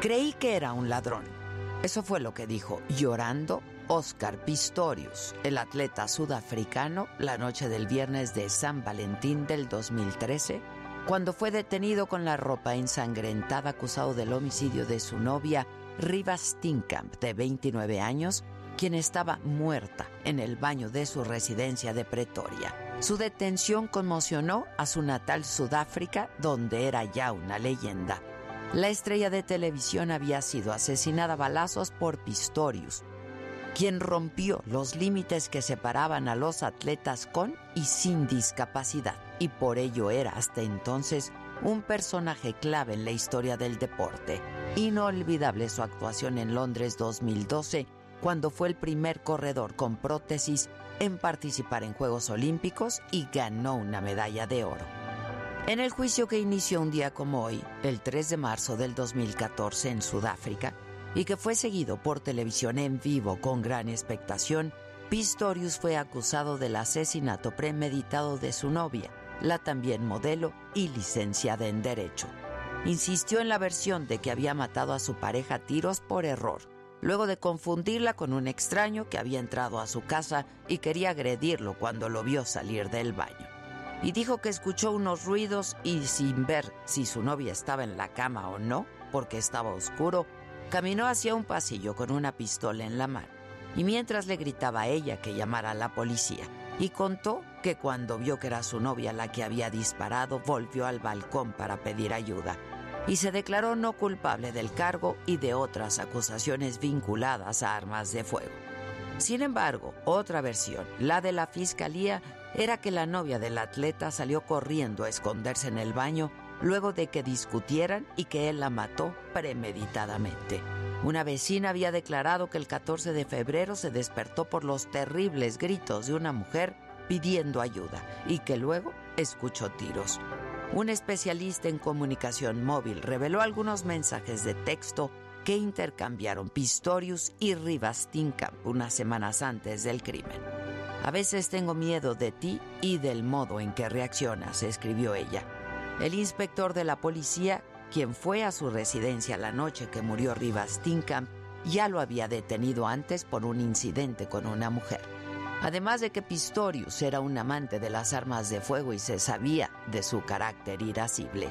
Creí que era un ladrón. Eso fue lo que dijo, llorando, Oscar Pistorius, el atleta sudafricano, la noche del viernes de San Valentín del 2013, cuando fue detenido con la ropa ensangrentada acusado del homicidio de su novia, Riva Steenkamp, de 29 años, quien estaba muerta en el baño de su residencia de Pretoria. Su detención conmocionó a su natal Sudáfrica, donde era ya una leyenda. La estrella de televisión había sido asesinada a balazos por Pistorius, quien rompió los límites que separaban a los atletas con y sin discapacidad, y por ello era hasta entonces un personaje clave en la historia del deporte. Inolvidable su actuación en Londres 2012, cuando fue el primer corredor con prótesis en participar en Juegos Olímpicos y ganó una medalla de oro. En el juicio que inició un día como hoy, el 3 de marzo del 2014 en Sudáfrica, y que fue seguido por televisión en vivo con gran expectación, Pistorius fue acusado del asesinato premeditado de su novia, la también modelo y licenciada en Derecho. Insistió en la versión de que había matado a su pareja a tiros por error, luego de confundirla con un extraño que había entrado a su casa y quería agredirlo cuando lo vio salir del baño. Y dijo que escuchó unos ruidos y sin ver si su novia estaba en la cama o no, porque estaba oscuro, caminó hacia un pasillo con una pistola en la mano. Y mientras le gritaba a ella que llamara a la policía, y contó que cuando vio que era su novia la que había disparado, volvió al balcón para pedir ayuda y se declaró no culpable del cargo y de otras acusaciones vinculadas a armas de fuego. Sin embargo, otra versión, la de la fiscalía, era que la novia del atleta salió corriendo a esconderse en el baño luego de que discutieran y que él la mató premeditadamente. Una vecina había declarado que el 14 de febrero se despertó por los terribles gritos de una mujer pidiendo ayuda y que luego escuchó tiros. Un especialista en comunicación móvil reveló algunos mensajes de texto que intercambiaron Pistorius y Rivastinkamp unas semanas antes del crimen. A veces tengo miedo de ti y del modo en que reaccionas, escribió ella. El inspector de la policía, quien fue a su residencia la noche que murió Rivastinkamp, ya lo había detenido antes por un incidente con una mujer. Además de que Pistorius era un amante de las armas de fuego y se sabía de su carácter irascible.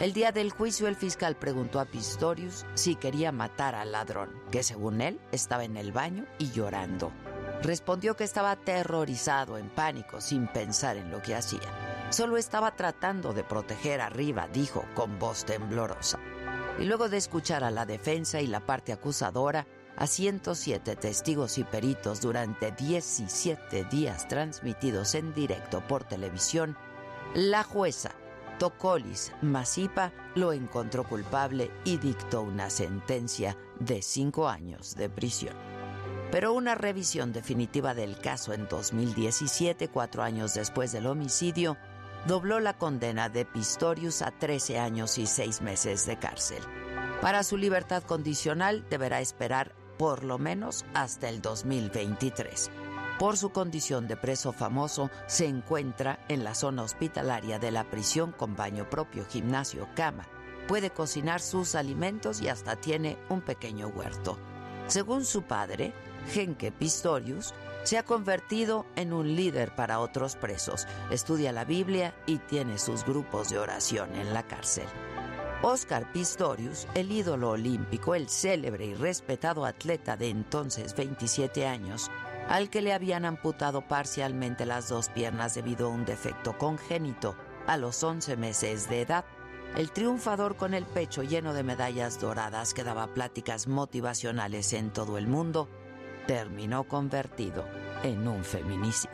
El día del juicio el fiscal preguntó a Pistorius si quería matar al ladrón, que según él estaba en el baño y llorando. Respondió que estaba aterrorizado, en pánico, sin pensar en lo que hacía. Solo estaba tratando de proteger arriba, dijo con voz temblorosa. Y luego de escuchar a la defensa y la parte acusadora, a 107 testigos y peritos durante 17 días transmitidos en directo por televisión, la jueza Tocolis Masipa lo encontró culpable y dictó una sentencia de cinco años de prisión. Pero una revisión definitiva del caso en 2017, cuatro años después del homicidio, dobló la condena de Pistorius a 13 años y seis meses de cárcel. Para su libertad condicional deberá esperar por lo menos hasta el 2023. Por su condición de preso famoso, se encuentra en la zona hospitalaria de la prisión con baño propio, gimnasio, cama. Puede cocinar sus alimentos y hasta tiene un pequeño huerto. Según su padre, Genke Pistorius, se ha convertido en un líder para otros presos, estudia la Biblia y tiene sus grupos de oración en la cárcel. Oscar Pistorius, el ídolo olímpico, el célebre y respetado atleta de entonces 27 años, al que le habían amputado parcialmente las dos piernas debido a un defecto congénito a los 11 meses de edad, el triunfador con el pecho lleno de medallas doradas que daba pláticas motivacionales en todo el mundo, terminó convertido en un feminicida.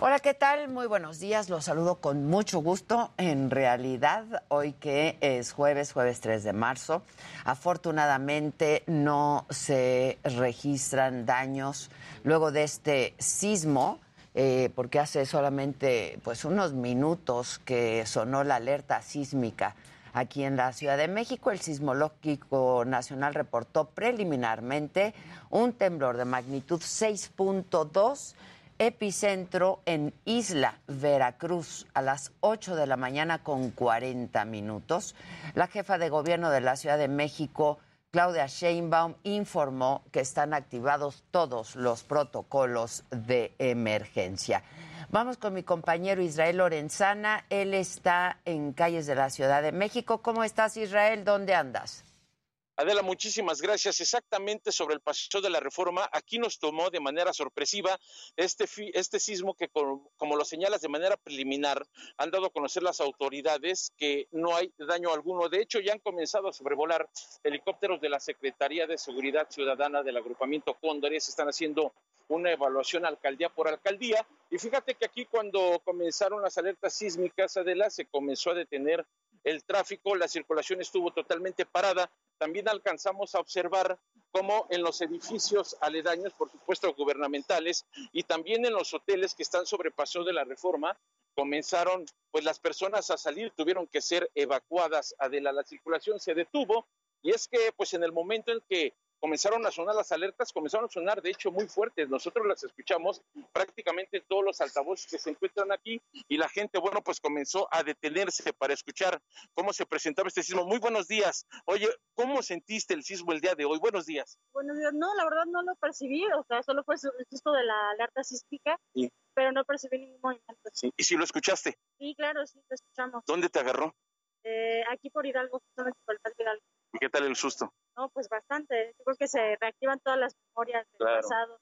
Hola, ¿qué tal? Muy buenos días. Los saludo con mucho gusto. En realidad, hoy que es jueves, jueves 3 de marzo, afortunadamente no se registran daños luego de este sismo. Eh, porque hace solamente pues unos minutos que sonó la alerta sísmica aquí en la Ciudad de México. El Sismológico Nacional reportó preliminarmente un temblor de magnitud 6.2 epicentro en Isla Veracruz a las 8 de la mañana con 40 minutos. La jefa de gobierno de la Ciudad de México, Claudia Sheinbaum, informó que están activados todos los protocolos de emergencia. Vamos con mi compañero Israel Lorenzana. Él está en calles de la Ciudad de México. ¿Cómo estás, Israel? ¿Dónde andas? Adela, muchísimas gracias. Exactamente sobre el paseo de la reforma, aquí nos tomó de manera sorpresiva este, este sismo que, como lo señalas de manera preliminar, han dado a conocer las autoridades que no hay daño alguno. De hecho, ya han comenzado a sobrevolar helicópteros de la Secretaría de Seguridad Ciudadana del agrupamiento Cóndores. Están haciendo una evaluación alcaldía por alcaldía. Y fíjate que aquí cuando comenzaron las alertas sísmicas, Adela, se comenzó a detener el tráfico, la circulación estuvo totalmente parada. También alcanzamos a observar cómo en los edificios aledaños, por supuesto gubernamentales, y también en los hoteles que están sobre paso de la reforma, comenzaron pues las personas a salir, tuvieron que ser evacuadas. Adela, la circulación se detuvo y es que pues en el momento en que comenzaron a sonar las alertas, comenzaron a sonar de hecho muy fuertes. Nosotros las escuchamos prácticamente en todos los altavoces que se encuentran aquí y la gente, bueno, pues comenzó a detenerse para escuchar cómo se presentaba este sismo. Muy buenos días. Oye, ¿cómo sentiste el sismo el día de hoy? Buenos días. Buenos días. No, la verdad no lo percibí, o sea, solo fue el susto de la alerta sísmica. Sí. Pero no percibí ningún movimiento. Sí. ¿Y si lo escuchaste? Sí, claro, sí, lo escuchamos. ¿Dónde te agarró? Eh, aquí por Hidalgo, justamente por el Hidalgo. ¿Y qué tal el susto? No, pues bastante. Yo creo que se reactivan todas las memorias del claro, pasado.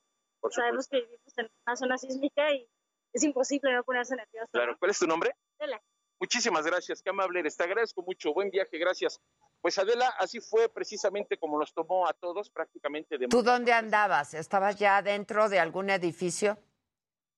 Sabemos que vivimos en una zona sísmica y es imposible no ponerse nervioso. Claro. ¿no? ¿Cuál es tu nombre? Adela. Muchísimas gracias, qué amable eres. Te agradezco mucho. Buen viaje, gracias. Pues Adela, así fue precisamente como nos tomó a todos prácticamente de... ¿Tú dónde andabas? ¿Estabas ya dentro de algún edificio?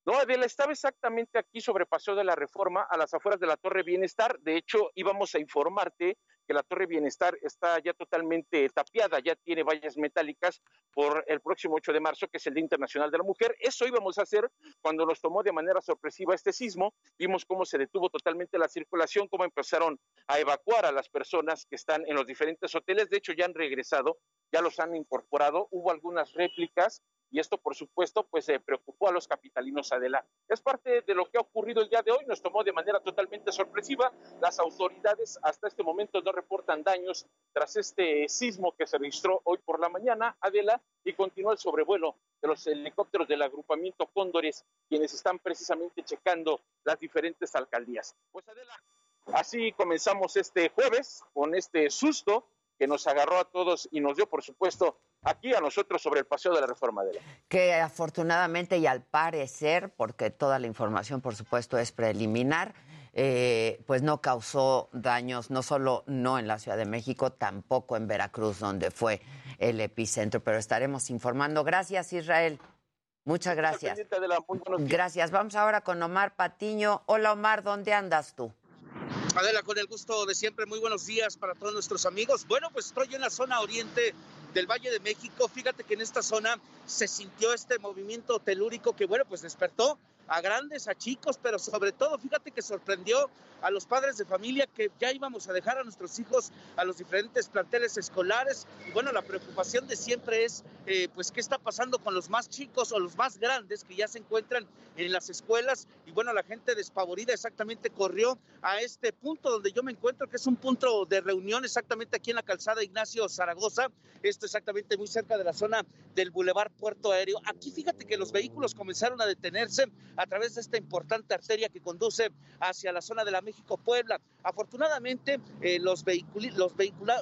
No, Adela, estaba exactamente aquí sobre Paseo de la Reforma, a las afueras de la Torre Bienestar. De hecho, íbamos a informarte que la Torre Bienestar está ya totalmente tapiada, ya tiene vallas metálicas por el próximo 8 de marzo, que es el Día Internacional de la Mujer. Eso íbamos a hacer cuando nos tomó de manera sorpresiva este sismo. Vimos cómo se detuvo totalmente la circulación, cómo empezaron a evacuar a las personas que están en los diferentes hoteles. De hecho, ya han regresado, ya los han incorporado. Hubo algunas réplicas. Y esto, por supuesto, pues eh, preocupó a los capitalinos Adela. Es parte de lo que ha ocurrido el día de hoy. Nos tomó de manera totalmente sorpresiva. Las autoridades hasta este momento no reportan daños tras este sismo que se registró hoy por la mañana, Adela, y continúa el sobrevuelo de los helicópteros del agrupamiento Cóndores, quienes están precisamente checando las diferentes alcaldías. Pues Adela, así comenzamos este jueves con este susto que nos agarró a todos y nos dio, por supuesto, aquí a nosotros sobre el paseo de la reforma de la. Que afortunadamente y al parecer, porque toda la información, por supuesto, es preliminar, eh, pues no causó daños, no solo no en la Ciudad de México, tampoco en Veracruz, donde fue el epicentro, pero estaremos informando. Gracias, Israel. Muchas gracias. Gracias. Vamos ahora con Omar Patiño. Hola, Omar, ¿dónde andas tú? Adela, con el gusto de siempre, muy buenos días para todos nuestros amigos. Bueno, pues estoy en la zona oriente del Valle de México. Fíjate que en esta zona se sintió este movimiento telúrico que, bueno, pues despertó a grandes, a chicos, pero sobre todo, fíjate que sorprendió a los padres de familia que ya íbamos a dejar a nuestros hijos a los diferentes planteles escolares. Y bueno, la preocupación de siempre es, eh, pues, qué está pasando con los más chicos o los más grandes que ya se encuentran en las escuelas. Y bueno, la gente despavorida exactamente corrió a este punto donde yo me encuentro, que es un punto de reunión exactamente aquí en la calzada Ignacio Zaragoza. Esto exactamente muy cerca de la zona del Boulevard Puerto Aéreo. Aquí fíjate que los vehículos comenzaron a detenerse a través de esta importante arteria que conduce hacia la zona de la México-Puebla. Afortunadamente, eh, los, los,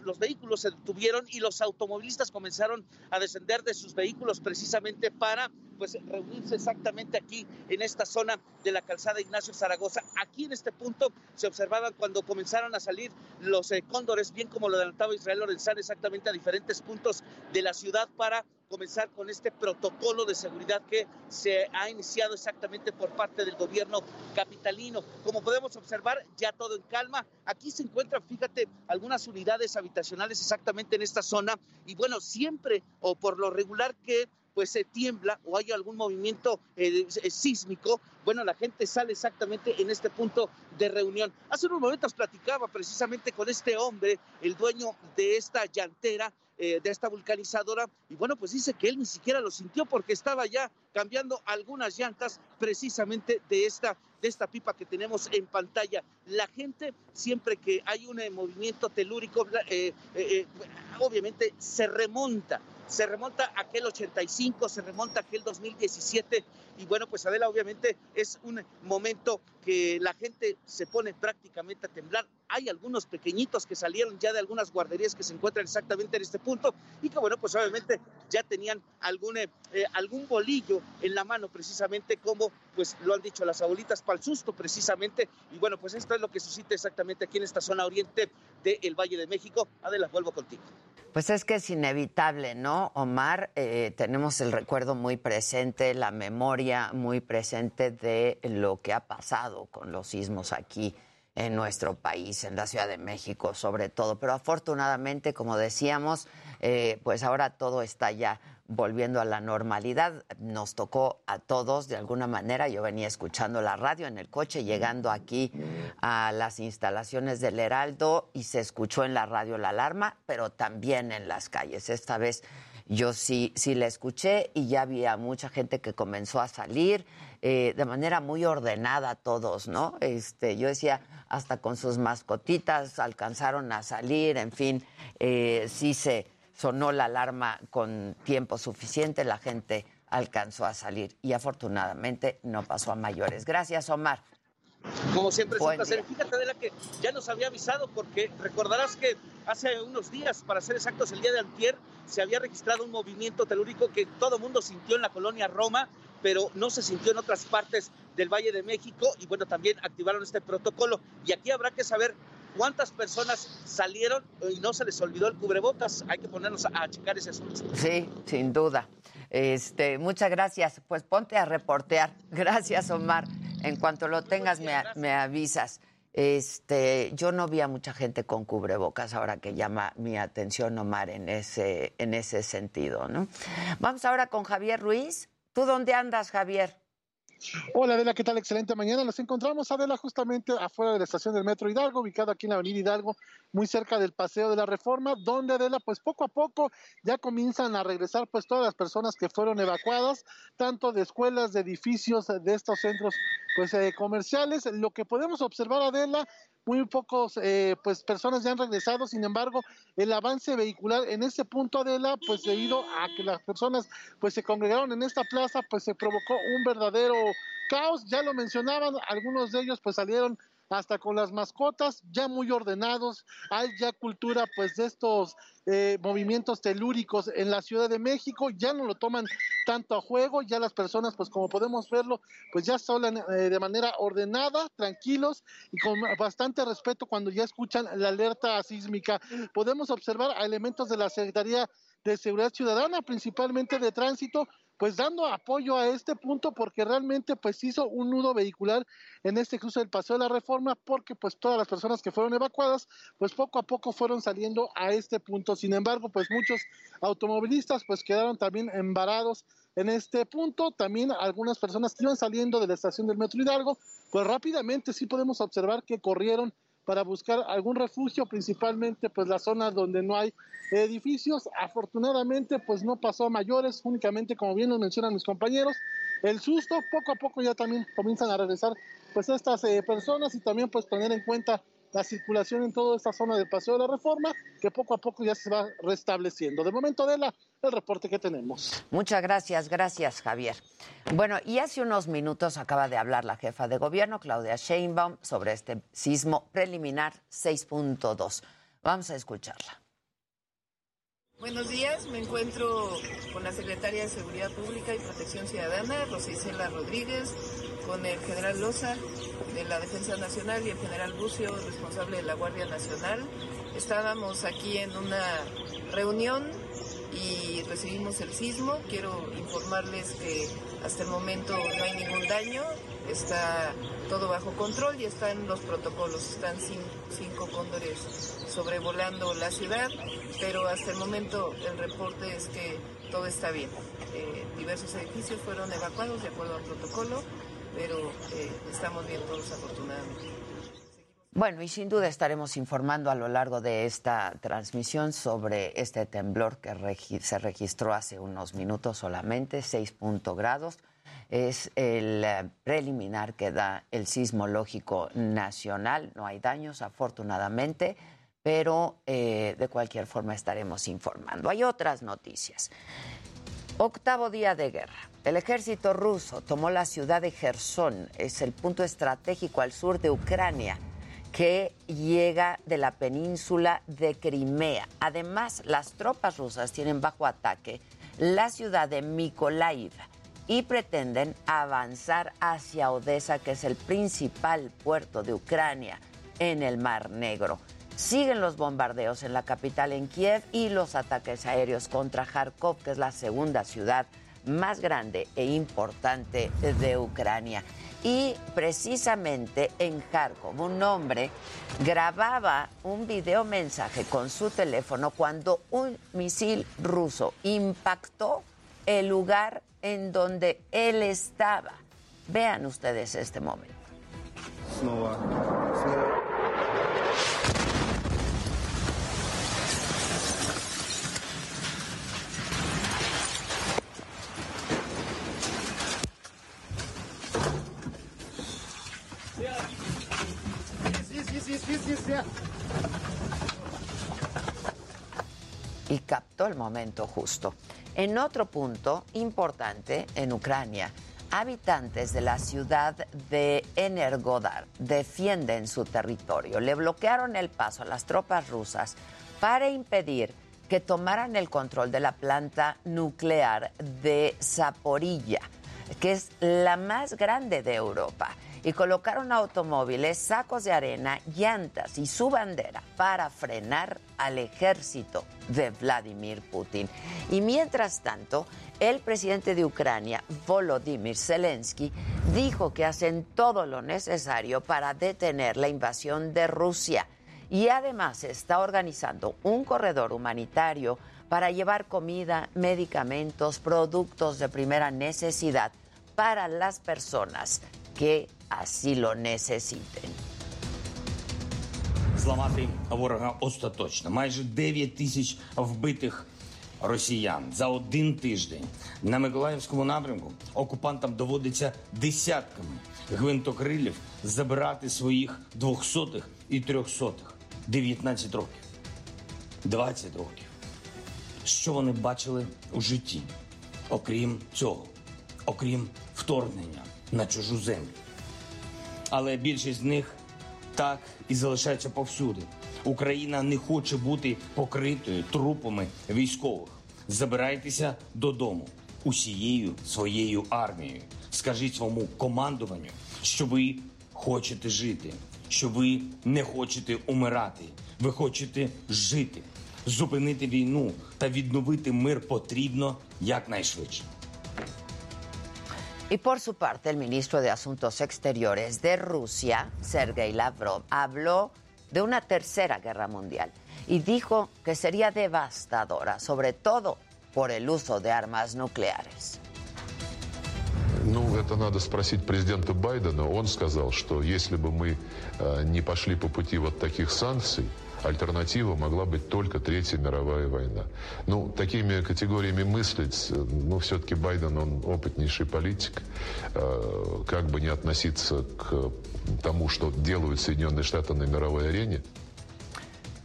los vehículos se detuvieron y los automovilistas comenzaron a descender de sus vehículos precisamente para pues reunirse exactamente aquí en esta zona de la calzada Ignacio Zaragoza. Aquí en este punto se observaban cuando comenzaron a salir los eh, cóndores, bien como lo adelantaba Israel Lorenzana, exactamente a diferentes puntos de la ciudad para comenzar con este protocolo de seguridad que se ha iniciado exactamente por parte del gobierno capitalino. Como podemos observar, ya todo en calma. Aquí se encuentran, fíjate, algunas unidades habitacionales exactamente en esta zona y bueno, siempre o por lo regular que pues se tiembla o hay algún movimiento eh, sísmico, bueno, la gente sale exactamente en este punto de reunión. Hace unos momentos platicaba precisamente con este hombre, el dueño de esta llantera, eh, de esta vulcanizadora, y bueno, pues dice que él ni siquiera lo sintió porque estaba ya cambiando algunas llantas precisamente de esta, de esta pipa que tenemos en pantalla. La gente, siempre que hay un eh, movimiento telúrico, eh, eh, obviamente se remonta, se remonta a aquel 85, se remonta a aquel 2017. Y bueno, pues Adela, obviamente es un momento que la gente se pone prácticamente a temblar. Hay algunos pequeñitos que salieron ya de algunas guarderías que se encuentran exactamente en este punto y que bueno, pues obviamente ya tenían algún, eh, algún bolillo en la mano precisamente como pues lo han dicho las abuelitas para el susto precisamente y bueno pues esto es lo que suscita exactamente aquí en esta zona oriente del de Valle de México Adela vuelvo contigo pues es que es inevitable, ¿no, Omar? Eh, tenemos el recuerdo muy presente, la memoria muy presente de lo que ha pasado con los sismos aquí en nuestro país, en la Ciudad de México sobre todo. Pero afortunadamente, como decíamos, eh, pues ahora todo está ya volviendo a la normalidad. Nos tocó a todos de alguna manera. Yo venía escuchando la radio en el coche, llegando aquí a las instalaciones del Heraldo y se escuchó en la radio la alarma, pero también en las calles. Esta vez yo sí, sí la escuché y ya había mucha gente que comenzó a salir eh, de manera muy ordenada todos, ¿no? Este, yo decía, hasta con sus mascotitas alcanzaron a salir, en fin, eh, sí se sonó la alarma con tiempo suficiente, la gente alcanzó a salir y afortunadamente no pasó a mayores. Gracias, Omar. Como siempre es Buen un placer. Día. Fíjate de la que ya nos había avisado porque recordarás que hace unos días, para ser exactos, el día de antier, se había registrado un movimiento telúrico que todo el mundo sintió en la colonia Roma, pero no se sintió en otras partes del Valle de México y bueno, también activaron este protocolo y aquí habrá que saber cuántas personas salieron y no se les olvidó el cubrebocas. Hay que ponernos a, checar ese asunto. Sí, sin duda. Este, muchas gracias. Pues ponte a reportear. Gracias, Omar. En cuanto lo Muy tengas, me, me, avisas. Este, yo no vi a mucha gente con cubrebocas ahora que llama mi atención Omar en ese, en ese sentido, ¿no? Vamos ahora con Javier Ruiz. ¿Tú dónde andas, Javier? Hola Adela, ¿qué tal? Excelente mañana. Nos encontramos, Adela, justamente afuera de la estación del Metro Hidalgo, ubicado aquí en la Avenida Hidalgo, muy cerca del Paseo de la Reforma, donde Adela, pues poco a poco ya comienzan a regresar pues todas las personas que fueron evacuadas, tanto de escuelas, de edificios, de estos centros pues eh, comerciales. Lo que podemos observar, Adela, muy pocos eh, pues personas ya han regresado, sin embargo, el avance vehicular en ese punto Adela, pues debido a que las personas pues se congregaron en esta plaza, pues se provocó un verdadero caos, ya lo mencionaban, algunos de ellos pues salieron hasta con las mascotas, ya muy ordenados, hay ya cultura pues de estos eh, movimientos telúricos en la Ciudad de México, ya no lo toman tanto a juego, ya las personas pues como podemos verlo, pues ya solan eh, de manera ordenada, tranquilos y con bastante respeto cuando ya escuchan la alerta sísmica. Podemos observar a elementos de la Secretaría de Seguridad Ciudadana, principalmente de tránsito, pues dando apoyo a este punto porque realmente pues hizo un nudo vehicular en este cruce del Paseo de la Reforma porque pues todas las personas que fueron evacuadas pues poco a poco fueron saliendo a este punto. Sin embargo, pues muchos automovilistas pues quedaron también embarados en este punto. También algunas personas que iban saliendo de la estación del Metro Hidalgo pues rápidamente sí podemos observar que corrieron para buscar algún refugio, principalmente pues las zonas donde no hay edificios. Afortunadamente pues no pasó a mayores, únicamente como bien lo mencionan mis compañeros, el susto poco a poco ya también comienzan a regresar pues estas eh, personas y también pues tener en cuenta la circulación en toda esta zona del Paseo de la Reforma, que poco a poco ya se va restableciendo. De momento, Adela, el reporte que tenemos. Muchas gracias, gracias, Javier. Bueno, y hace unos minutos acaba de hablar la jefa de gobierno, Claudia Sheinbaum, sobre este sismo preliminar 6.2. Vamos a escucharla. Buenos días, me encuentro con la secretaria de Seguridad Pública y Protección Ciudadana, Rosa Isela Rodríguez, con el general Loza de la Defensa Nacional y el general Bucio, responsable de la Guardia Nacional. Estábamos aquí en una reunión y recibimos el sismo. Quiero informarles que hasta el momento no hay ningún daño, está todo bajo control y están los protocolos. Están cinco cóndores sobrevolando la ciudad, pero hasta el momento el reporte es que todo está bien. Eh, diversos edificios fueron evacuados de acuerdo al protocolo, pero eh, estamos bien todos afortunadamente. Bueno, y sin duda estaremos informando a lo largo de esta transmisión sobre este temblor que regi- se registró hace unos minutos solamente, 6 punto grados. Es el eh, preliminar que da el sismológico nacional. No hay daños, afortunadamente, pero eh, de cualquier forma estaremos informando. Hay otras noticias. Octavo día de guerra. El ejército ruso tomó la ciudad de Gerson, es el punto estratégico al sur de Ucrania que llega de la península de Crimea. Además, las tropas rusas tienen bajo ataque la ciudad de Mykolaiv y pretenden avanzar hacia Odessa, que es el principal puerto de Ucrania en el Mar Negro. Siguen los bombardeos en la capital en Kiev y los ataques aéreos contra Kharkov, que es la segunda ciudad más grande e importante de Ucrania. Y precisamente en Kharkov, un hombre grababa un video mensaje con su teléfono cuando un misil ruso impactó el lugar en donde él estaba. Vean ustedes este momento. Снова. Снова. y captó el momento justo. En otro punto importante, en Ucrania, habitantes de la ciudad de Energodar defienden su territorio. Le bloquearon el paso a las tropas rusas para impedir que tomaran el control de la planta nuclear de Zaporilla, que es la más grande de Europa, y colocaron automóviles, sacos de arena, llantas y su bandera para frenar al ejército de Vladimir Putin. Y mientras tanto, el presidente de Ucrania, Volodymyr Zelensky, dijo que hacen todo lo necesario para detener la invasión de Rusia y además está organizando un corredor humanitario para llevar comida, medicamentos, productos de primera necesidad para las personas que así lo necesiten. зламати ворога остаточно. Майже 9 тисяч вбитих росіян за один тиждень на Миколаївському напрямку окупантам доводиться десятками гвинтокрилів забирати своїх двохсотих і трьохсотих. 19 років, 20 років. Що вони бачили у житті, окрім цього, окрім вторгнення на чужу землю. Але більшість з них так і залишається повсюди. Україна не хоче бути покритою трупами військових. Забирайтеся додому усією своєю армією. Скажіть своєму командуванню, що ви хочете жити, що ви не хочете умирати. Ви хочете жити, зупинити війну та відновити мир потрібно якнайшвидше. Y por su parte, el ministro de Asuntos Exteriores de Rusia, Sergei Lavrov, habló de una tercera guerra mundial y dijo que sería devastadora, sobre todo por el uso de armas nucleares. Ну, это надо спросить президента Байдена. Он сказал, что если бы мы э, не пошли по пути вот таких санкций, альтернатива могла быть только Третья мировая война. Ну, такими категориями мыслить, э, ну, все-таки Байден, он опытнейший политик. Э, как бы не относиться к тому, что делают Соединенные Штаты на мировой арене,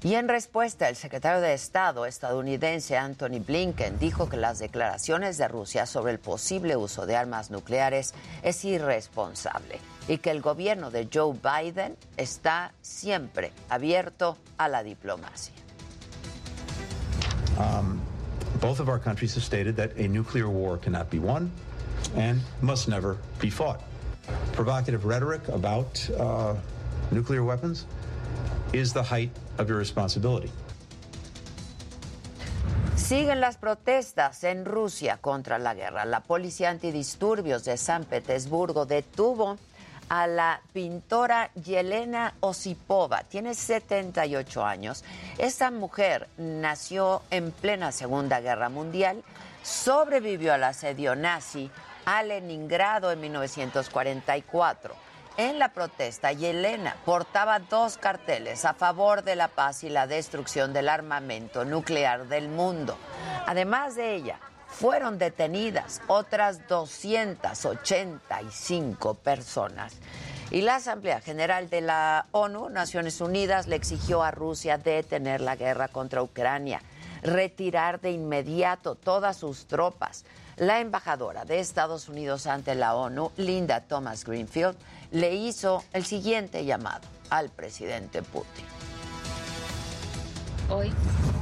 Y en respuesta, el secretario de Estado estadounidense Anthony Blinken dijo que las declaraciones de Rusia sobre el posible uso de armas nucleares es irresponsable y que el gobierno de Joe Biden está siempre abierto a la diplomacia. Um, both of our countries have stated that a nuclear war cannot be won and must never be fought. Provocative rhetoric about uh, nuclear weapons is the height of irresponsibility. Siguen las protestas en Rusia contra la guerra. La policía antidisturbios de San Petersburgo detuvo a la pintora Yelena Osipova. Tiene 78 años. Esta mujer nació en plena Segunda Guerra Mundial. sobrevivió al asedio nazi a Leningrado en 1944. En la protesta, Yelena portaba dos carteles a favor de la paz y la destrucción del armamento nuclear del mundo. Además de ella, fueron detenidas otras 285 personas. Y la Asamblea General de la ONU, Naciones Unidas, le exigió a Rusia detener la guerra contra Ucrania, retirar de inmediato todas sus tropas. La embajadora de Estados Unidos ante la ONU, Linda Thomas Greenfield, le hizo el siguiente llamado al presidente Putin. Hoy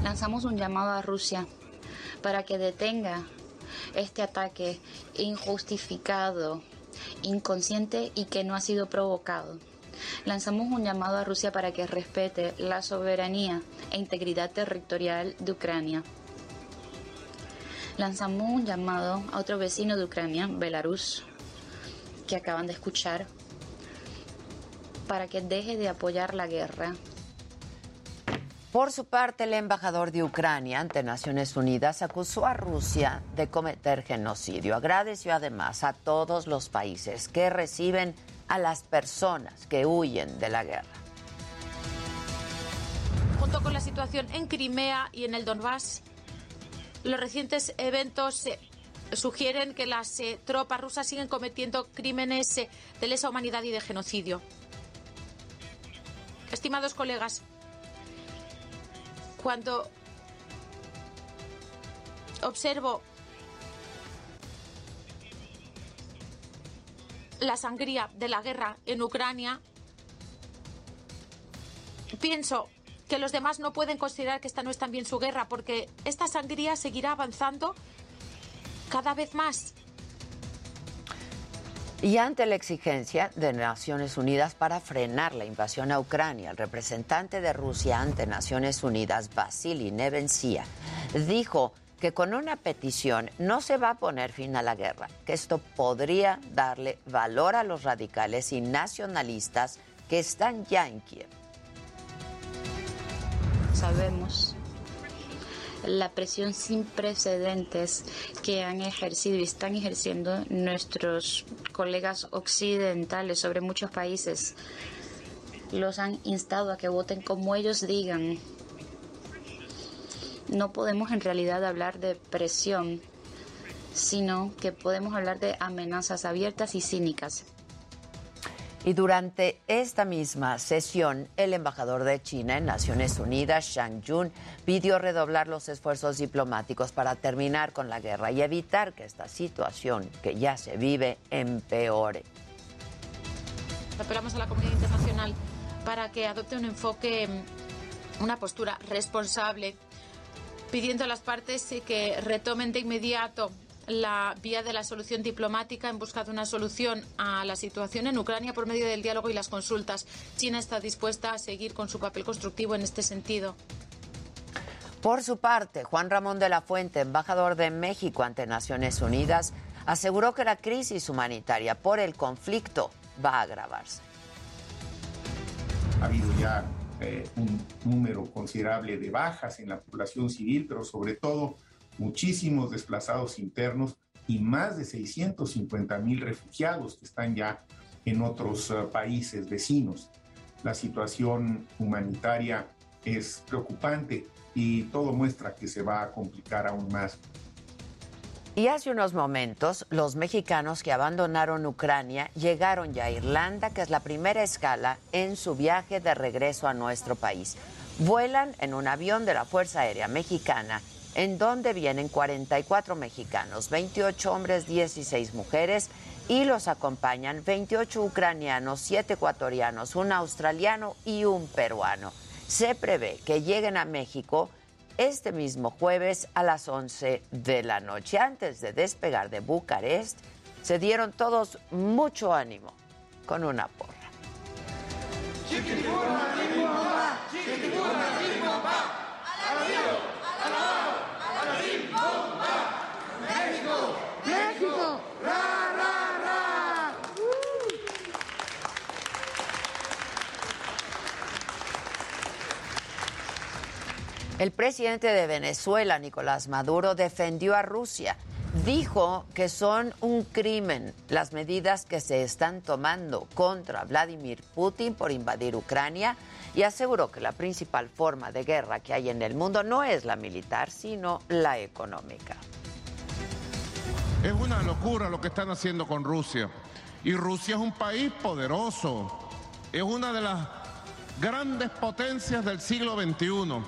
lanzamos un llamado a Rusia para que detenga este ataque injustificado, inconsciente y que no ha sido provocado. Lanzamos un llamado a Rusia para que respete la soberanía e integridad territorial de Ucrania. Lanzamos un llamado a otro vecino de Ucrania, Belarus, que acaban de escuchar, para que deje de apoyar la guerra por su parte, el embajador de Ucrania ante Naciones Unidas acusó a Rusia de cometer genocidio. Agradeció además a todos los países que reciben a las personas que huyen de la guerra. Junto con la situación en Crimea y en el Donbass, los recientes eventos eh, sugieren que las eh, tropas rusas siguen cometiendo crímenes eh, de lesa humanidad y de genocidio. Estimados colegas, cuando observo la sangría de la guerra en Ucrania, pienso que los demás no pueden considerar que esta no es también su guerra, porque esta sangría seguirá avanzando cada vez más. Y ante la exigencia de Naciones Unidas para frenar la invasión a Ucrania, el representante de Rusia ante Naciones Unidas, Vasily Nevencia, dijo que con una petición no se va a poner fin a la guerra, que esto podría darle valor a los radicales y nacionalistas que están ya en Kiev. Sabemos la presión sin precedentes que han ejercido y están ejerciendo nuestros colegas occidentales sobre muchos países. Los han instado a que voten como ellos digan. No podemos en realidad hablar de presión, sino que podemos hablar de amenazas abiertas y cínicas. Y durante esta misma sesión, el embajador de China en Naciones Unidas, Shang Jun, pidió redoblar los esfuerzos diplomáticos para terminar con la guerra y evitar que esta situación que ya se vive empeore. Apelamos a la comunidad internacional para que adopte un enfoque, una postura responsable, pidiendo a las partes que retomen de inmediato la vía de la solución diplomática en busca de una solución a la situación en Ucrania por medio del diálogo y las consultas. China está dispuesta a seguir con su papel constructivo en este sentido. Por su parte, Juan Ramón de la Fuente, embajador de México ante Naciones Unidas, aseguró que la crisis humanitaria por el conflicto va a agravarse. Ha habido ya eh, un número considerable de bajas en la población civil, pero sobre todo muchísimos desplazados internos y más de 650 mil refugiados que están ya en otros eh, países vecinos. La situación humanitaria es preocupante y todo muestra que se va a complicar aún más. Y hace unos momentos, los mexicanos que abandonaron Ucrania llegaron ya a Irlanda, que es la primera escala en su viaje de regreso a nuestro país. Vuelan en un avión de la Fuerza Aérea Mexicana en donde vienen 44 mexicanos, 28 hombres, 16 mujeres y los acompañan 28 ucranianos, 7 ecuatorianos, un australiano y un peruano. Se prevé que lleguen a México este mismo jueves a las 11 de la noche. Antes de despegar de Bucarest, se dieron todos mucho ánimo con una porra. El presidente de Venezuela, Nicolás Maduro, defendió a Rusia. Dijo que son un crimen las medidas que se están tomando contra Vladimir Putin por invadir Ucrania y aseguró que la principal forma de guerra que hay en el mundo no es la militar, sino la económica. Es una locura lo que están haciendo con Rusia. Y Rusia es un país poderoso. Es una de las grandes potencias del siglo XXI.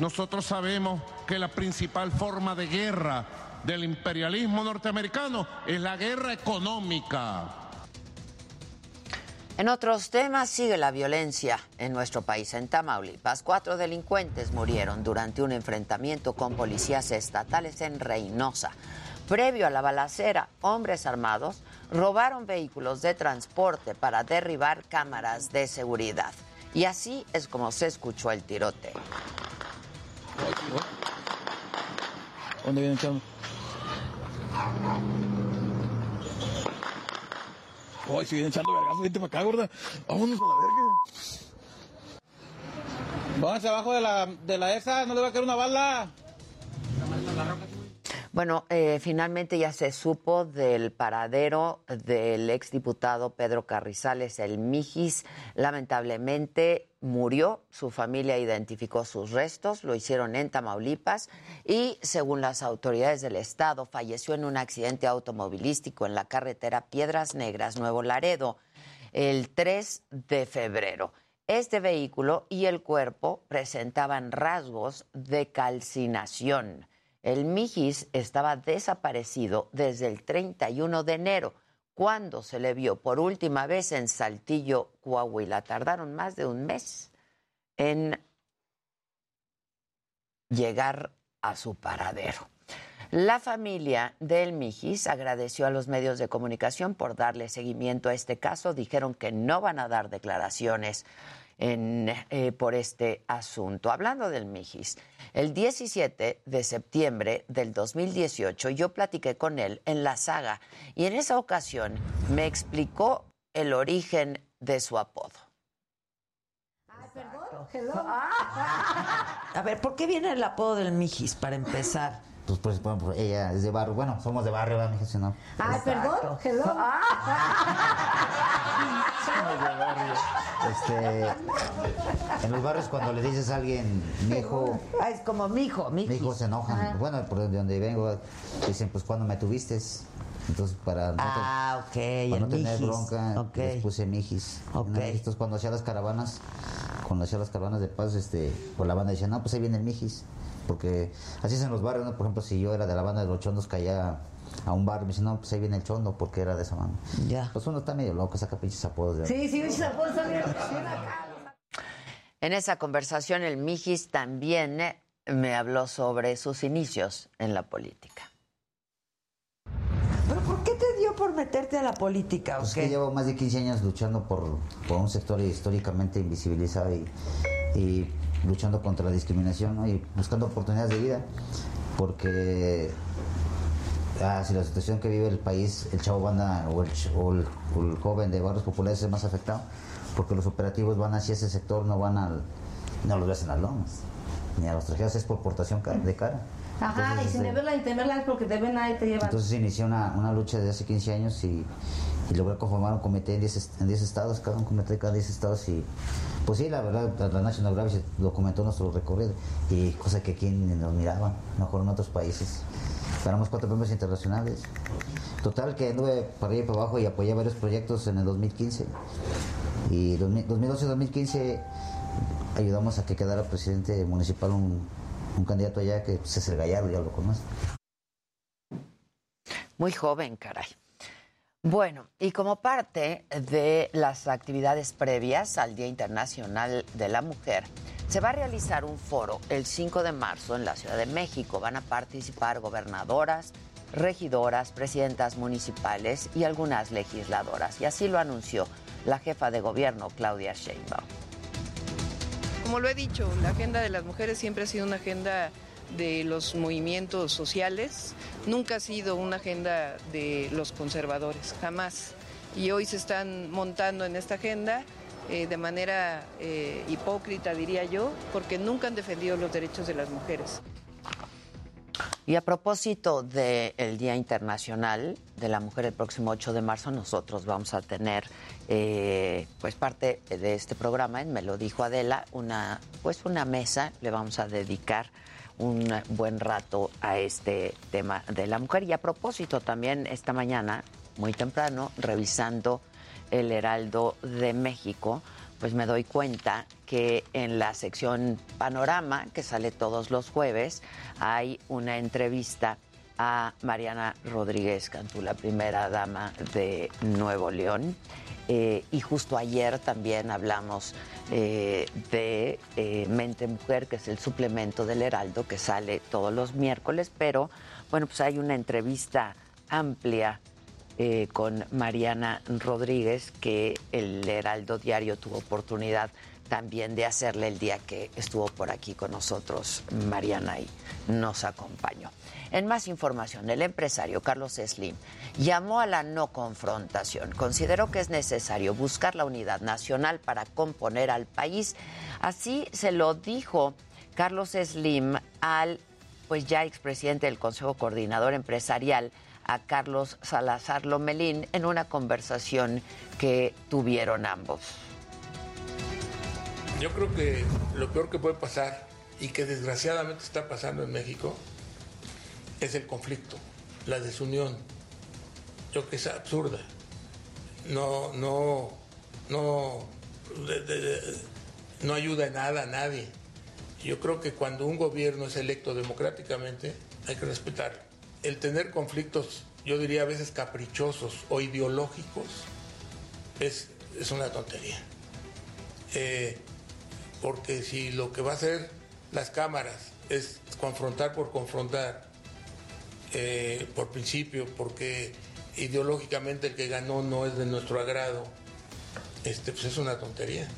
Nosotros sabemos que la principal forma de guerra del imperialismo norteamericano es la guerra económica. En otros temas sigue la violencia en nuestro país, en Tamaulipas. Cuatro delincuentes murieron durante un enfrentamiento con policías estatales en Reynosa. Previo a la balacera, hombres armados robaron vehículos de transporte para derribar cámaras de seguridad. Y así es como se escuchó el tiroteo. ¿Dónde viene el chavo? Ay, se viene echando vergazo, vente para acá, Ah, gorda. Vámonos a la verga. Vámonos abajo de la, de la esa, no le va a caer una bala. Bueno, eh, finalmente ya se supo del paradero del exdiputado Pedro Carrizales, el Mijis. Lamentablemente murió, su familia identificó sus restos, lo hicieron en Tamaulipas y según las autoridades del estado falleció en un accidente automovilístico en la carretera Piedras Negras, Nuevo Laredo, el 3 de febrero. Este vehículo y el cuerpo presentaban rasgos de calcinación. El Mijis estaba desaparecido desde el 31 de enero cuándo se le vio por última vez en Saltillo, Coahuila. Tardaron más de un mes en llegar a su paradero. La familia del Mijis agradeció a los medios de comunicación por darle seguimiento a este caso. Dijeron que no van a dar declaraciones en, eh, por este asunto. Hablando del Mijis, el 17 de septiembre del 2018 yo platiqué con él en la saga y en esa ocasión me explicó el origen de su apodo. Ay, perdón, hello. Ah, a ver, ¿por qué viene el apodo del Mijis para empezar? Pues, pues, pues, ella es de barrio. Bueno, somos de barrio, ¿verdad, mijo? Si no. Ah. Ay, perdón, hello. Somos de barrio. Este, en los barrios cuando le dices a alguien, mijo... Ah, es como mijo, Ah. mijo. Mijo se enojan. Ajá. Bueno, por de donde vengo, dicen, pues, cuando me tuviste? Entonces, para no, Ah, ok, para el no tener mijis. bronca, Ok. les puse mijis. Ok. Entonces, Entonces, cuando hacía las caravanas, cuando hacía las caravanas de paz, este, por la banda decía, no, pues ahí viene el mijis. Porque así es en los barrios, ¿no? Por ejemplo, si yo era de la banda de los chondos, caía a un barrio y me decía, no, pues ahí viene el chondo, porque era de esa banda. Ya. Pues uno está medio loco, saca pinches apodos. de- Sí, sí, me hizo por salir. Sí, acá. En esa conversación el Mijis también eh, me habló sobre sus inicios en la política. ¿Pero por qué te dio por meterte a la política? Pues que llevo más de 15 años luchando por, por un sector históricamente invisibilizado y, y luchando contra la discriminación ¿no? y buscando oportunidades de vida. Porque ah, si la situación que vive el país, el chavo banda o el, ch- o el- o el joven de barrios populares es más afectado, porque los operativos van hacia ese sector, no van al. no los ves en las lomas, ni a los trajeros, es por portación ca- de cara. Ajá, Entonces, y sin este, deberla y temerla es porque te ven ahí y te llevan. entonces inicié una, una lucha desde hace 15 años y, y logré conformar un comité en 10, est- en 10 estados, cada un comité de cada 10 estados y pues sí, la verdad, la- la National Geographic documentó nuestro recorrido y cosa que aquí ni nos miraban, mejor en otros países. Ganamos cuatro premios internacionales. Total que anduve para arriba y para abajo y apoyé varios proyectos en el 2015. Y 2012-2015 ayudamos a que quedara presidente municipal un, un candidato allá que pues, es el Gallardo, ya lo conoce. Muy joven, caray. Bueno, y como parte de las actividades previas al Día Internacional de la Mujer, se va a realizar un foro el 5 de marzo en la Ciudad de México. Van a participar gobernadoras, regidoras, presidentas municipales y algunas legisladoras. Y así lo anunció la jefa de gobierno, Claudia Sheinbaum. Como lo he dicho, la agenda de las mujeres siempre ha sido una agenda de los movimientos sociales, nunca ha sido una agenda de los conservadores, jamás. Y hoy se están montando en esta agenda eh, de manera eh, hipócrita, diría yo, porque nunca han defendido los derechos de las mujeres. Y a propósito del Día Internacional de la Mujer, el próximo 8 de marzo nosotros vamos a tener eh, pues parte de este programa, en me lo dijo Adela, una, pues una mesa, le vamos a dedicar un buen rato a este tema de la mujer. Y a propósito también esta mañana, muy temprano, revisando el Heraldo de México, pues me doy cuenta que en la sección Panorama, que sale todos los jueves, hay una entrevista a Mariana Rodríguez Cantú, la primera dama de Nuevo León. Eh, y justo ayer también hablamos eh, de eh, Mente Mujer, que es el suplemento del Heraldo, que sale todos los miércoles, pero bueno, pues hay una entrevista amplia eh, con Mariana Rodríguez, que el Heraldo Diario tuvo oportunidad también de hacerle el día que estuvo por aquí con nosotros Mariana y nos acompañó. En más información, el empresario Carlos Slim llamó a la no confrontación. Consideró que es necesario buscar la unidad nacional para componer al país. Así se lo dijo Carlos Slim al pues ya expresidente del Consejo Coordinador Empresarial, a Carlos Salazar Lomelín en una conversación que tuvieron ambos. Yo creo que lo peor que puede pasar y que desgraciadamente está pasando en México es el conflicto, la desunión. Yo creo que es absurda. No, no, no, de, de, de, pues, no ayuda en nada a nadie. Yo creo que cuando un gobierno es electo democráticamente hay que respetarlo el tener conflictos, yo diría a veces caprichosos o ideológicos, es, es una tontería. Eh, porque si lo que va a hacer las cámaras es confrontar por confrontar, eh, por principio, porque ideológicamente el que ganó no es de nuestro agrado, este, pues es una tontería.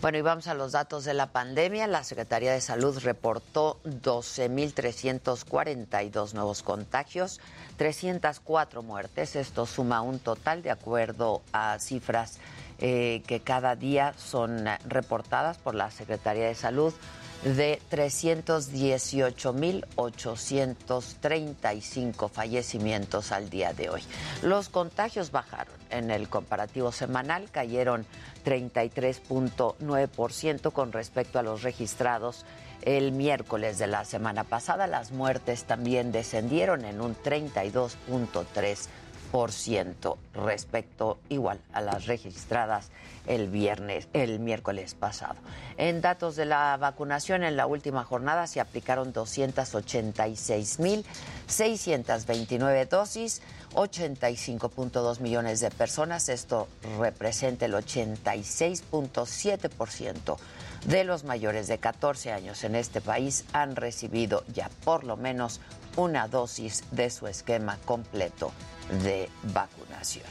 Bueno, y vamos a los datos de la pandemia. La Secretaría de Salud reportó 12.342 nuevos contagios, 304 muertes. Esto suma un total, de acuerdo a cifras eh, que cada día son eh, reportadas por la Secretaría de Salud, de 318.835 fallecimientos al día de hoy. Los contagios bajaron en el comparativo semanal, cayeron 33.9% con respecto a los registrados el miércoles de la semana pasada. Las muertes también descendieron en un 32.3% respecto igual a las registradas el viernes, el miércoles pasado. En datos de la vacunación en la última jornada se aplicaron 286.629 dosis, 85.2 millones de personas, esto representa el 86.7% de los mayores de 14 años en este país han recibido ya por lo menos una dosis de su esquema completo de vacunación.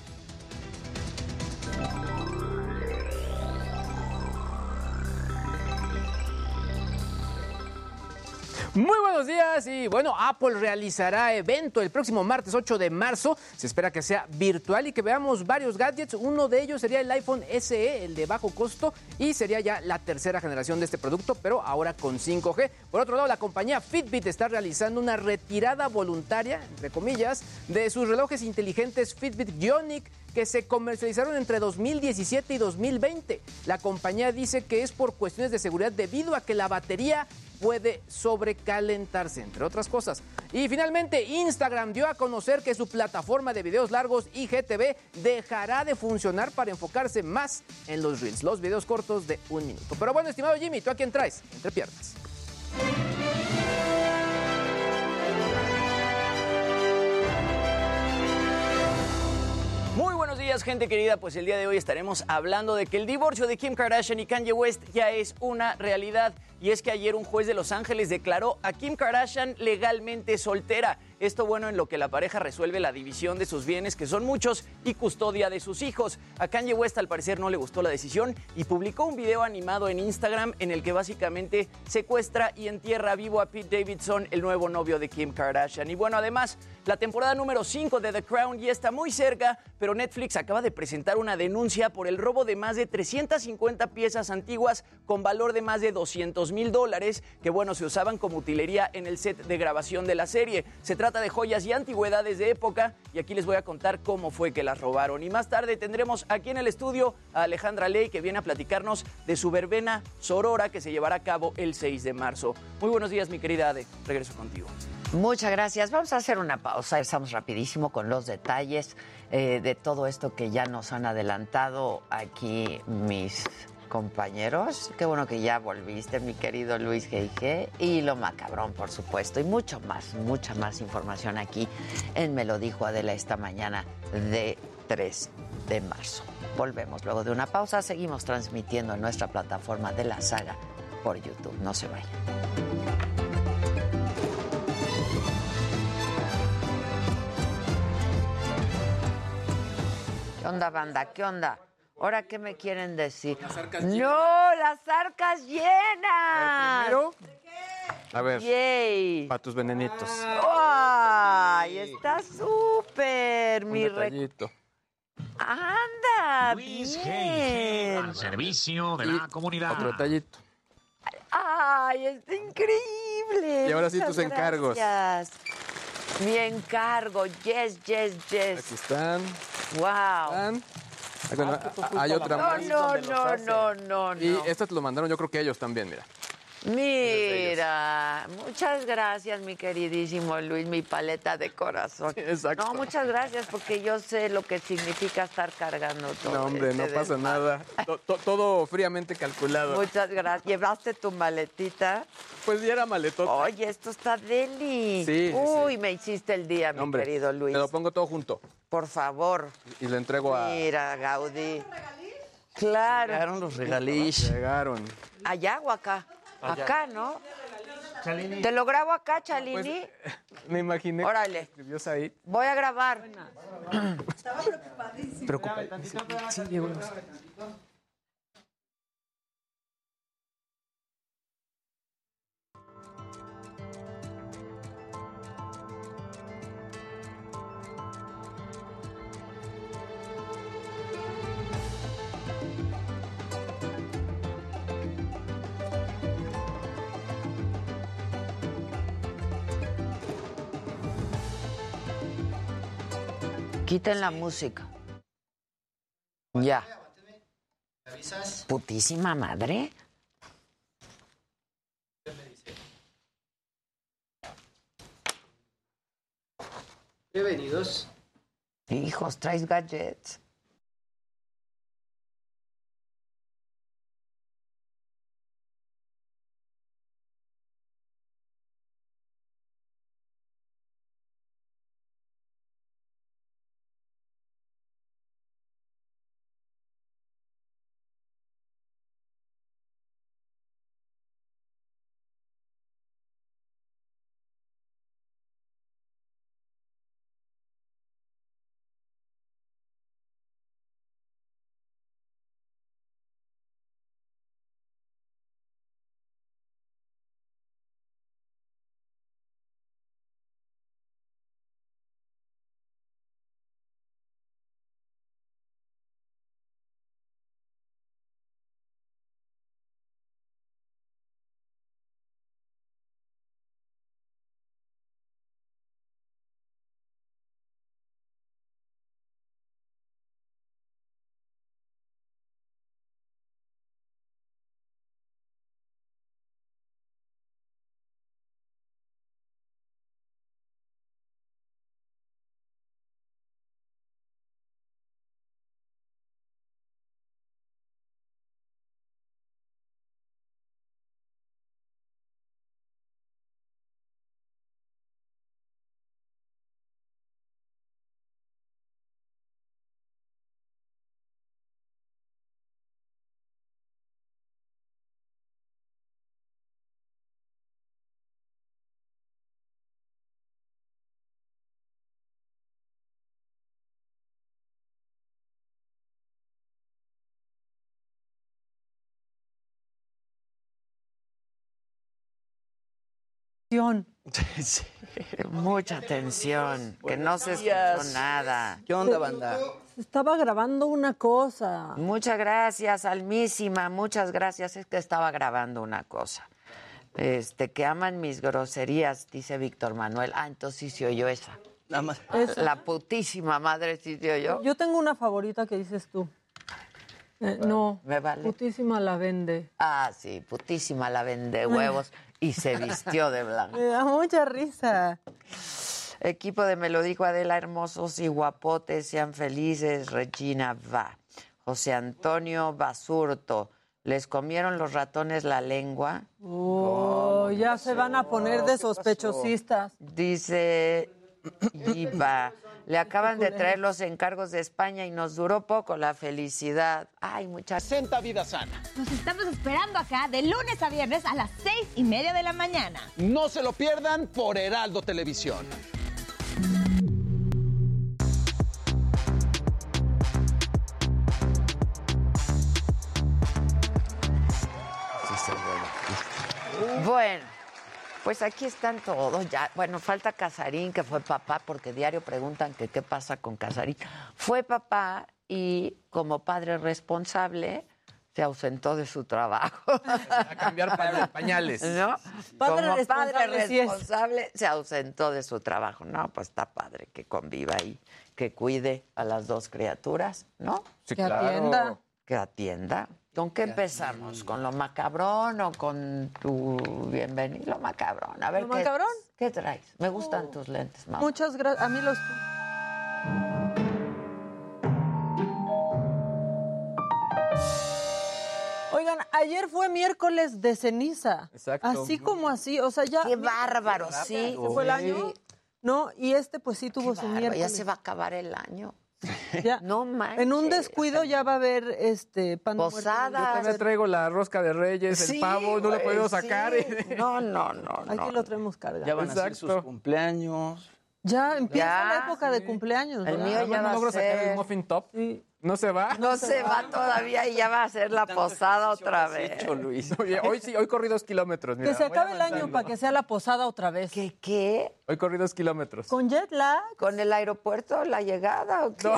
Muy buenos días y bueno, Apple realizará evento el próximo martes 8 de marzo. Se espera que sea virtual y que veamos varios gadgets. Uno de ellos sería el iPhone SE, el de bajo costo, y sería ya la tercera generación de este producto, pero ahora con 5G. Por otro lado, la compañía Fitbit está realizando una retirada voluntaria, entre comillas, de sus relojes inteligentes Fitbit Ionic que se comercializaron entre 2017 y 2020. La compañía dice que es por cuestiones de seguridad debido a que la batería puede sobrecalentarse, entre otras cosas. Y finalmente, Instagram dio a conocer que su plataforma de videos largos IGTV dejará de funcionar para enfocarse más en los reels, los videos cortos de un minuto. Pero bueno, estimado Jimmy, ¿tú a quién traes? Entre piernas. Muy buenos días, gente querida. Pues el día de hoy estaremos hablando de que el divorcio de Kim Kardashian y Kanye West ya es una realidad. Y es que ayer un juez de Los Ángeles declaró a Kim Kardashian legalmente soltera. Esto bueno en lo que la pareja resuelve la división de sus bienes, que son muchos, y custodia de sus hijos. A Kanye West al parecer no le gustó la decisión y publicó un video animado en Instagram en el que básicamente secuestra y entierra vivo a Pete Davidson, el nuevo novio de Kim Kardashian. Y bueno, además, la temporada número 5 de The Crown ya está muy cerca, pero Netflix acaba de presentar una denuncia por el robo de más de 350 piezas antiguas con valor de más de 200 mil dólares, que bueno, se usaban como utilería en el set de grabación de la serie. Se trata de joyas y antigüedades de época, y aquí les voy a contar cómo fue que las robaron. Y más tarde tendremos aquí en el estudio a Alejandra Ley, que viene a platicarnos de su verbena Sorora, que se llevará a cabo el 6 de marzo. Muy buenos días, mi querida Ade. Regreso contigo. Muchas gracias. Vamos a hacer una pausa. Estamos rapidísimo con los detalles eh, de todo esto que ya nos han adelantado aquí mis compañeros. Qué bueno que ya volviste, mi querido Luis G.I.G. Y lo macabrón, por supuesto. Y mucho más, mucha más información aquí en Me lo dijo Adela esta mañana de 3 de marzo. Volvemos luego de una pausa. Seguimos transmitiendo en nuestra plataforma de la saga por YouTube. No se vayan. ¿Qué onda, banda? ¿Qué onda? ¿Ahora qué me quieren decir? Las arcas ¡No! llenas. ¡Las arcas llenas! Primero, a ver, ¡Yay! para tus venenitos. Ah, ¡Ay! ¡Está súper! Un Mi re... detallito. ¡Anda! G&G, ¡Bien! al servicio de la comunidad. Otro detallito. ¡Ay! ¡Está increíble! Y ahora sí Muchas tus encargos. Gracias. Mi encargo. Yes, yes, yes. Aquí están. ¡Wow! Ah, bueno, Ah, tú ah, fuiste hay a la otra mamá. más. No, no, no, no, no. Y estas te lo mandaron, yo creo que ellos también, mira. Mira, muchas gracias, mi queridísimo Luis, mi paleta de corazón. Exacto. No, muchas gracias porque yo sé lo que significa estar cargando todo. No, hombre, este no pasa desmadre. nada. To- to- Todo fríamente calculado. Muchas gracias. ¿Llevaste tu maletita? Pues ya era maletota. Oye, esto está deli. Sí, sí, Uy, me hiciste el día, mi No, hombre, querido Luis. Te lo pongo todo junto Por favor. y lo entrego a... Mira, Gaudí. Claro. Llegaron los regalish. Llegaron. Allá o acá. Allá. Acá, ¿no? Te lo grabo acá, Chalini. Me imaginé. Órale. Escribió ahí. Voy a grabar. Preocupa- Sí, llegó. Quiten la música. Ya. Putísima madre. Bienvenidos. Hijos, traes gadgets. Tensión. Mucha tensión, que no se días. escuchó nada. ¿Qué onda, banda? Estaba grabando una cosa. Muchas gracias, Almísima, muchas gracias. Es que estaba grabando una cosa. Este, que aman mis groserías, dice Víctor Manuel. Ah, entonces sí se oyó esa. La, Esa. putísima madre sí se oyó. Yo tengo una favorita que dices tú. Eh, no, Me vale. putísima la vende. Ah, sí, putísima la vende huevos y se vistió de blanco. Me da mucha risa. Equipo de Me lo dijo Adela, hermosos y guapotes, sean felices. Regina va. José Antonio Basurto, ¿les comieron los ratones la lengua? Oh, ya se van a poner de sospechosistas. Dice Iba, le acaban de traer los encargos de España y nos duró poco la felicidad. Ay, muchas. Senta vida sana. Nos estamos esperando acá de lunes a viernes a las seis y media de la mañana. No se lo pierdan por Heraldo Televisión. Bueno, pues aquí están todos ya. Bueno, falta Casarín, que fue papá, porque diario preguntan que qué pasa con Casarín. Fue papá y como padre responsable se ausentó de su trabajo. A cambiar pa- pañales. ¿No? Padre como padre responsable, sí es. responsable se ausentó de su trabajo. No, pues está padre que conviva ahí, que cuide a las dos criaturas, ¿no? Sí, Que claro. atienda. Que atienda. ¿Con qué empezamos? ¿Con lo macabrón o con tu bienvenido? Lo macabrón. A ver, ¿Lo ¿qué, macabrón? Oh. ¿qué traes? Me gustan tus lentes, mamá. Muchas gracias. A mí los. Oigan, ayer fue miércoles de ceniza. Exacto. Así como así, o sea, ya. Qué bárbaro, sí. Se fue el año. Sí. No, y este pues sí tuvo Qué su bárbaro, miércoles. ya se va a acabar el año. Ya. No manches. En un descuido ya va a haber este pan de muerto. Yo también traigo la rosca de reyes, el Sí, pavo, no lo he güey, podido sí. sacar. No, no, no. Aquí lo traemos cargado. Ya van a ser hacer sus cumpleaños. Ya empieza Ya, la época de cumpleaños. El ¿verdad? mío ya va No logro a sacar el ser. muffin top. No se va. No se va todavía y ya va a ser la posada otra vez. Luis. hoy sí, hoy corrí dos kilómetros. Mira, que se voy acabe el año avanzando. para que sea la posada otra vez. ¿Qué qué? Hoy corrí dos kilómetros. ¿Con jet lag? ¿Con el aeropuerto, la llegada o qué?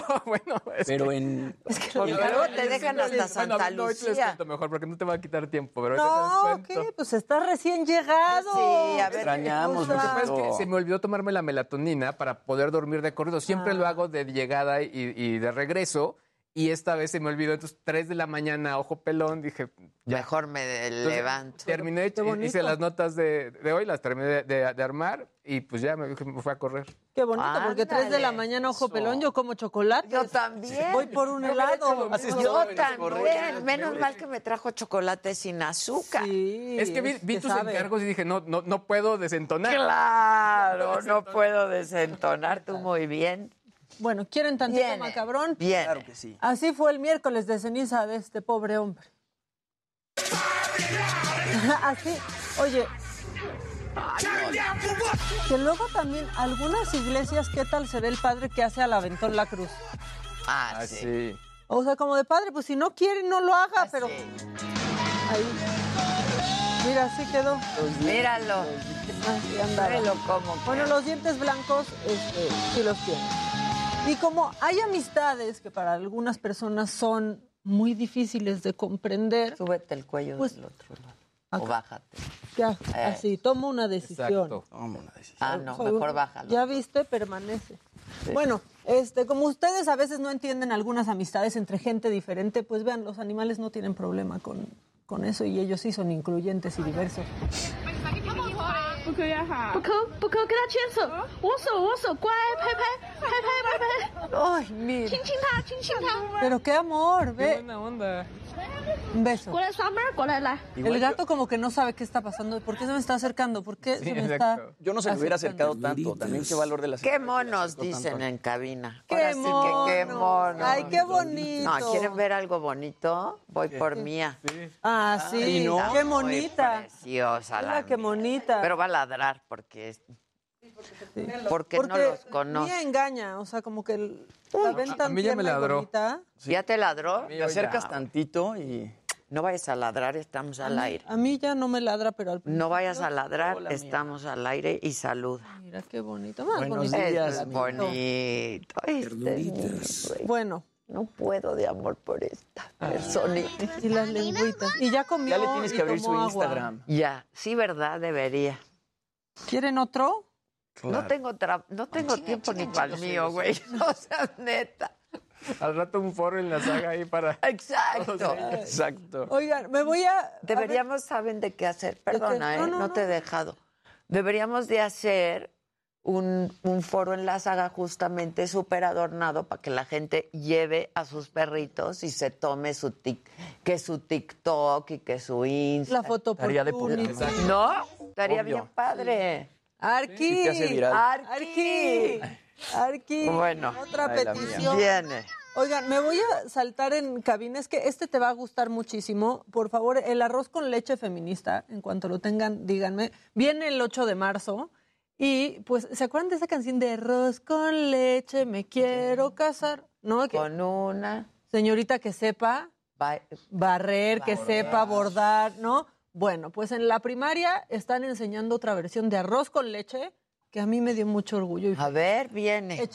Pero en. Porque luego te dejan hasta Santa No, Lucía. mejor porque no te va a quitar tiempo. Pero ahorita No, les cuento. ¿qué? Pues estás recién llegado. Sí, a ver, Extrañamos, Lo que pasa es que se me olvidó tomarme la melatonina para poder dormir de corrido. Siempre Ah. lo hago de llegada y, y de regreso. Y esta vez se me olvidó. Entonces, 3 de la mañana, ojo pelón, dije. Mejor me levanto. Terminé, Qué bonito. hice las notas de, de hoy, las terminé de, de- de armar y pues ya me, me fue a correr. Qué bonito, porque 3 de la Ándale. mañana, ojo pelón, yo como chocolate. Yo también. Voy por un Yo hubiera hecho lo helado. mismo. Yo también. Menos mal que me trajo chocolate sin azúcar. es que vi, vi tus encargos y dije, no, no, no puedo desentonar. Claro, no puedo desentonar tú muy bien. Bueno, ¿quieren tantito Viene, macabrón? viene. Claro que sí. Así fue el miércoles de ceniza de este pobre hombre. Así, oye. Que luego también algunas iglesias, ¿qué tal se ve el padre que hace al aventón la cruz? Ah, sí. sí. O sea, como de padre, pues si no quiere, no lo haga, pero. Ahí. Mira, así quedó. Pues Míralo. Así andaba. Míralo como Bueno, los dientes blancos este, sí los tiene. Y como hay amistades que para algunas personas son muy difíciles de comprender. Súbete el cuello pues, del otro lado. O bájate. ya, Eh. así, toma una decisión. Ah, no, Soy un- mejor bájalo. Ya viste, permanece. Bueno, este, como ustedes a veces no entienden algunas amistades entre gente diferente, pues vean, los animales no tienen problema con, con eso y ellos sí son incluyentes y diversos. 不可以哈不可不可，跟他牵手，我手我手，乖，拍拍拍拍拍拍。 Ay, mira. 亲亲他，亲亲他。 Pero qué amor, ve. onda. Un beso. 过来，Summer，过来来。 El gato como que no sabe qué está pasando. ¿Por qué se me está acercando? ¿Por qué se me está...? Yo no se me hubiera acercado tanto. También qué valor de las. Qué monos dicen en cabina. ¡Qué Ahora sí que qué monos! mono. ¡Ay, qué bonito! No, ¿quieren ver algo bonito? Voy por mía. Ah, sí. Ay, no. ¡Qué monita! Preciosa la Mira, qué monita. Pero va a ladrar porque es- porque, no los Uh, conoce. Mía engaña, o sea, como que el- la ven a- tan a mí ya me tierna y ladró. bonita. ¿Ya te ladró? Te acercas tantito y. No vayas a ladrar, estamos al aire. A mí ya no me ladra, pero al No vayas a ladrar, Hola, mía. estamos al aire y saluda. Mira qué bonito. Más Buenos bonito. días, Es bonito. Este es mi rey. Bueno. No puedo de amor por esta personita. Y las lengüitas. Y ya comió. y tomó agua. Ya, sí, verdad, debería. ¿Quieren otro? No tengo, tra- no tengo tiempo ni para el mío, güey. O sea, neta. Al rato un foro en la saga ahí para. Exacto. Exacto. Oigan, me voy a. Deberíamos, saben de qué hacer. Perdona, No, ¿eh? no, no te he dejado. Deberíamos de hacer un, un foro en la saga justamente súper adornado para que la gente lleve a sus perritos y se tome su tic, que su TikTok y que su Instagram. La foto Estaría de opportunity. publicidad. ¿No? Estaría Obvio. bien padre. Arqui. Sí, te hace viral. Arqui. Arqui. Bueno. Otra Ay, la mía. petición. Viene. Oigan, me voy a saltar en cabina. Es que este te va a gustar muchísimo. Por favor, el arroz con leche feminista, en cuanto lo tengan, díganme. Viene el 8 de marzo. Y pues, ¿se acuerdan de esa canción de arroz con leche? Me quiero casar. ¿No? Que- Con una. Señorita que sepa ba- barrer, que sepa bordar, ¿no? Bueno, pues en la primaria están enseñando otra versión de arroz con leche que a mí me dio mucho orgullo. A ver, viene.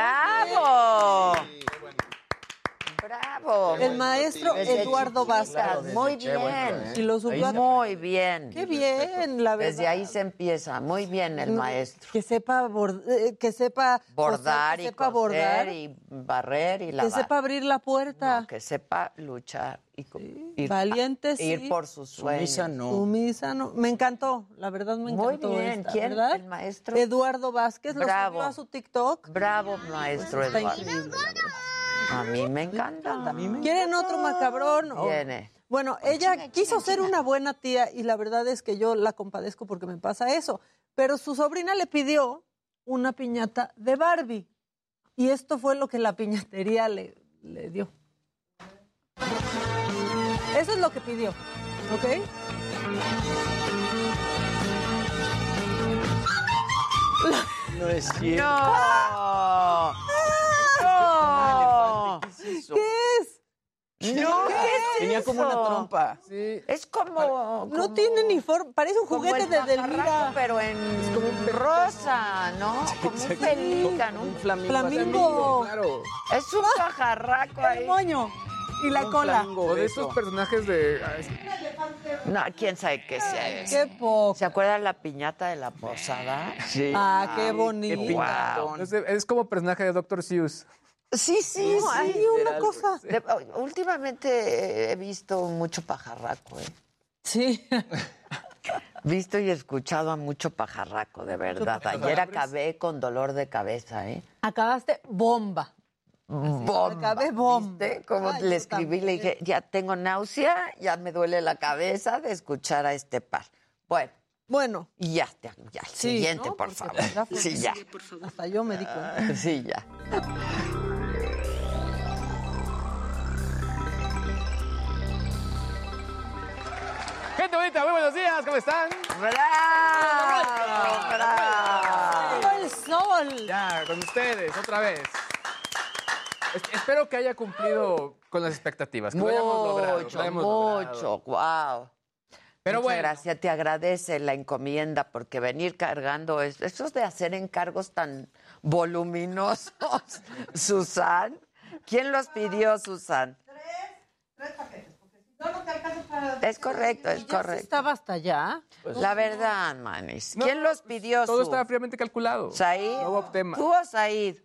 ¡Bravo! ¡Bravo! El maestro Desde Eduardo chiquitas, Vázquez. Muy Desde chiquitas, bien. ¿eh? Y lo subió a- Muy bien. Qué bien, la verdad. Desde ahí se empieza. Muy bien el maestro. Mm, Que sepa bord- eh, que sepa coser, Bordar que y sepa coser bordar, y barrer y que lavar. sepa abrir la puerta. Que sepa luchar y co- ir, Valiente, sí. ir por sus sueños. Sumisa no. Me encantó, la verdad me Muy encantó. bien. esta, ¿Quién? ¿verdad? El maestro. Eduardo Vázquez lo Bravo. subió a su TikTok. Bravo, maestro Está Eduardo. increíble, la verdad. A mí me encanta. ¿Quieren otro macabrón? O- Viene. Bueno, ella quiso ser una buena tía y la verdad es que yo la compadezco porque me pasa eso. Pero su sobrina le pidió una piñata de Barbie. Y esto fue lo que la piñatería le, le dio. Eso es lo que pidió. ¿Ok? No es cierto. Ah, ¡No! ¡No! ¿Qué es? No, ¿Qué es tenía como una eso? trompa. Es como. No tiene ni forma. Parece un como juguete el de pajarraco, Delmira. pero en rosa, ¿no? como un pelícano, un flamingo. Flamingo. Es un pajarraco ahí. El moño. Y la cola. O de esos personajes de. ay, No, quién sabe qué sea eso. Qué poco. ¿Se acuerdan la piñata de la posada? Sí. Ah, qué Ay, bonito. Wow. Entonces, es como personaje de Dr. Seuss. Sí, sí, No, sí. hay una pues, cosa. De- oh, últimamente eh, he visto mucho pajarraco, ¿eh? Sí. Visto y escuchado a mucho pajarraco, de verdad. Ayer acabé con dolor de cabeza, ¿eh? Acabaste bomba. Mm. Bomba. Acabé bomba. ¿Viste? Como Ay, le yo escribí, también. le dije, ya tengo náusea, ya me duele la cabeza de escuchar a este par. Bueno, Bueno, y ya, ya, ya. Sí, Siguiente, ¿no? por Porque favor. ya fue. Sí, ya. Ah. hasta yo me di cuenta. Sí, ya. Gente bonita, muy buenos días, ¿cómo están? ¡Bravo! ¡Bravo! ¡Llegó el sol! Ya, con ustedes, otra vez. Es- Espero que haya cumplido con las expectativas, que lo hayamos logrado. que lo Mucho, hayamos logrado. mucho, wow. Pero Muchas bueno. gracias, te agradece la encomienda porque venir cargando es- eso es de hacer encargos tan voluminosos, Susan. ¿Quién los pidió, Susan? Es correcto, es correcto. Pues, Estaba hasta allá. La verdad, Manis. ¿Quién los pidió? Todo Su? estaba fríamente calculado. ¿Said? No hubo tema. ¿Tú o Said?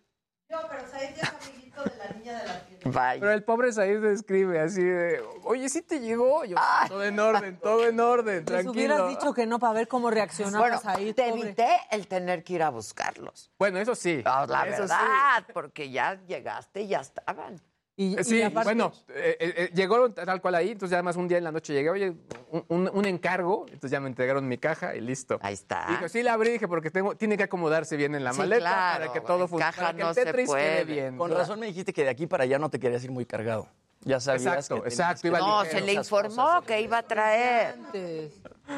Pero el pobre Said describe así de, oye, sí te llegó. Yo, todo en orden, todo en orden, Les hubieras tranquilo. dicho que no para ver cómo reaccionabas Bueno, ahí. te pobre. evité el tener que ir a buscarlos. Bueno, eso sí. Ah, La eso sí. verdad, porque ya llegaste y ya estaban. Y, y Sí, aparte- bueno, eh, eh, eh, llegó tal cual ahí, entonces además un día en la noche llegué, oye, un, un- un encargo, entonces ya me entregaron mi caja y listo. Ahí está. Dije, sí la abrí, dije, porque tengo, tiene que acomodarse bien en la Sí, maleta claro, para que todo funcione, caja para que no el se Tetris puede. quede bien. Con ¿verdad? razón me dijiste que de aquí para allá no te querías ir muy cargado. Ya sabías Exacto, que tenías exacto, que- iba No, se le informó que iba a traer.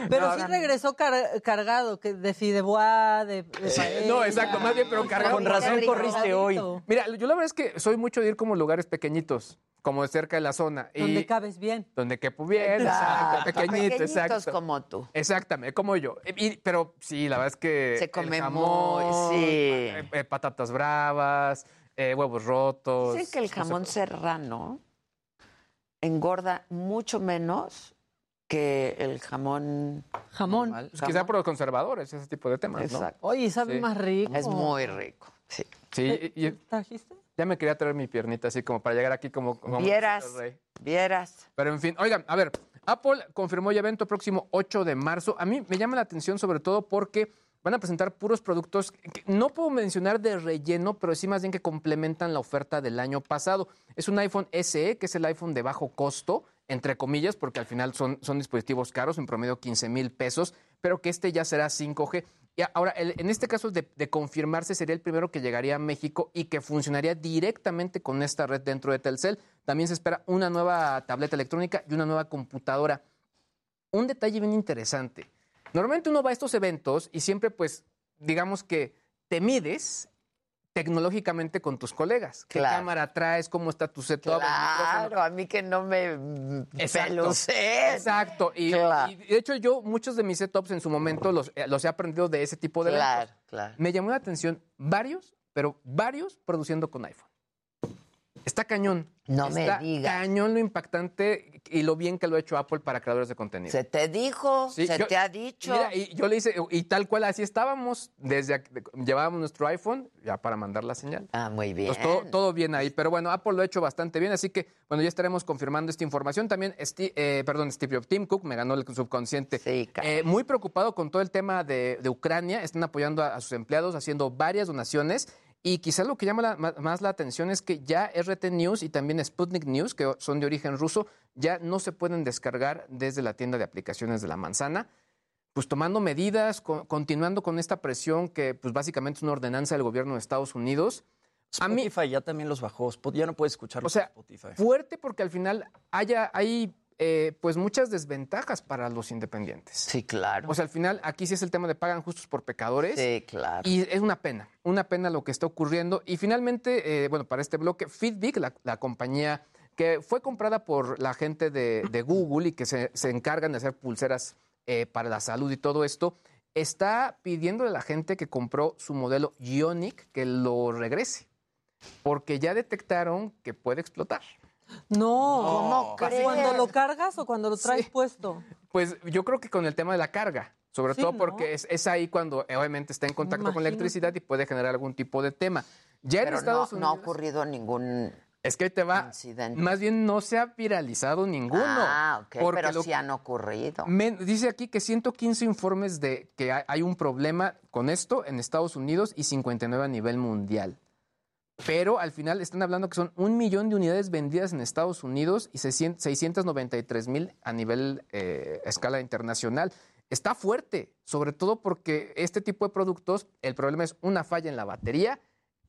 Pero No, sí no, no. regresó car- cargado, que de fideuá, de, Eh, de paella. No, exacto, más bien, pero cargado. Pues, eh, Con razón corriste hoy. Mira, yo la verdad es que soy mucho de ir como lugares pequeñitos, como de cerca de la zona. y- Donde cabes bien. Donde quepo bien, exacto, Exacto, pequeñito, pequeñitos exacto. como tú. Exactamente, como yo. Y- pero sí, la verdad es que. Se el come jamón, muy, sí. eh, eh, patatas bravas, eh, huevos rotos. Dicen que el Pues, no sé jamón cómo. serrano engorda mucho menos que el jamón. Jamón. Pues quizá por los conservadores, ese tipo de temas, ¿no? Exacto. Oye, sabe Sí. más rico. Eh, Es muy rico. Sí. Sí, y- y- ¿Trajiste? ya me quería traer mi piernita así como para llegar aquí como. como Vieras, rey. vieras. Pero en fin, oigan, a ver, Apple confirmó ya evento próximo 8 de marzo. A mí me llama la atención sobre todo porque van a presentar puros productos que no puedo mencionar de relleno, pero sí más bien que complementan la oferta del año pasado. Es un iPhone SE, que es el iPhone de bajo costo, entre comillas, porque al final son, son dispositivos caros, en promedio 15 mil pesos, pero que este ya será 5G. Y a- ahora, el- en este caso de, de confirmarse, sería el primero que llegaría a México y que funcionaría directamente con esta red dentro de Telcel. También se espera una nueva tableta electrónica y una nueva computadora. Un detalle bien interesante. Normalmente uno va a estos eventos y siempre, pues, digamos que te mides tecnológicamente con tus colegas. ¿Qué Claro. cámara traes? ¿Cómo está tu setup? el micrófono? Claro, a mí que no me mm, Exacto. pelucé. Exacto. Y, Claro. y de hecho, yo muchos de mis setups en su momento los, eh, los he aprendido de ese tipo de eventos. Claro, claro. Me llamó la atención varios, pero varios produciendo con iPhone. Está cañón. No me Está digas. cañón lo impactante y lo bien que lo ha hecho Apple para creadores de contenido. Se te dijo, Sí, se yo- te ha dicho. Mira, y yo le hice, y tal cual así estábamos, desde aquí- llevábamos nuestro iPhone ya para mandar la señal. Ah, muy bien. Pues todo, todo bien ahí. Pero bueno, Apple lo ha hecho bastante bien, así que bueno, ya estaremos confirmando esta información. También, Steve, eh, perdón, Steve Jobs, Tim Cook me ganó el subconsciente. Eh, muy preocupado con todo el tema de, de Ucrania. Están apoyando a, a sus empleados, haciendo varias donaciones. Y quizás lo que llama la- ma- más la atención es que ya RT News y también Sputnik News, que son de origen ruso, ya no se pueden descargar desde la tienda de aplicaciones de la manzana pues tomando medidas, co- continuando con esta presión que pues básicamente es una ordenanza del gobierno de Estados Unidos. Spotify ya también los bajó. Spot- Ya no puedes escucharlos O sea, en Spotify. Fuerte porque al final haya, hay eh, pues muchas desventajas para los independientes. Sí, claro. O sea, al final aquí sí es el tema de pagan justos por pecadores. Sí, claro. Y es una pena, una pena lo que está ocurriendo. Y finalmente, eh, bueno, para este bloque, Fitbit, la, la compañía que fue comprada por la gente de, de Google y que se, se encargan de hacer pulseras eh, para la salud y todo esto, está pidiéndole a la gente que compró su modelo Ionic que lo regrese, porque ya detectaron que puede explotar. No. ¿Cómo crees? ¿Cuando lo cargas o cuando lo traes puesto? Pues yo creo que con el tema de la carga, sobre Sí, todo ¿no? porque es, es ahí cuando eh, obviamente está en contacto con la Imagínate. electricidad y puede generar algún tipo de tema. Ya en Pero Estados no, no ha Unidos. ocurrido ningún es que ahí te va. incidente. Más bien no se ha viralizado ninguno. Ah, ok, porque pero lo- sí han ocurrido. Men- dice aquí que 115 informes de que hay- hay un problema con esto en Estados Unidos y 59 a nivel mundial. Pero al final están hablando que son un millón de unidades vendidas en Estados Unidos y 600 693 mil a nivel eh, a escala internacional. Está fuerte, sobre todo porque este tipo de productos, el problema es una falla en la batería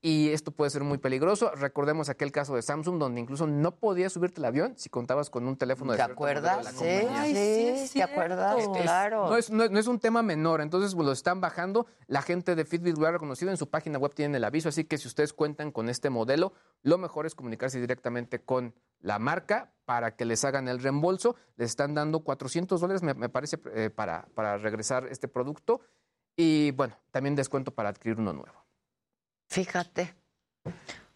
y esto puede ser muy peligroso. Recordemos aquel caso de Samsung donde incluso no podías subirte al avión si contabas con un teléfono de ¿Te cierto modelo de la acuerdas? Sí, compañía. sí, ¿te acuerdas? este, Es- claro. No es, no es- no es un tema menor, entonces pues, lo están bajando. La gente de Fitbit lo ha reconocido, en su página web tienen el aviso, así que si ustedes cuentan con este modelo, lo mejor es comunicarse directamente con la marca para que les hagan el reembolso. Les están dando 400 dólares, me, me parece, eh, para, para regresar este producto. Y bueno, también descuento para adquirir uno nuevo. Fíjate.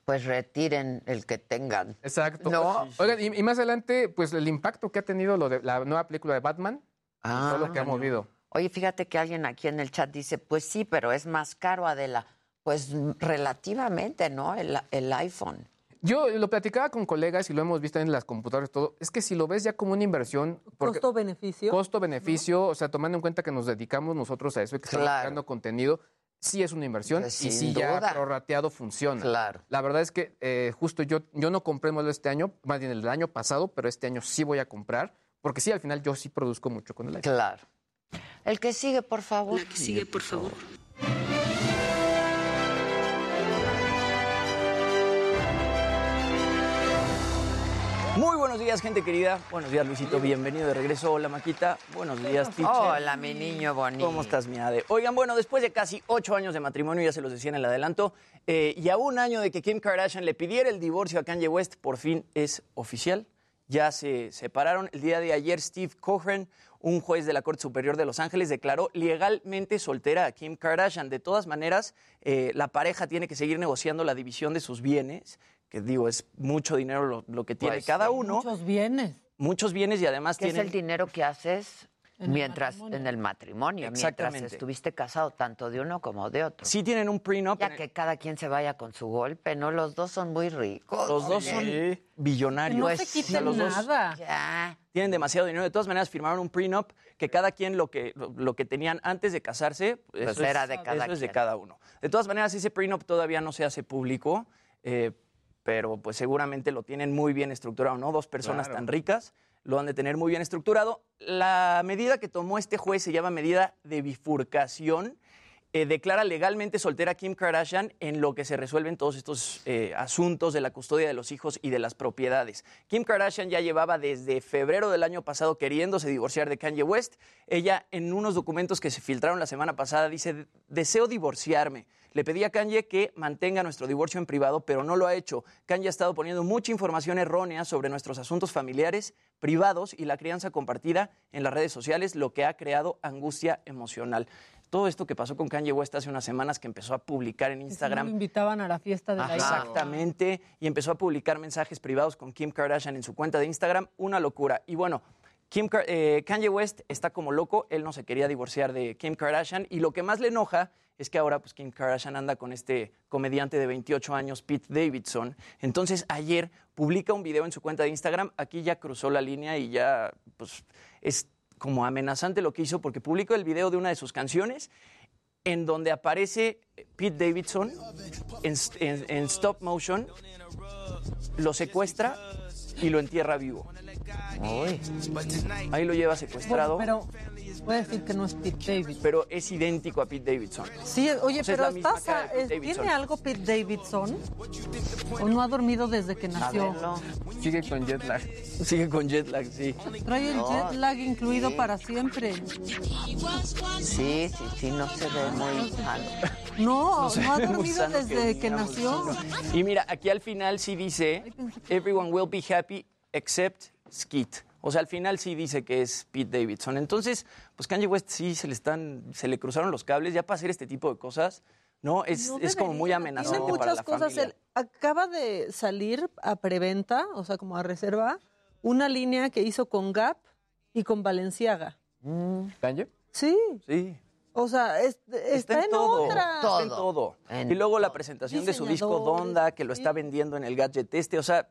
Pues retiren el que tengan. Exacto. No. Oigan, y, y más adelante, pues el impacto que ha tenido lo de la nueva película de Batman, y Ah. todo lo que ha movido. Oye, fíjate que alguien aquí en el chat dice, pues sí, pero es más caro, Adela. Pues mm, relativamente, ¿no? El, el iPhone. Yo lo platicaba con colegas y lo hemos visto en las computadoras y todo. Es que si lo ves ya como una inversión, porque Costo-beneficio. costo-beneficio, o sea, tomando en cuenta que nos dedicamos nosotros a eso y que estamos Claro. creando contenido, sí es una inversión Pues, y sí sin ya duda. prorrateado funciona. Claro. La verdad es que eh, justo yo, yo no compré el modelo este año, más bien el año pasado, pero este año sí voy a comprar, porque sí, al final yo sí produzco mucho con el iPhone. Claro. El que sigue, por favor. La que sigue, por favor. Muy buenos días, gente querida. Buenos días, Luisito. Bienvenido de regreso. Hola, Maquita. Buenos días, teacher. Hola, mi niño bonito. ¿Cómo estás, mi Ade? Oigan, bueno, después de casi ocho años de matrimonio, ya se los decía en el adelanto, eh, y a un año de que Kim Kardashian le pidiera el divorcio a Kanye West, por fin es oficial. Ya se separaron. El día de ayer, Steve Cochran, un juez de la Corte Superior de Los Ángeles, declaró legalmente soltera a Kim Kardashian. De todas maneras, eh, la pareja tiene que seguir negociando la división de sus bienes, que digo, es mucho dinero lo, lo que tiene Pues, cada sí, uno. Muchos bienes. Muchos bienes y además ¿Qué es tienen... el dinero que haces En el mientras matrimonio. en el matrimonio, mientras Exactamente. estuviste casado tanto de uno como de otro? Sí tienen un prenup. Ya que cada quien se vaya con su golpe, ¿no? Los dos son muy ricos. Los dos son billonarios. No se O sea, quiten los dos Nada. Ya. tienen demasiado dinero. De todas maneras, firmaron un prenup que cada quien lo que, lo, lo que tenían antes de casarse, Pues eso era es, de cada eso es de quien. cada uno. De todas maneras, ese prenup todavía no se hace público, eh, pero pues seguramente lo tienen muy bien estructurado, ¿no? Dos personas Claro. tan ricas lo han de tener muy bien estructurado. La medida que tomó este juez se llama medida de bifurcación. Eh, declara legalmente soltera a Kim Kardashian en lo que se resuelven todos estos eh, asuntos de la custodia de los hijos y de las propiedades. Kim Kardashian ya llevaba desde febrero del año pasado queriéndose divorciar de Kanye West. Ella en unos documentos que se filtraron la semana pasada dice, deseo divorciarme. Le pedí a Kanye que mantenga nuestro divorcio en privado, pero no lo ha hecho. Kanye ha estado poniendo mucha información errónea sobre nuestros asuntos familiares, privados y la crianza compartida en las redes sociales, lo que ha creado angustia emocional. Todo esto que pasó con Kanye West hace unas semanas que empezó a publicar en Lo Instagram. invitaban a la fiesta de la hija. Exactamente. Y empezó a publicar mensajes privados con Kim Kardashian en su cuenta de Instagram. Una locura. Y bueno, Kim Kar- eh, Kanye West está como loco. Él no se quería divorciar de Kim Kardashian. Y lo que más le enoja es que ahora pues, Kim Kardashian anda con este comediante de 28 años, Pete Davidson. Entonces ayer publica un video en su cuenta de Instagram. Aquí ya cruzó la línea y ya pues, es como amenazante lo que hizo porque publicó el video de una de sus canciones en donde aparece eh, Pete Davidson en, en- en stop motion, lo secuestra y lo entierra vivo. Ahí lo lleva secuestrado, Bueno, pero puede decir que no es Pete Davidson. pero es idéntico a Pete Davidson. Sí, oye, O sea, es pero la misma estás cara de a- Pete es- Davidson. ¿tiene algo Pete Davidson? ¿O no ha dormido desde que nació? Sigue con jet lag. Sigue con jet lag, sí. Trae el No, jet lag incluido sí. para siempre. Sí, sí, sí, no se ve muy sano. No, No no, sé, ha un dormido gusano que desde que, teníamos, nació. Y mira, aquí al final sí dice, everyone will be happy except Skit. O sea, al final sí dice que es Pete Davidson. Entonces, pues Kanye West sí se le están, se le cruzaron los cables ya para hacer este tipo de cosas. No, es, No es como muy debería, amenazante Tiene para muchas la cosas. familia. Él acaba de salir a preventa, o sea, como a reserva, una línea que hizo con Gap y con Valenciaga. ¿Kanye? Sí, Sí. o sea, es- está, en, todo, otra. Está en todo. y luego la presentación de su disco Diseñadores, Donda, que lo está vendiendo en el gadget este. O sea,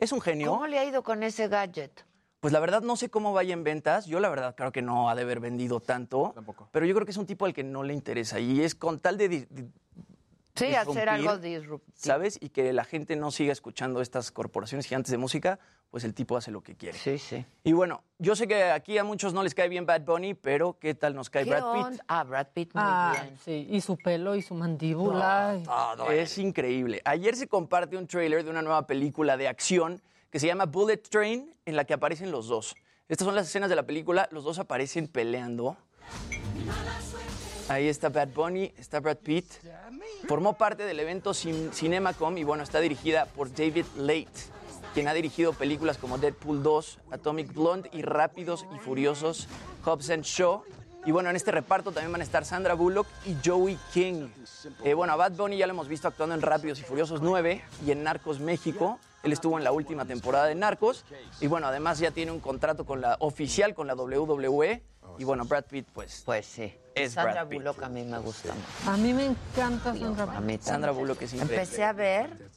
es un genio. ¿Cómo le ha ido con ese gadget? Pues la verdad no sé cómo vaya en ventas. Yo la verdad creo que no ha de haber vendido tanto. Pero yo creo que es un tipo al que no le interesa. Y es con tal de... di- di- Sí, hacer disrumpir, algo disruptivo. ¿Sabes? Y que la gente no siga escuchando estas corporaciones gigantes de música, pues el tipo hace lo que quiere. Sí, sí. Y bueno, yo sé que aquí a muchos no les cae bien Bad Bunny, pero ¿qué tal nos cae ¿Qué Brad Pitt? onda? Ah, Brad Pitt, muy Ah, bien. sí, y su pelo y su mandíbula. y- Es increíble. Ayer se comparte un tráiler de una nueva película de acción que se llama Bullet Train, en la que aparecen los dos. Estas son las escenas de la película, los dos aparecen peleando. Ahí está Bad Bunny, está Brad Pitt. Formó parte del evento Cin- Cinemacom y bueno, está dirigida por David Late, quien ha dirigido películas como Deadpool 2, Atomic Blonde y Rápidos y Furiosos, Hobbs and Shaw. Y bueno, en este reparto también van a estar Sandra Bullock y Joey King. Eh, bueno, a Bad Bunny ya lo hemos visto actuando en Rápidos y Furiosos 9 y en Narcos México. Él estuvo en la última temporada de Narcos. Y bueno, además ya tiene un contrato con la oficial con la WWE. Y bueno, Brad Pitt, pues. Pues sí. Es Sandra Brad Pitt. Bullock a mí me gusta mucho. A mí me encanta Sandra A mí Sandra también. Bullock es increíble. Empecé a ver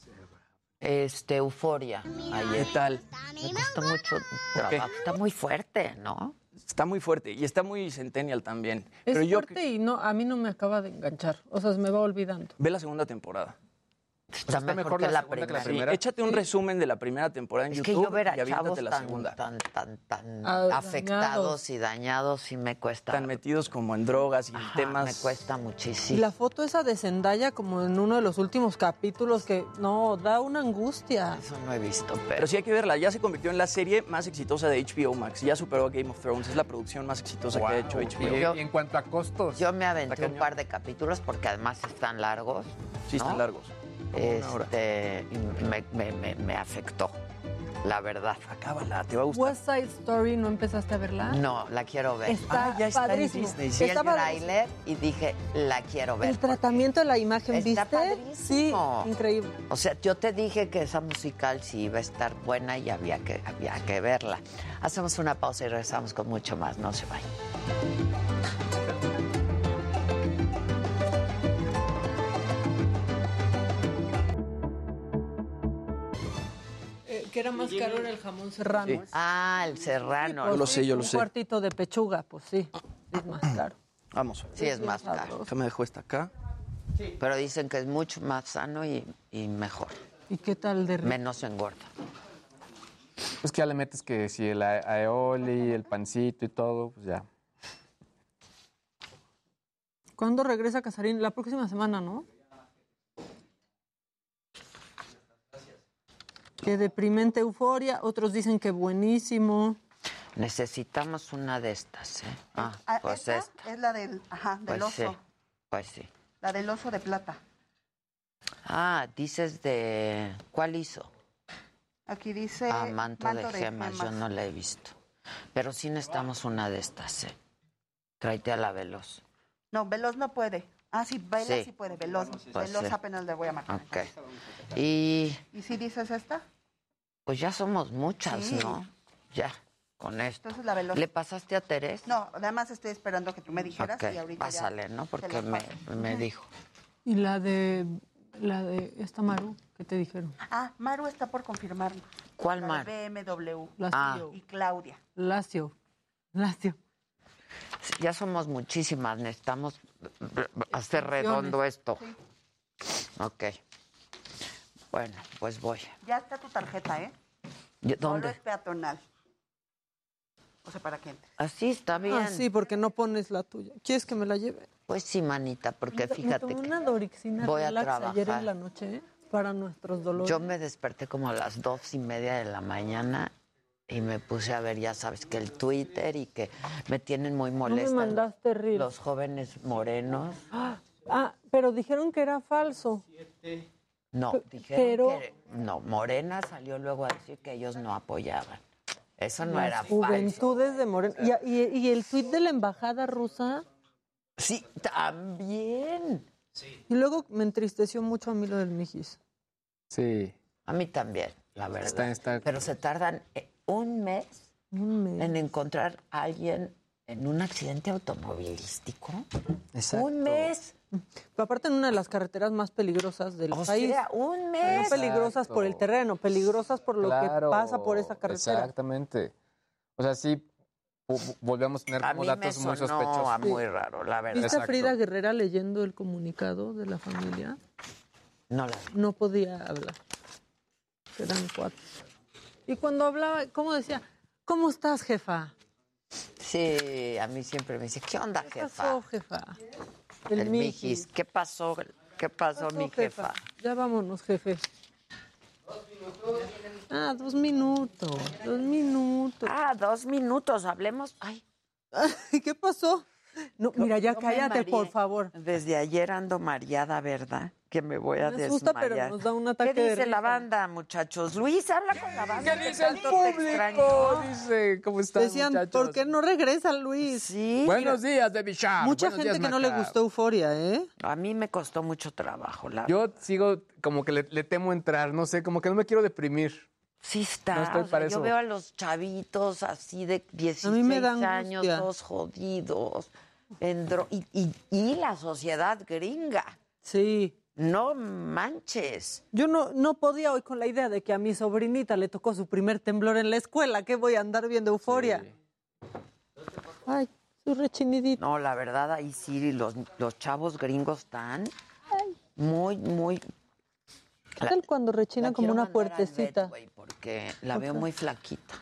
este, Euforia ¿Qué ayer. tal? Me costó mucho trabajo. Está muy fuerte, ¿no? Está muy fuerte y está muy centennial también. Es Pero yo fuerte y no, a mí no me acaba de enganchar. O sea, se me va olvidando. ve la segunda temporada. Pues Está, mejor, que la primera. Sí, échate un resumen de la primera temporada en Es que YouTube yo ver a y aviéntate chavos la tan, segunda. tan, tan, tan Ah, afectados dañados. y dañados y me cuesta. Tan metidos como en drogas y en temas. me cuesta Y muchísimo. la foto esa de Zendaya, como en uno de los últimos capítulos, que no, da una angustia. Eso no he visto, pero. Pero sí hay que verla. Ya se convirtió en la serie más exitosa de HBO Max. Ya superó a Game of Thrones. Es la producción más exitosa que ha hecho HBO. Yo- en cuanto a costos. Yo me aventé un par de capítulos porque además están largos. Sí, están ¿no? largos. Este, y me, me- me- me afectó, la verdad. Acábala, te va a gustar. West Side Story, ¿no empezaste a verla? No, la quiero ver. Está Ah, ya está en padrísimo. Disney, sí. Vi el Está padrísimo. tráiler y dije, la quiero ver. El tratamiento de la imagen, ¿viste? Sí, padrísimo. increíble. O sea, yo te dije que esa musical sí iba a estar buena y había que, había que verla. Hacemos una pausa y regresamos con mucho más. No se vayan. Eh, que era más caro era el jamón serrano. Sí. Ah, el serrano. Pues Yo lo sí, sé, yo lo un sé. cuartito de pechuga, pues sí, es más caro. Vamos. Sí, es más caro. me dejó esta acá. Pero dicen que es mucho más sano y, y mejor. ¿Y qué tal de Menos engorda. Pues que ya le metes que si el a- aeoli, el pancito y todo, pues ya. ¿Cuándo regresa Casarín? La próxima semana, ¿no? Qué deprimente euforia, otros dicen que buenísimo. Necesitamos una de estas, ¿eh? Ah, Ah, pues esta esta. es la del, ajá, del Pues sí. oso, Pues sí. la del oso de plata. Ah, dices de. ¿Cuál hizo? Aquí dice ah, manto, de, gemas. Yo Eh, gemas. no la he visto. Pero sí necesitamos una de estas, ¿eh? Tráete a la veloz. No, Veloz no puede. Ah, sí, Veloz sí, Sí. puede, Veloz. Pues veloz sí. apenas le voy a marcar. Ok. Y ¿Y si dices esta? pues ya somos muchas, Sí. ¿no? Ya, con esto. Entonces la Veloz. ¿Le pasaste a Terés? No, nada más estoy esperando que tú me dijeras y Ok, ahorita ya pásale, ¿no? te la Porque me, paso. me dijo. Y la de la de esta Maru que te dijeron. Ah, Maru está por confirmarnos. ¿Cuál La Maru? de BMW. La Ah. CEO. Y Claudia. Lacio. Lacio. Ya somos muchísimas, necesitamos hacer redondo esto. Ok. Bueno, pues voy. Ya está tu tarjeta, ¿eh? Yo- Solo ¿Dónde? es peatonal. O sea, para quién. Así Pues está bien. Ah, sí, porque no pones la tuya. ¿Quieres que me la lleve? Pues sí, manita, porque Me fíjate tomé que una dorixina voy a relax ayer trabajar. en la noche ¿eh? para nuestros dolores. yo me desperté como a las dos y media de la mañana y me puse a ver, ya sabes, que el Twitter y que me tienen muy molesta. mandaste reel. Los jóvenes morenos. Ah, pero dijeron que era falso. No, Pe- dijeron pero- que no, Morena salió luego a decir que ellos no apoyaban. Eso no Las era falso. Juventudes de Moreno. Y, y- y el tuit de la embajada rusa. Sí, también. Y luego me entristeció mucho a mí lo del Mijis. Sí. A mí también, la verdad. Está- está- Pero se tardan eh, un mes en encontrar a alguien en un accidente automovilístico. Un mes. Aparte en una de las carreteras más peligrosas del O país. sea, un No mes. peligrosas por el terreno, peligrosas por lo Claro, que pasa por esa carretera. Exactamente. O sea, sí vo- vo- volvemos a tener A como mí me datos sonó muy sospechosos. a muy raro, la verdad. ¿Viste a Exacto. Frida Guerrera leyendo el comunicado de la familia? No la No podía hablar. Eran cuatro. Y cuando hablaba, ¿cómo decía? ¿Cómo estás, jefa? Sí, a mí siempre me dice, ¿qué onda, ¿Qué jefa? pasó, jefa? El, mijis. ¿Qué pasó? ¿Qué pasó, mi jefa? Ya vámonos, jefe. Ah, dos minutos, dos minutos. Ah, dos minutos, hablemos. Ay. ¿Qué pasó? No, mira, ya yo me cállate, por mareé. favor. Desde ayer ando mareada, ¿verdad? Que me voy a Me asusta, pero desmayar. nos da un ataque ¿Qué de dice la risa. banda, muchachos? Luis, habla con la banda. que dice el tanto te extrañó. público? Dice, ¿cómo están, Decían, muchachos? ¿por qué no regresa Luis? Sí. Buenos días, Debbie Sharp. Mucha Ah, Buenos gente días, que no le Macabre. gustó Euforia, ¿eh? A mí me costó mucho trabajo, la Yo sigo como que le, le temo entrar, no sé, como que no me quiero deprimir. Sí está. No estoy o sea, para yo eso. veo a los chavitos así de 16 dan años, angustia. todos jodidos. en dro- y, y- y la sociedad gringa. Sí. No manches. Yo no, no podía hoy con la idea de que a mi sobrinita le tocó su primer temblor en la escuela. ¿Qué voy a andar viendo euforia? Ay, su rechinidito. No, la verdad, ahí sí, los, los chavos gringos están Ay. muy, muy... ¿Qué tal cuando rechina la como quiero una mandar al vet, puertecita? güey, porque la veo Ok. muy flaquita.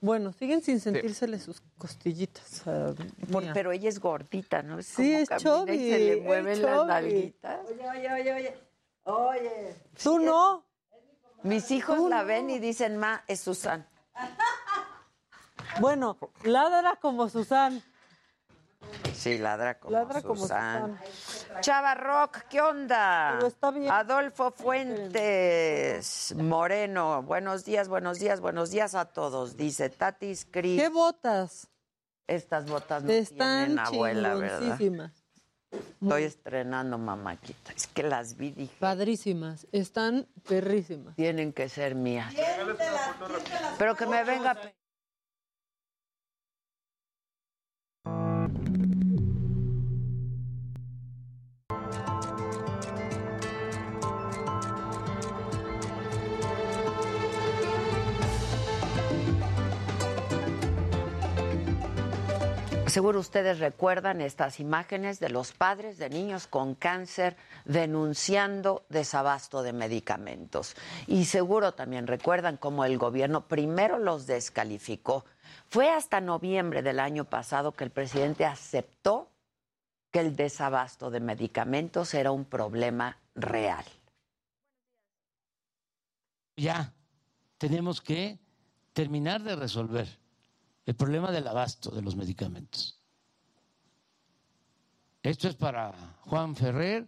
Bueno, siguen sin sentírsele sus costillitas. ah, Por- mía. pero ella es gordita, ¿no? Sí, es camina y se chubby, le es mueven las chubby. nalguitas. Oye, oye, oye, oye. Oye. Tú no. Mis hijos la ven y dicen, ma, es Susan. Bueno, ladra como Susan. Sí, ladra como Ladra como Susan. Susan. Chava Rock, ¿qué onda? Pero está bien. Adolfo Fuentes Moreno, buenos días, buenos días, buenos días a todos. Dice Tatis Cris. ¿Qué botas? Estas botas no Están tienen abuela, ¿verdad? chingoncísimas. Estoy estrenando mamáquita. Es que las vi, dije, Padrísimas. Están perrísimas. tienen que ser mías. Pero que me venga. Seguro ustedes recuerdan estas imágenes de los padres de niños con cáncer denunciando desabasto de medicamentos. Y seguro también recuerdan cómo el gobierno primero los descalificó. Fue hasta noviembre del año pasado que el presidente aceptó que el desabasto de medicamentos era un problema real. ya tenemos que terminar de resolver el problema del abasto de los medicamentos. Esto es para Juan Ferrer,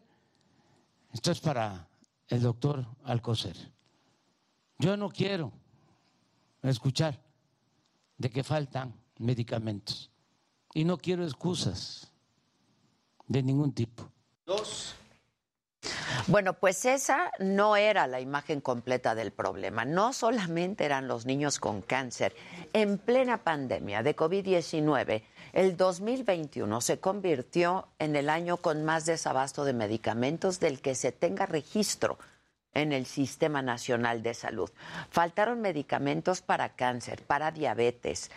esto es para el doctor Alcocer. Yo no quiero escuchar de que faltan medicamentos y no quiero excusas de ningún tipo. Bueno, pues esa no era la imagen completa del problema. No solamente eran los niños con cáncer. En plena pandemia de COVID-19, el 2021 se convirtió en el año con más desabasto de medicamentos del que se tenga registro en el Sistema Nacional de Salud. Faltaron medicamentos para cáncer, para diabetes,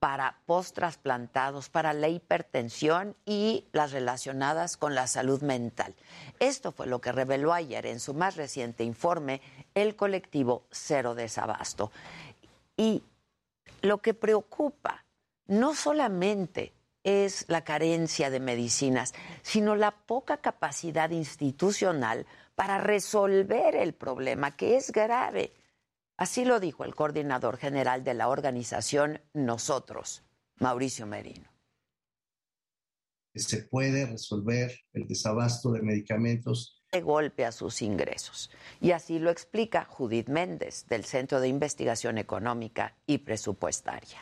para post-trasplantados, para la hipertensión y las relacionadas con la salud mental. Esto fue lo que reveló ayer en su más reciente informe el colectivo Cero Desabasto. Y lo que preocupa no solamente es la carencia de medicinas, sino la poca capacidad institucional para resolver el problema, que es grave. Así lo dijo el coordinador general de la organización Nosotros, Mauricio Merino. que se puede resolver el desabasto de medicamentos De golpe a sus ingresos. Y así lo explica Judith Méndez, del Centro de Investigación Económica y Presupuestaria.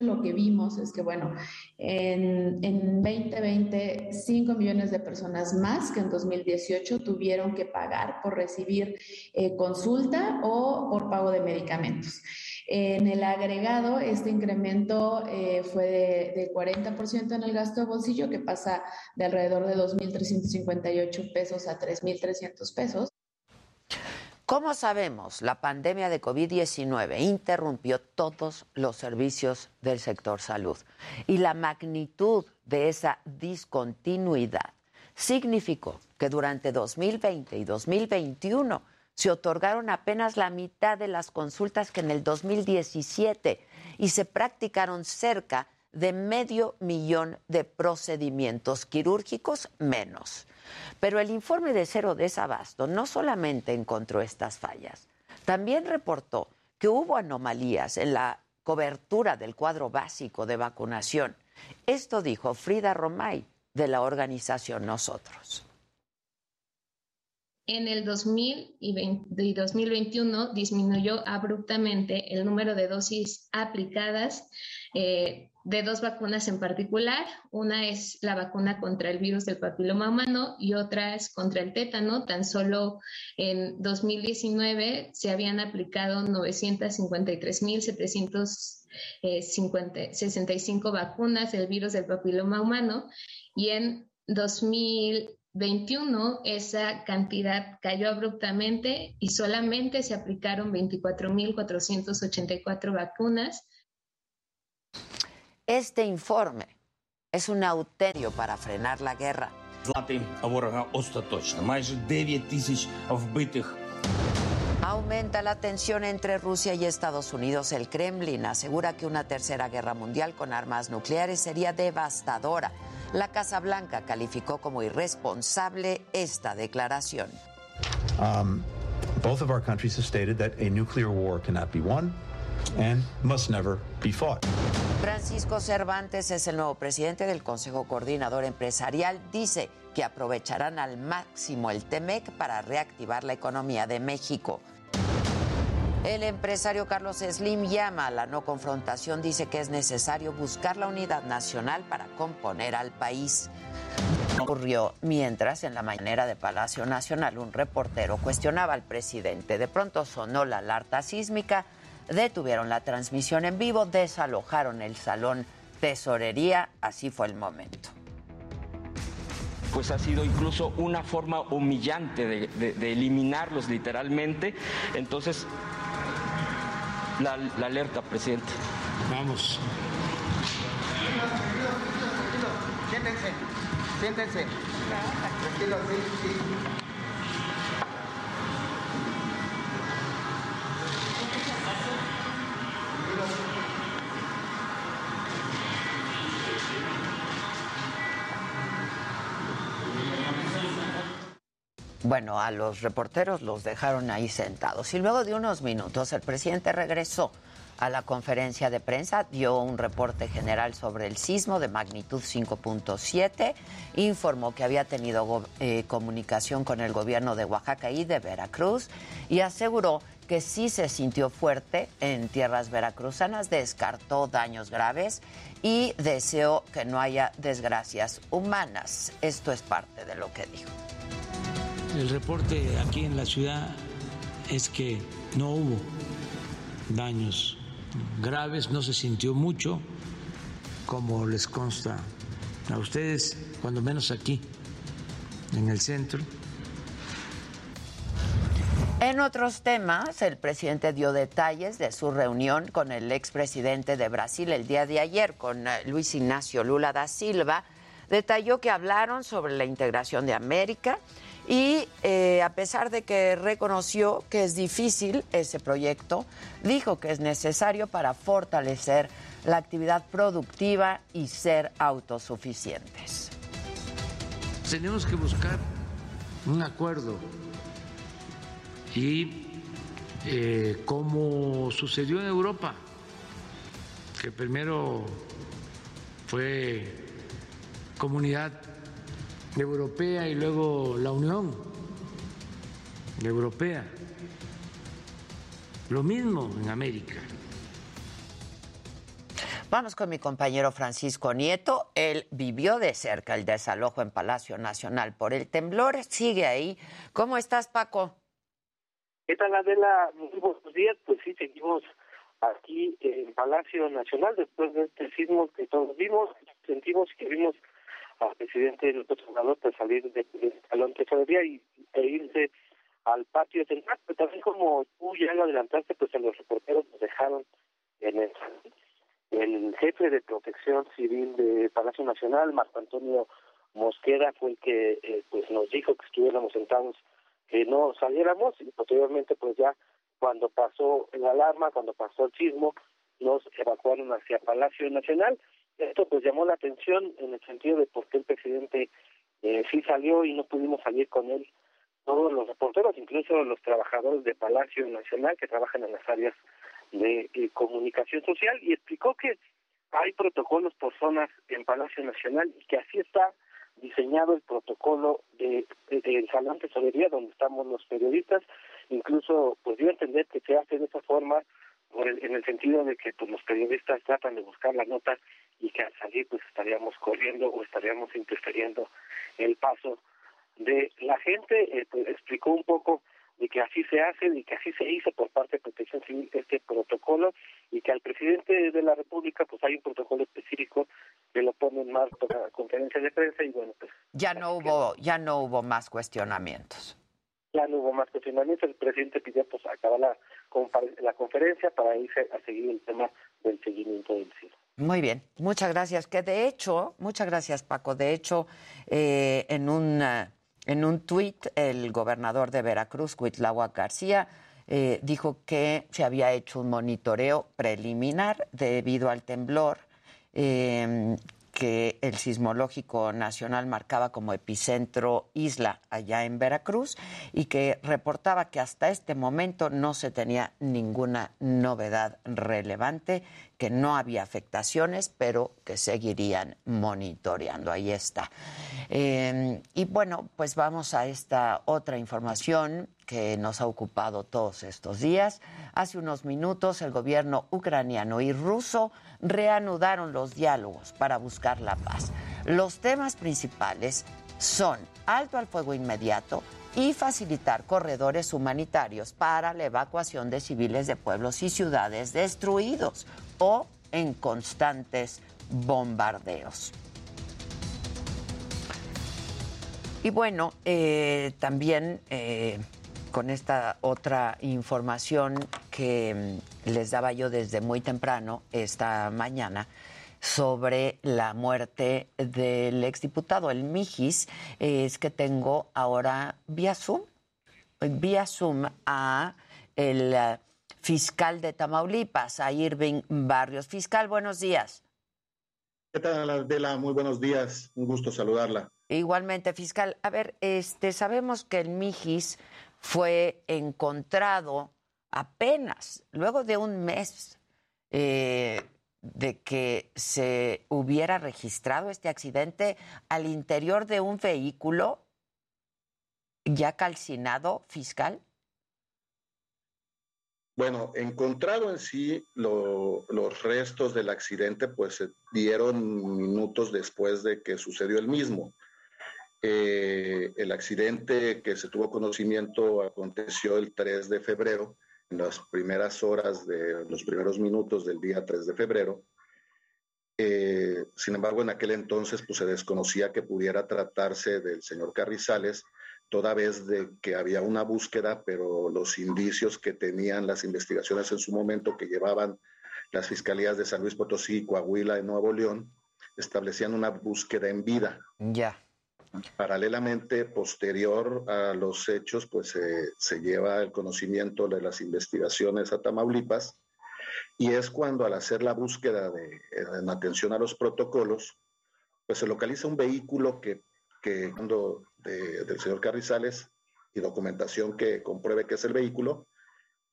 Lo que vimos es que, bueno, en, en 2020, 5 millones de personas más que en 2018 tuvieron que pagar por recibir eh, consulta o por pago de medicamentos. En el agregado, este incremento eh, fue de, de 40% en el gasto de bolsillo, que pasa de alrededor de 2.358 pesos a 3.300 pesos. Como sabemos, la pandemia de COVID-19 interrumpió todos los servicios del sector salud y la magnitud de esa discontinuidad significó que durante 2020 y 2021 se otorgaron apenas la mitad de las consultas que en el 2017 y se practicaron cerca de medio millón de procedimientos quirúrgicos menos. Pero el informe de cero desabasto no solamente encontró estas fallas, también reportó que hubo anomalías en la cobertura del cuadro básico de vacunación. Esto dijo Frida Romay de la organización Nosotros. En el 2000 y 20 y 2021 disminuyó abruptamente el número de dosis aplicadas eh, de dos vacunas en particular. Una es la vacuna contra el virus del papiloma humano y otra es contra el tétano. Tan solo en 2019 se habían aplicado eh, 953.765 vacunas del virus del papiloma humano y en 2000 21 esa cantidad cayó abruptamente y solamente se aplicaron 24.484 vacunas. Este informe es un auterio para frenar la guerra. Злати ворога остаточно. Майже 9 тисяч вбитих. Aumenta la tensión entre Rusia y Estados Unidos. El Kremlin asegura que una tercera guerra mundial con armas nucleares sería devastadora. La Casa Blanca calificó como irresponsable esta declaración. Um, both of our countries have stated that a nuclear war cannot be won and must never be fought. Francisco Cervantes es el nuevo presidente del Consejo Coordinador Empresarial. Dice que aprovecharán al máximo el TEMEC para reactivar la economía de México. El empresario Carlos Slim llama a la no confrontación, dice que es necesario buscar la unidad nacional para componer al país. Ocurrió mientras en la mañanera de Palacio Nacional un reportero cuestionaba al presidente. De pronto sonó la alerta sísmica, detuvieron la transmisión en vivo, desalojaron el salón tesorería, así fue el momento pues ha sido incluso una forma humillante de, de- de eliminarlos literalmente. Entonces, la, la alerta, presidente. Vamos. Siéntense, siéntense. Tranquilo, sí, sí. Bueno, a los reporteros los dejaron ahí sentados y luego de unos minutos el presidente regresó a la conferencia de prensa, dio un reporte general sobre el sismo de magnitud 5.7, informó que había tenido go- eh, comunicación con el gobierno de Oaxaca y de Veracruz y aseguró que sí se sintió fuerte en tierras veracruzanas, descartó daños graves y deseó que no haya desgracias humanas. Esto es parte de lo que dijo. El reporte aquí en la ciudad es que no hubo daños graves, no se sintió mucho, como les consta a ustedes, cuando menos aquí, en el centro. En otros temas, el presidente dio detalles de su reunión con el expresidente de Brasil el día de ayer, con eh, Luis Ignacio Lula da Silva. Detalló que hablaron sobre la integración de América y eh, a pesar de que reconoció que es difícil ese proyecto, dijo que es necesario para fortalecer la actividad productiva y ser autosuficientes. Tenemos que buscar un acuerdo y eh, como sucedió en Europa, que primero fue comunidad europea y luego la Unión Europea. Lo mismo en América. Vamos con mi compañero Francisco Nieto. Él vivió de cerca el desalojo en Palacio Nacional por el temblor. Sigue ahí. ¿Cómo estás, Paco? ¿Qué tal, Adela? Muy buenos días. Pues sí, seguimos aquí en Palacio Nacional después de este sismo que todos vimos, sentimos y que vimos al presidente López Obrador pues, salir de- del salón tesorería y, e irse al patio central. Pero también como tú ya lo adelantaste, pues a los reporteros nos dejaron en el el jefe de protección civil de Palacio Nacional, Marco Antonio Mosquera, fue el que eh, pues nos dijo que estuviéramos sentados, que no saliéramos y posteriormente pues ya cuando pasó la alarma, cuando pasó el sismo, nos evacuaron hacia Palacio Nacional. Esto pues llamó la atención en el sentido de por qué el presidente eh, sí salió y no pudimos salir con él todos los reporteros, incluso los trabajadores de Palacio Nacional que trabajan en las áreas de eh, comunicación social y explicó que hay protocolos por zonas en Palacio Nacional y que así está diseñado el protocolo de, de- del salón tesorería donde estamos los periodistas, incluso pues dio a entender que se hace de esa forma por el- en el sentido de que pues, los periodistas tratan de buscar la nota y que al salir pues estaríamos corriendo o estaríamos interfiriendo el paso de la gente eh, pues, explicó un poco de que así se hace y que así se hizo por parte de Protección Civil este protocolo y que al presidente de la República pues hay un protocolo específico que lo pone en marco la conferencia de prensa y bueno pues Ya no hubo, ya no hubo más cuestionamientos. Ya no hubo más cuestionamientos. El presidente pidió pues, acabar la, la conferencia para irse a seguir el tema del seguimiento del CIR. Muy bien, muchas gracias. Que de hecho, muchas gracias Paco. De hecho, eh, en un eh, en un tuit el gobernador de Veracruz, Cuitláhuac García, eh, dijo que se había hecho un monitoreo preliminar debido al temblor em, que el sismológico nacional marcaba como epicentro isla allá en Veracruz y que reportaba que hasta este momento no se tenía ninguna novedad relevante, que no había afectaciones, pero que seguirían monitoreando. Ahí está. Eh, y bueno, pues vamos a esta otra información que nos ha ocupado todos estos días. Hace unos minutos el gobierno ucraniano y ruso reanudaron los diálogos para buscar la paz. Los temas principales son alto al fuego inmediato y facilitar corredores humanitarios para la evacuación de civiles de pueblos y ciudades destruidos o en constantes bombardeos. Y bueno, eh, también eh, con esta otra información que mm, les daba yo desde muy temprano esta mañana sobre la muerte del exdiputado, el Mijis, eh, es que tengo ahora vía Zoom, vía Zoom a el eh, fiscal de Tamaulipas, a Irving Barrios. Fiscal, buenos días. ¿Qué tal, Adela? Muy buenos días. Un gusto saludarla. Igualmente, fiscal. A ver, este, sabemos que el Mijis fue encontrado apenas, luego de un mes eh, de que se hubiera registrado este accidente al interior de un vehículo ya calcinado, fiscal. Bueno, encontrado en sí lo, los restos del accidente, pues se dieron minutos después de que sucedió el mismo. Eh, el accidente que se tuvo conocimiento aconteció el 3 de febrero, en las primeras horas de los primeros minutos del día 3 de febrero. Eh, sin embargo, en aquel entonces pues, se desconocía que pudiera tratarse del señor Carrizales, toda vez de que había una búsqueda, pero los indicios que tenían las investigaciones en su momento que llevaban las fiscalías de San Luis Potosí, Coahuila y Nuevo León, establecían una búsqueda en vida. Ya. Yeah. Paralelamente, posterior a los hechos, pues eh, se lleva el conocimiento de las investigaciones a Tamaulipas y es cuando al hacer la búsqueda de, en atención a los protocolos, pues se localiza un vehículo que, que cuando de, del señor Carrizales y documentación que compruebe que es el vehículo,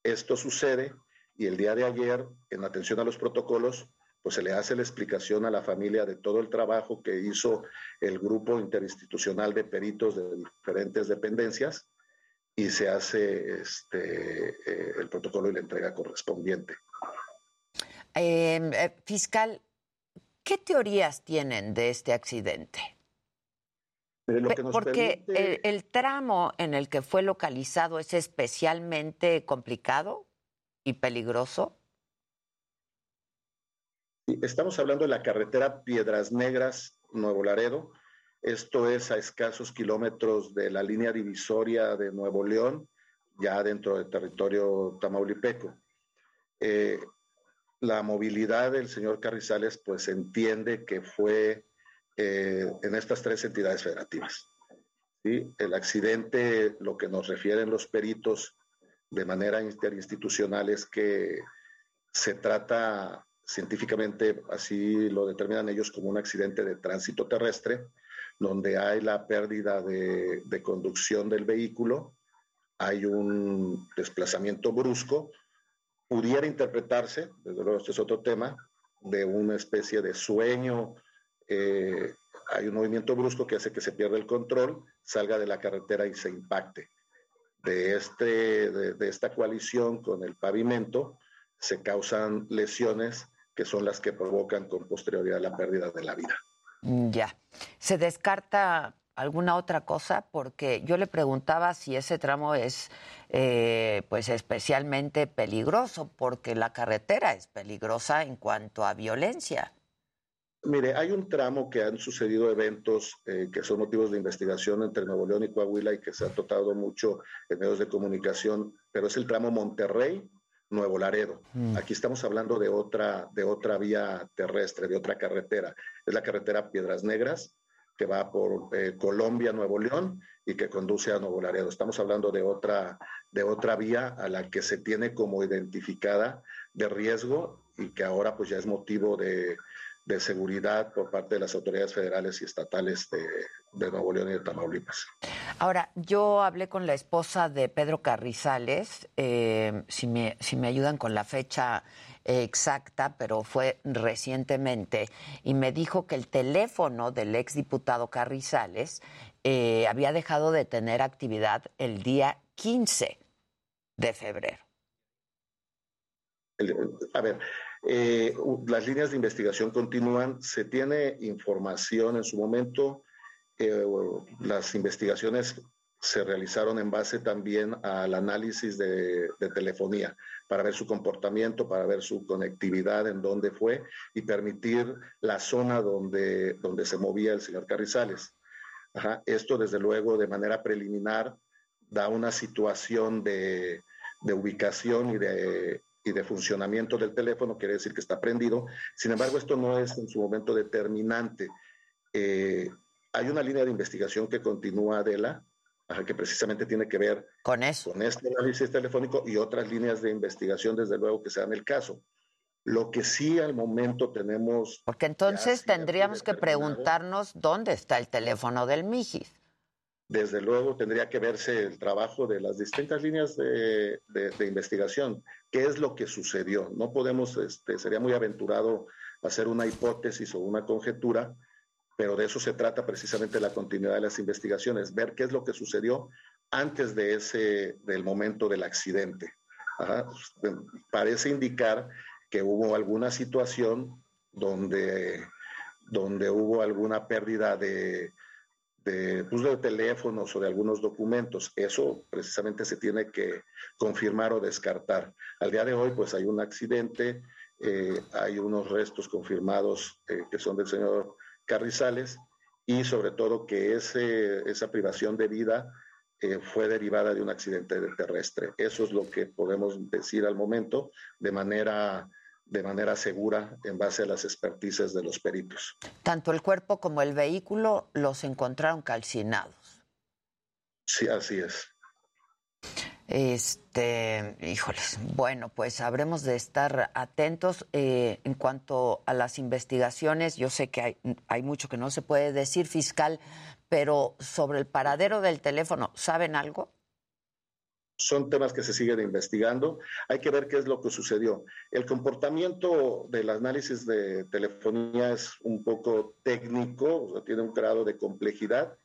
esto sucede y el día de ayer, en atención a los protocolos, pues se le hace la explicación a la familia de todo el trabajo que hizo el grupo interinstitucional de peritos de diferentes dependencias y se hace este, eh, el protocolo y la entrega correspondiente. Eh, eh, fiscal, ¿qué teorías tienen de este accidente? Lo que nos Porque eh, permite... el, el tramo en el que fue localizado es especialmente complicado y peligroso. Estamos hablando de la carretera Piedras Negras, Nuevo Laredo. Esto es a escasos kilómetros de la línea divisoria de Nuevo León, ya dentro del territorio tamaulipeco. Eh, la movilidad del señor Carrizales, pues entiende que fue eh, en estas tres entidades federativas. ¿sí? El accidente, lo que nos refieren los peritos de manera interinstitucional es que se trata científicamente así lo determinan ellos como un accidente de tránsito terrestre, donde hay la pérdida de, de, conducción del vehículo, hay un desplazamiento brusco, pudiera interpretarse, desde luego este es otro tema, de una especie de sueño, eh, hay un movimiento brusco que hace que se pierda el control, salga de la carretera y se impacte. De, este, de, de esta coalición con el pavimento se causan lesiones que son las que provocan con posterioridad la pérdida de la vida. mm, Ya. ¿Se descarta alguna otra cosa? Porque yo le preguntaba si ese tramo es eh, pues especialmente peligroso, porque la carretera es peligrosa en cuanto a violencia. Mire, hay un tramo que han sucedido eventos eh, que son motivos de investigación entre Nuevo León y Coahuila y que se ha tratado mucho en medios de comunicación, pero es el tramo Monterrey. Nuevo Laredo. Mm. Aquí estamos hablando de otra, de otra vía terrestre, de otra carretera. Es la carretera Piedras Negras, que va por eh, Colombia, Nuevo León y que conduce a Nuevo Laredo. Estamos hablando de otra, de otra vía a la que se tiene como identificada de riesgo y que ahora pues ya es motivo de, de seguridad por parte de las autoridades federales y estatales de, de, Nuevo León y de Tamaulipas. Ahora, yo hablé con la esposa de Pedro Carrizales, eh, si, me, si me ayudan con la fecha eh, exacta, pero fue recientemente, y me dijo que el teléfono del exdiputado Carrizales eh, había dejado de tener actividad el día 15 de febrero. El, a ver, eh, las líneas de investigación continúan, se tiene información en su momento, eh, las investigaciones se realizaron en base también al análisis de, de, telefonía para ver su comportamiento, para ver su conectividad, en dónde fue y permitir la zona donde, donde se movía el señor Carrizales. Ajá. Esto, desde luego, de manera preliminar, da una situación de, de ubicación y de, y de funcionamiento del teléfono, quiere decir que está prendido. Sin embargo, esto no es en su momento determinante. Eh, hay una línea de investigación que continúa, Adela, que precisamente tiene que ver con eso. Con este análisis telefónico y otras líneas de investigación, desde luego, que sean el caso. Lo que sí al momento tenemos. Porque entonces tendríamos que preguntarnos dónde está el teléfono del MIGIS. Desde luego tendría que verse el trabajo de las distintas líneas de, de, de investigación. ¿Qué es lo que sucedió? No podemos, este, sería muy aventurado hacer una hipótesis o una conjetura, pero de eso se trata precisamente la continuidad de las investigaciones, ver qué es lo que sucedió antes de ese, del momento del accidente. Ajá. este, Parece indicar que hubo alguna situación donde, donde hubo alguna pérdida de, de, pues de teléfonos o de algunos documentos. Eso precisamente se tiene que confirmar o descartar. Al día de hoy, pues hay un accidente, eh, hay unos restos confirmados eh, que son del señor Carrizales y sobre todo que ese, esa privación de vida eh, fue derivada de un accidente terrestre. Eso es lo que podemos decir al momento de manera, de manera segura en base a las expertices de los peritos. Tanto el cuerpo como el vehículo los encontraron calcinados. Sí, así es. Este, híjoles, bueno, pues habremos de estar atentos eh, en cuanto a las investigaciones. Yo sé que hay, hay, mucho que no se puede decir, fiscal, pero sobre el paradero del teléfono, ¿saben algo? Son temas que se siguen investigando. Hay que ver qué es lo que sucedió. El comportamiento del análisis de telefonía es un poco técnico, o sea, tiene un grado de complejidad.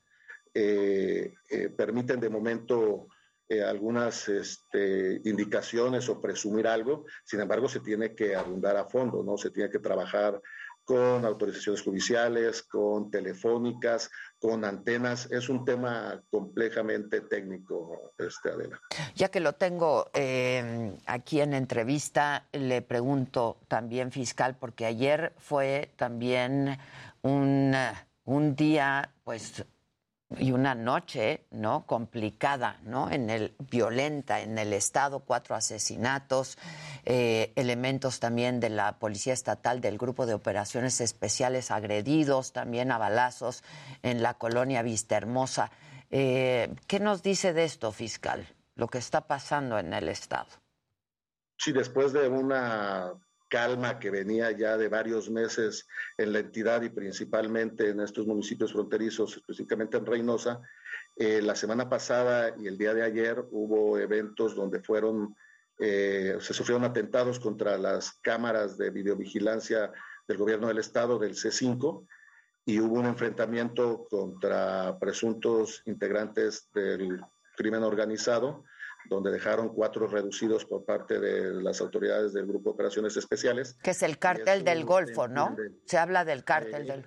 Eh, eh, permiten de momento... Eh, algunas este, indicaciones o presumir algo, sin embargo se tiene que abundar a fondo, ¿no? Se tiene que trabajar con autorizaciones judiciales, con telefónicas, con antenas. Es un tema complejamente técnico, este, Adela. Ya que lo tengo eh, aquí en entrevista, le pregunto también, fiscal, porque ayer fue también un, un día, pues, y una noche, ¿no? Complicada, ¿no? En el violenta, en el estado, cuatro asesinatos, eh, elementos también de la policía estatal del grupo de operaciones especiales agredidos, también a balazos en la colonia Vistahermosa. Eh, ¿Qué nos dice de esto, fiscal? Lo que está pasando en el estado. Sí, después de una calma que venía ya de varios meses en la entidad y principalmente en estos municipios fronterizos, específicamente en Reynosa. Eh, la semana pasada y el día de ayer hubo eventos donde fueron, eh, se sufrieron atentados contra las cámaras de videovigilancia del gobierno del estado, del C5, y hubo un enfrentamiento contra presuntos integrantes del crimen organizado, donde dejaron cuatro reducidos por parte de las autoridades del Grupo de Operaciones Especiales. Que es el cártel del Golfo, ¿no? De, Se habla del cártel eh,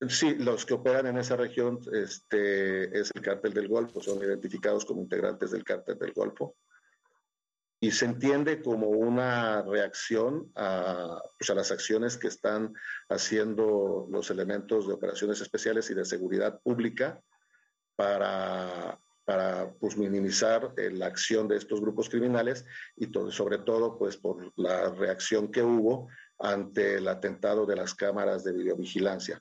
del... Sí, los que operan en esa región este, es el cártel del Golfo, son identificados como integrantes del cártel del Golfo. y se entiende como una reacción a, pues, a, las acciones que están haciendo los elementos de operaciones especiales y de seguridad pública para, para pues, minimizar eh, la acción de estos grupos criminales y todo, sobre todo pues, por la reacción que hubo ante el atentado de las cámaras de videovigilancia.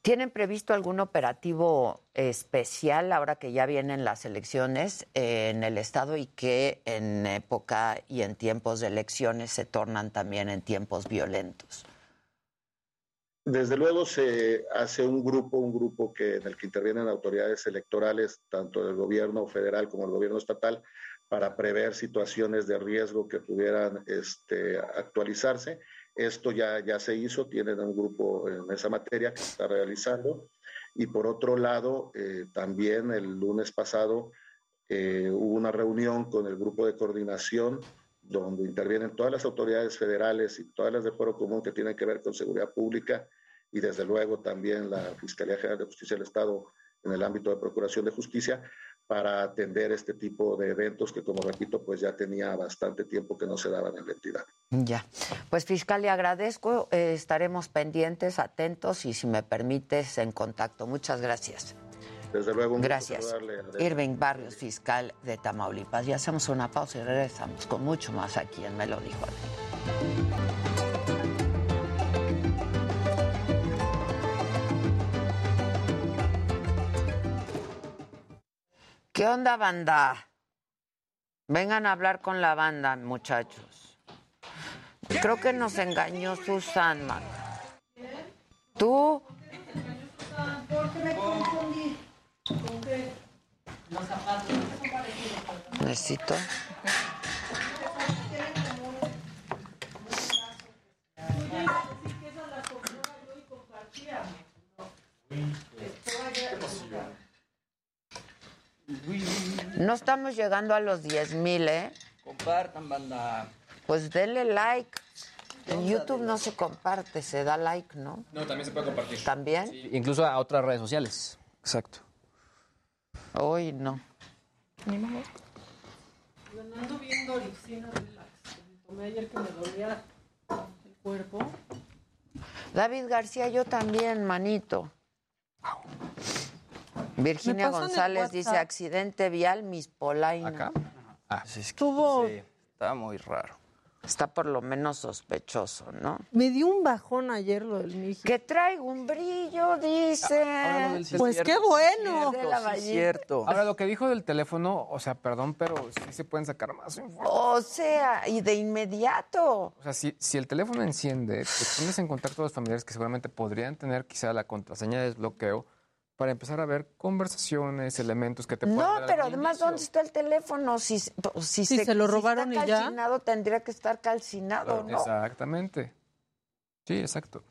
¿Tienen previsto algún operativo especial ahora que ya vienen las elecciones eh, en el Estado y que en época y en tiempos de elecciones se tornan también en tiempos violentos? Desde luego se hace un grupo, un grupo que, en el que intervienen autoridades electorales, tanto del gobierno federal como el gobierno estatal, para prever situaciones de riesgo que pudieran este, actualizarse. Esto ya, ya se hizo, tienen un grupo en esa materia que se está realizando. Y por otro lado, eh, también el lunes pasado eh, hubo una reunión con el grupo de coordinación donde intervienen todas las autoridades federales y todas las de fuero común que tienen que ver con seguridad pública y desde luego también la Fiscalía General de Justicia del Estado en el ámbito de Procuración de Justicia para atender este tipo de eventos que, como repito, pues ya tenía bastante tiempo que no se daban en la entidad. Ya, pues fiscal, le agradezco, eh, estaremos pendientes, atentos y si me permites, en contacto. Muchas gracias. Desde luego, un gracias. Gusto Irving Barrios, fiscal de Tamaulipas. Y hacemos una pausa y regresamos con mucho más aquí en Me lo dijo Adela. ¿Qué onda, banda? Vengan a hablar con la banda, muchachos. Creo que nos engañó Susan, Maca. ¿Tú? Porque me confundí. ¿Con qué? Los zapatos. Necesito. No estamos llegando a los 10 mil, ¿eh? Compartan, banda. Pues denle like. En YouTube no se comparte, se da like, ¿no? No, también se puede compartir. ¿También? Sí, incluso a otras redes sociales. Exacto. Hoy no. Ni mejor. Ando viendo Orixina Relax. Tomé ayer que me dolía el cuerpo. David García, yo también, manito. Virginia González dice accidente vial mis Polaina. ¿Acá? Ah, sí, es que, Estuvo... sí, está muy raro. Está por lo menos sospechoso, ¿no? Me dio un bajón ayer lo del Miji. Que traigo un brillo, dice. Ah, del... pues cierto, qué bueno. Cierto, de la sí, cierto. Ahora, lo que dijo del teléfono, o sea, perdón, pero sí se pueden sacar más. O sea, y de inmediato. O sea, si, si el teléfono enciende, te pones en contacto con los familiares que seguramente podrían tener quizá la contraseña de desbloqueo para empezar a ver conversaciones, elementos que te pueden No, pero además, ¿dónde está el teléfono? Si, pues, si, si se, se, lo robaron si está y ya. calcinado, tendría que estar calcinado, ¿no? Exactamente. Sí, exacto.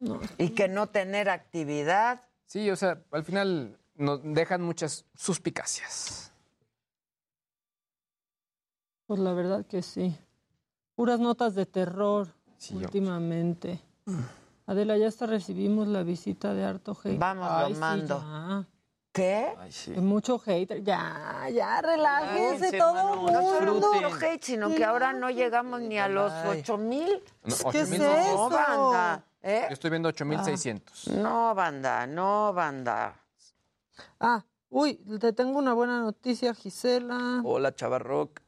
No. Y que no tener actividad. Sí, o sea, al final nos dejan muchas suspicacias. Pues la verdad que sí. Puras notas de terror sí, últimamente. Yo. Adela, ya hasta recibimos la visita de harto hater. Vamos, Ay, lo mando. Sí, ¿Qué? Ay, sí. Mucho hater. Ah, Ya, ya, relájense Ay, todo el mundo. No solo hate, sino que ahora no llegamos ni a los 8 mil. No, ¿Qué es eso? No, banda. ¿eh? Yo estoy viendo 8600. Ah. No, banda, no, banda. Ah, uy, te tengo una buena noticia, Gisela. Hola, Chavarroc.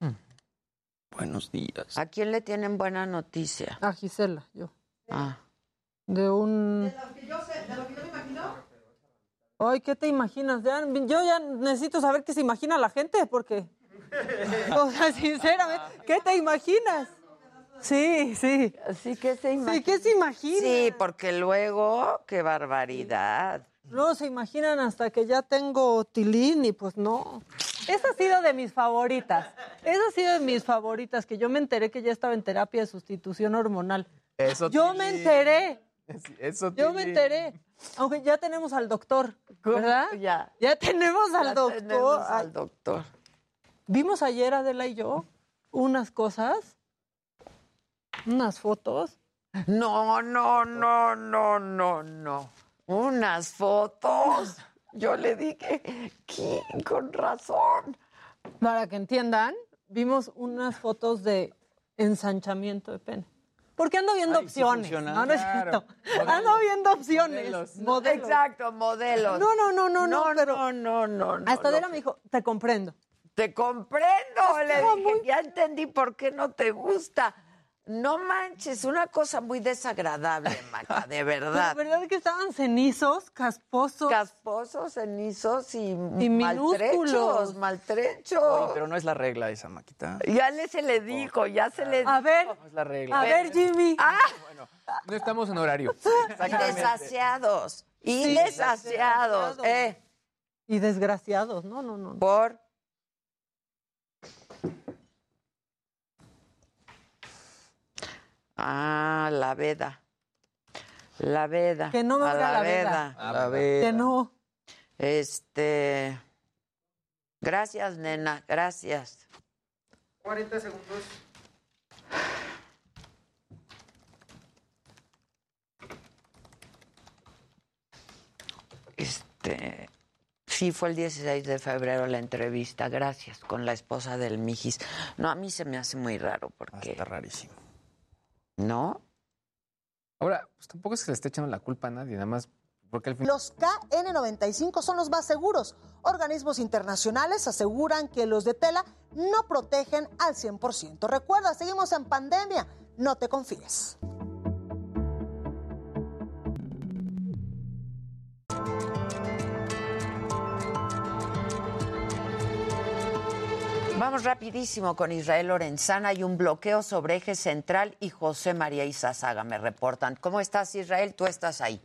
Mm. Buenos días. ¿A quién le tienen buena noticia? A Gisela, yo. Ah. De un. De lo que yo, sé, de lo que yo me imagino. Ay, ¿qué te imaginas? Ya, yo ya necesito saber qué se imagina la gente, porque. o sea, sinceramente, ¿qué te imaginas? Sí, sí. Sí, ¿qué se imagina? Sí, ¿qué se imagina? Sí, porque luego, qué barbaridad. No, se imaginan hasta que ya tengo tilín y pues no. Esa ha sido de mis favoritas. Esa ha sido de mis favoritas, que yo me enteré que ya estaba en terapia de sustitución hormonal. Ah. Eso yo tiene. me enteré. Eso yo me enteré. Aunque ya tenemos al doctor, ¿verdad? Ya. Ya tenemos al ya doctor. Tenemos al doctor. Vimos ayer, Adela y yo, unas cosas, unas fotos. No, no, no, no, no, no. Unas fotos. Yo le dije, ¿quién? Con razón. Para que entiendan, vimos unas fotos de ensanchamiento de pene. Porque ando viendo Ay, sí opciones. funciona. no, no es Claro. cierto. Ando viendo opciones. Modelos. Modelos. Exacto, modelos. No, no, no, no, no. No, pero no, no, no, no, Hasta no. Adela me dijo, te comprendo. Te comprendo, le dije, ya entendí por qué no te gusta. No manches, una cosa muy desagradable, Maca, de La verdad. verdad es que estaban cenizos, casposos. Casposos, cenizos y, Y minúsculos. maltrechos, maltrechos. Oye, pero no es la regla esa, Maquita. Ya le se le dijo, ya se le dijo. A ver, No es la regla. a ver, Jimmy. No estamos en horario. Y desaseados. Y Sí, desaseados. desaseados. Eh, Y desgraciados. No, no, no. por. Ah, la veda. La veda. Que no A valga la veda. A la veda. Que no. Este. Gracias, nena, gracias. 40 segundos. Este. Sí, fue el 16 de febrero la entrevista, gracias, con la esposa del Mijis. No, a mí se me hace muy raro porque. Ah, Está rarísimo. ¿No? Ahora, pues tampoco es que le esté echando la culpa a nadie, nada más porque al final. Los KN95 son los más seguros. Organismos internacionales aseguran que los de tela no protegen al 100%. Recuerda, seguimos en pandemia. No te confíes. Vamos rapidísimo con Israel Lorenzana. Hay un bloqueo sobre eje central y José María Izazaga me reportan. ¿Cómo estás, Israel? Tú estás ahí.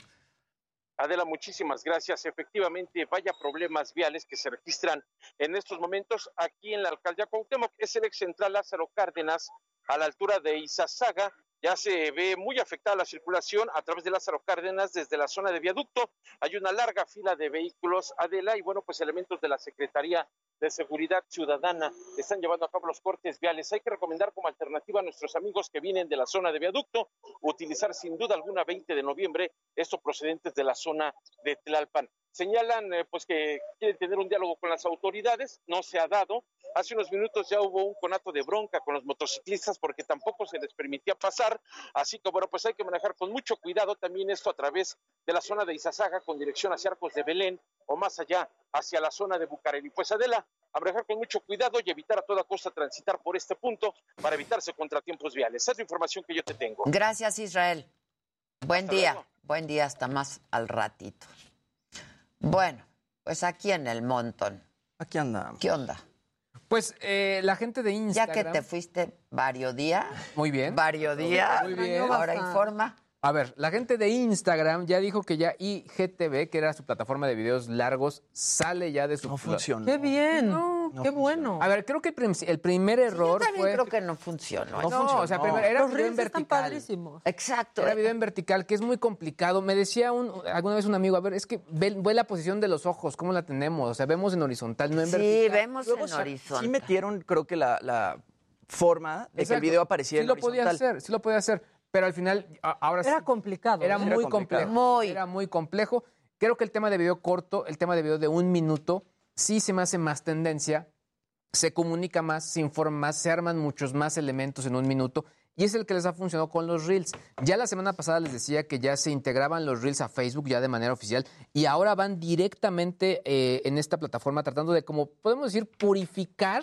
Adela, muchísimas gracias. Efectivamente, vaya problemas viales que se registran en estos momentos aquí en la alcaldía Cuauhtémoc. Es el ex central Lázaro Cárdenas a la altura de Izazaga. Ya se ve muy afectada la circulación a través de Lázaro Cárdenas desde la zona de viaducto. Hay una larga fila de vehículos, Adela, y bueno, pues elementos de la Secretaría de Seguridad Ciudadana están llevando a cabo los cortes viales. Hay que recomendar como alternativa a nuestros amigos que vienen de la zona de viaducto utilizar sin duda alguna 20 de noviembre estos procedentes de la zona de Tlalpan. Señalan eh, pues que quieren tener un diálogo con las autoridades, no se ha dado. Hace unos minutos ya hubo un conato de bronca con los motociclistas porque tampoco se les permitía pasar, así que bueno, pues hay que manejar con mucho cuidado también esto a través de la zona de Izazaga con dirección hacia Arcos de Belén o más allá hacia la zona de Bucareli. Pues Adela, a manejar con mucho cuidado y evitar a toda costa transitar por este punto para evitarse contratiempos viales. Esa es la información que yo te tengo. Gracias, Israel. Buen Hasta día. luego. Buen día, hasta más al ratito. Bueno, pues aquí en el montón. Aquí andamos. ¿Qué onda? Pues eh, la gente de Instagram. Ya que te fuiste varios días, Muy bien. varios días, Muy bien. ahora informa. A ver, la gente de Instagram ya dijo que ya IGTV, que era su plataforma de videos largos, sale ya de su. No funciona. Qué bien. no qué bueno. A ver, creo que el prim- el primer error también fue. creo que no funcionó. ¿eh? No, o sea, primero era Los video en reels están vertical. padrísimos. Exacto. Era video en vertical, que es muy complicado. Me decía un, alguna vez un amigo, a ver, es que ve, ve la posición de los ojos, ¿cómo la tenemos? O sea, vemos en horizontal, no en Sí, vertical. vemos Luego, o en sea, horizonte. Sí metieron, creo que la, la forma de que el Exacto. video apareciera Sí en lo podía horizontal. hacer, sí lo podía hacer. Pero al final, a- ahora sí, Era complicado. era ¿eh? muy complejo. complicado. Era muy complejo. Creo que el tema de video corto, el tema de video de un minuto, sí se me hace más tendencia, se comunica más, se informa más, se arman muchos más elementos en un minuto. Y es el que les ha funcionado con los Reels. Ya la semana pasada les decía que ya se integraban los Reels a Facebook ya de manera oficial y ahora van directamente eh, en esta plataforma tratando de, como podemos decir, purificar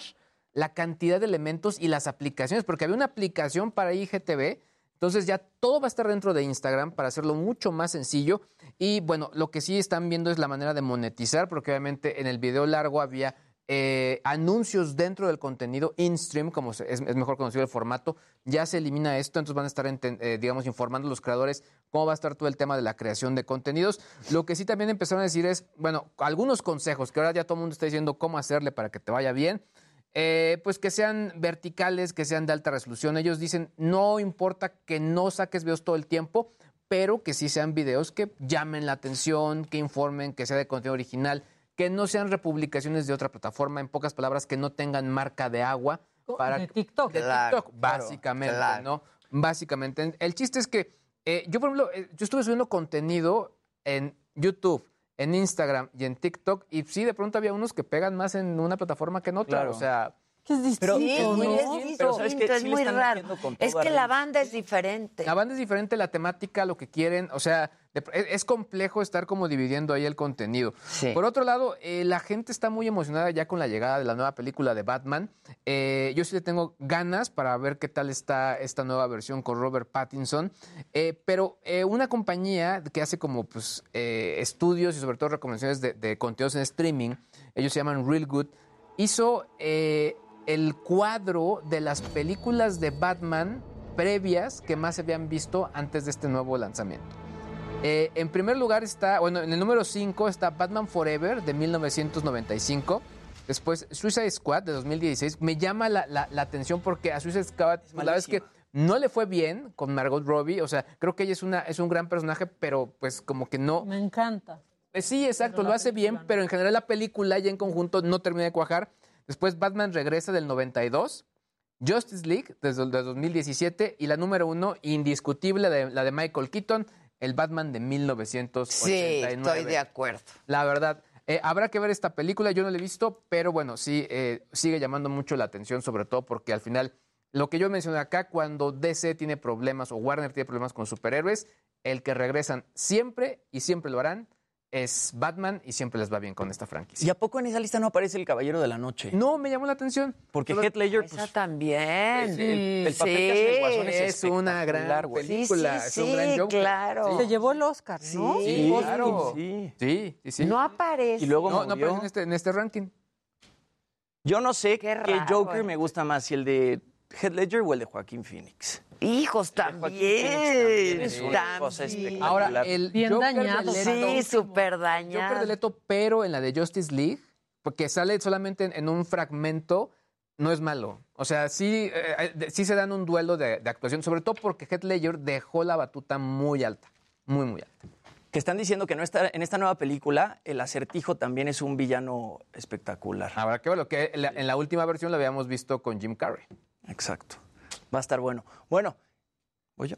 la cantidad de elementos y las aplicaciones, porque había una aplicación para IGTV, entonces ya todo va a estar dentro de Instagram para hacerlo mucho más sencillo. Y bueno, lo que sí están viendo es la manera de monetizar, porque obviamente en el video largo había eh, anuncios dentro del contenido in-stream, como se- es, es mejor conocido el formato. Ya se elimina esto, entonces van a estar, enten- eh, digamos, informando a los creadores cómo va a estar todo el tema de la creación de contenidos. Lo que sí también empezaron a decir es, bueno, algunos consejos, que ahora ya todo el mundo está diciendo cómo hacerle para que te vaya bien eh, pues que sean verticales, que sean de alta resolución. Ellos dicen, no importa que no saques videos todo el tiempo, pero que sí sean videos que llamen la atención, que informen, que sea de contenido original, que no sean republicaciones de otra plataforma, en pocas palabras, que no tengan marca de agua. Para De TikTok. de Claro, TikTok, básicamente, claro. ¿no? Básicamente. El chiste es que eh, yo, por ejemplo, eh, yo estuve subiendo contenido en YouTube, en Instagram y en TikTok. Y sí, de pronto había unos que pegan más en una plataforma que en otra. Claro. O sea. Es Pero, distinto, es muy ¿no? distinto, Pero ¿sabes qué? es Sí le muy están raro. metiendo con Es todo que a la Reels. banda es diferente. La banda es diferente, la temática, lo que quieren, o sea, de- es, es complejo estar como dividiendo ahí el contenido. Por otro lado, eh, la gente está muy emocionada ya con la llegada de la nueva película de Batman. Eh, yo sí le tengo ganas para ver qué tal está esta nueva versión con Robert Pattinson. Eh, pero eh, una compañía que hace como pues, eh, estudios y sobre todo recomendaciones de, de contenidos en streaming, ellos se llaman Real Good, hizo eh, el cuadro de las películas de Batman previas que más se habían visto antes de este nuevo lanzamiento. Eh, en primer lugar está, bueno, en el número 5 está Batman Forever de 1995. Después Suicide Squad de 2016. Me llama la, la- la atención porque a Suicide Squad, la vez que no le fue bien con Margot Robbie, o sea, creo que ella es, una, es un gran personaje, pero pues como que no, Me encanta. eh, Sí, exacto, lo hace bien, pero en general la película ya en conjunto no termina de cuajar. Después Batman regresa del 92, Justice League desde el de 2017 y la número uno, indiscutible, de- la de Michael Keaton, el Batman de 1989. Sí, estoy de acuerdo. La verdad, eh, habrá que ver esta película, yo no la he visto, pero bueno, sí, eh, sigue llamando mucho la atención, sobre todo porque al final, lo que yo mencioné acá, cuando DC tiene problemas o Warner tiene problemas con superhéroes, el que regresan siempre y siempre lo harán es Batman y siempre les va bien con esta franquicia. ¿Y a poco en esa lista no aparece el Caballero de la Noche? No, me llamó la atención. Porque Heath Ledger, Esa pues, también. el- el- el papel que hace el Guasón es es una gran espectacular, güey. película, Sí, es sí, un gran sí, Joker. claro. Se llevó el Oscar, ¿no? Sí, Oscar. claro. Sí, sí, sí. No aparece. Y luego No, no murió. aparece en este, en este ranking. Yo no sé qué, raro, Joker eh. me gusta más, si el de Heath Ledger o el de Joaquín Phoenix. Hijos también también. es una cosa también. espectacular. Ahora, el Bien Joker de dañado, Leto- Sí, súper Joker de dañado. Leto, pero en la de Justice League, porque sale solamente en, en un fragmento, no es malo. O sea, sí, eh, eh, de- sí se dan un duelo de, de actuación, sobre todo porque Heath Ledger dejó la batuta muy alta, muy, muy alta. Que están diciendo que no está, en esta nueva película el acertijo también es un villano espectacular. Ahora, qué bueno, que en la, en la última versión lo habíamos visto con Jim Carrey. Exacto. Va a estar bueno. Bueno, ¿voy yo?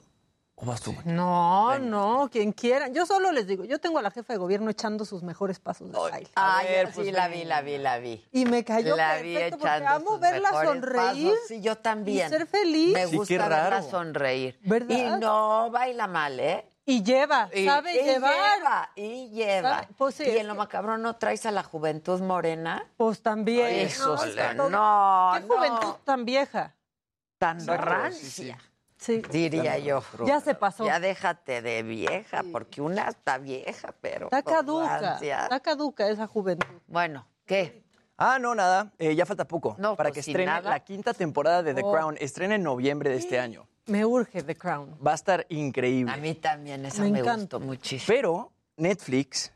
¿O vas tú? Mike? No, no, quien quiera. Yo solo les digo, yo tengo a la jefa de gobierno echando sus mejores pasos de baile. Ah, A ver, yo pues, sí, la vi, la vi, la vi. Y me cayó la vi perfecto porque echando amo sus verla mejores sonreír. pasos. Sí, yo también. Y ser feliz. Me Sí, qué gusta verla raro. sonreír. ¿Verdad? Y no baila mal, ¿eh? Y lleva, Y- sabe y llevar. lleva, y lleva. Sabe- pues sí, y es en lo que- macabrón no traes a la juventud morena. Pues también. Ay, eso es está- que todo- no, Qué juventud no. tan vieja. Tan Exacto, sí, rancia, Sí. diría yo. Ya se pasó. Ya déjate de vieja, porque una está vieja, pero. Está por caduca. rancia. Está caduca esa juventud. Bueno, ¿qué? Ah, no, nada. Eh, ya falta poco. No, para pues, que sin estrene nada. la quinta temporada de The Oh. Crown. Estrena en noviembre de este año. Me urge The Crown. Va a estar increíble. A mí también esa Me me, encanta. gustó muchísimo. Pero Netflix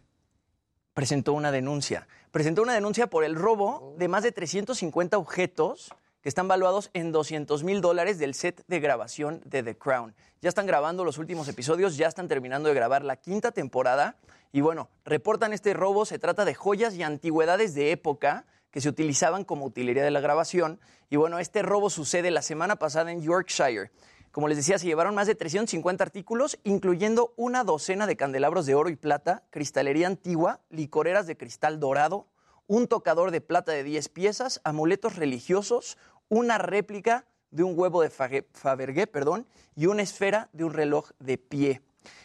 presentó una denuncia. Presentó una denuncia por el robo de más de 350 objetos que están valuados en 200 mil dólares del set de grabación de The Crown. Ya están grabando los últimos episodios, ya están terminando de grabar la quinta temporada. Y bueno, reportan este robo, se trata de joyas y antigüedades de época que se utilizaban como utilería de la grabación. Y bueno, este robo sucede la semana pasada en Yorkshire. Como les decía, se llevaron más de 350 artículos, incluyendo una docena de candelabros de oro y plata, cristalería antigua, licoreras de cristal dorado, un tocador de plata de 10 piezas, amuletos religiosos, una réplica de un huevo de Fage- Fabergé perdón, y una esfera de un reloj de pie.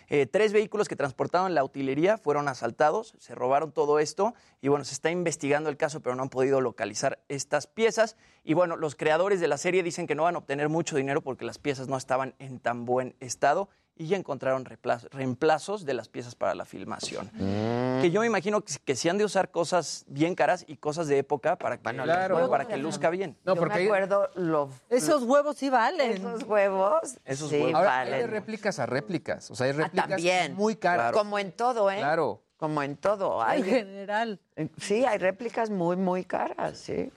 Eh, tres vehículos que transportaban la utilería fueron asaltados, se robaron todo esto y bueno, se está investigando el caso, pero no han podido localizar estas piezas. Y bueno, los creadores de la serie dicen que no van a obtener mucho dinero porque las piezas no estaban en tan buen estado y ya encontraron reemplaz- reemplazos de las piezas para la filmación. Mm, Que yo me imagino que, que se han de usar cosas bien caras y cosas de época para que, claro. bueno, para que luzca bien. No, Yo porque me hay- acuerdo lo- Esos huevos sí valen. esos huevos. Esos sí, huevos. Ahora, hay valen. de réplicas a réplicas. O sea, hay Ah, réplicas también. muy caras. Como en todo, ¿eh? Claro. Como en todo. En Hay, general. sí, hay réplicas muy, muy caras, sí.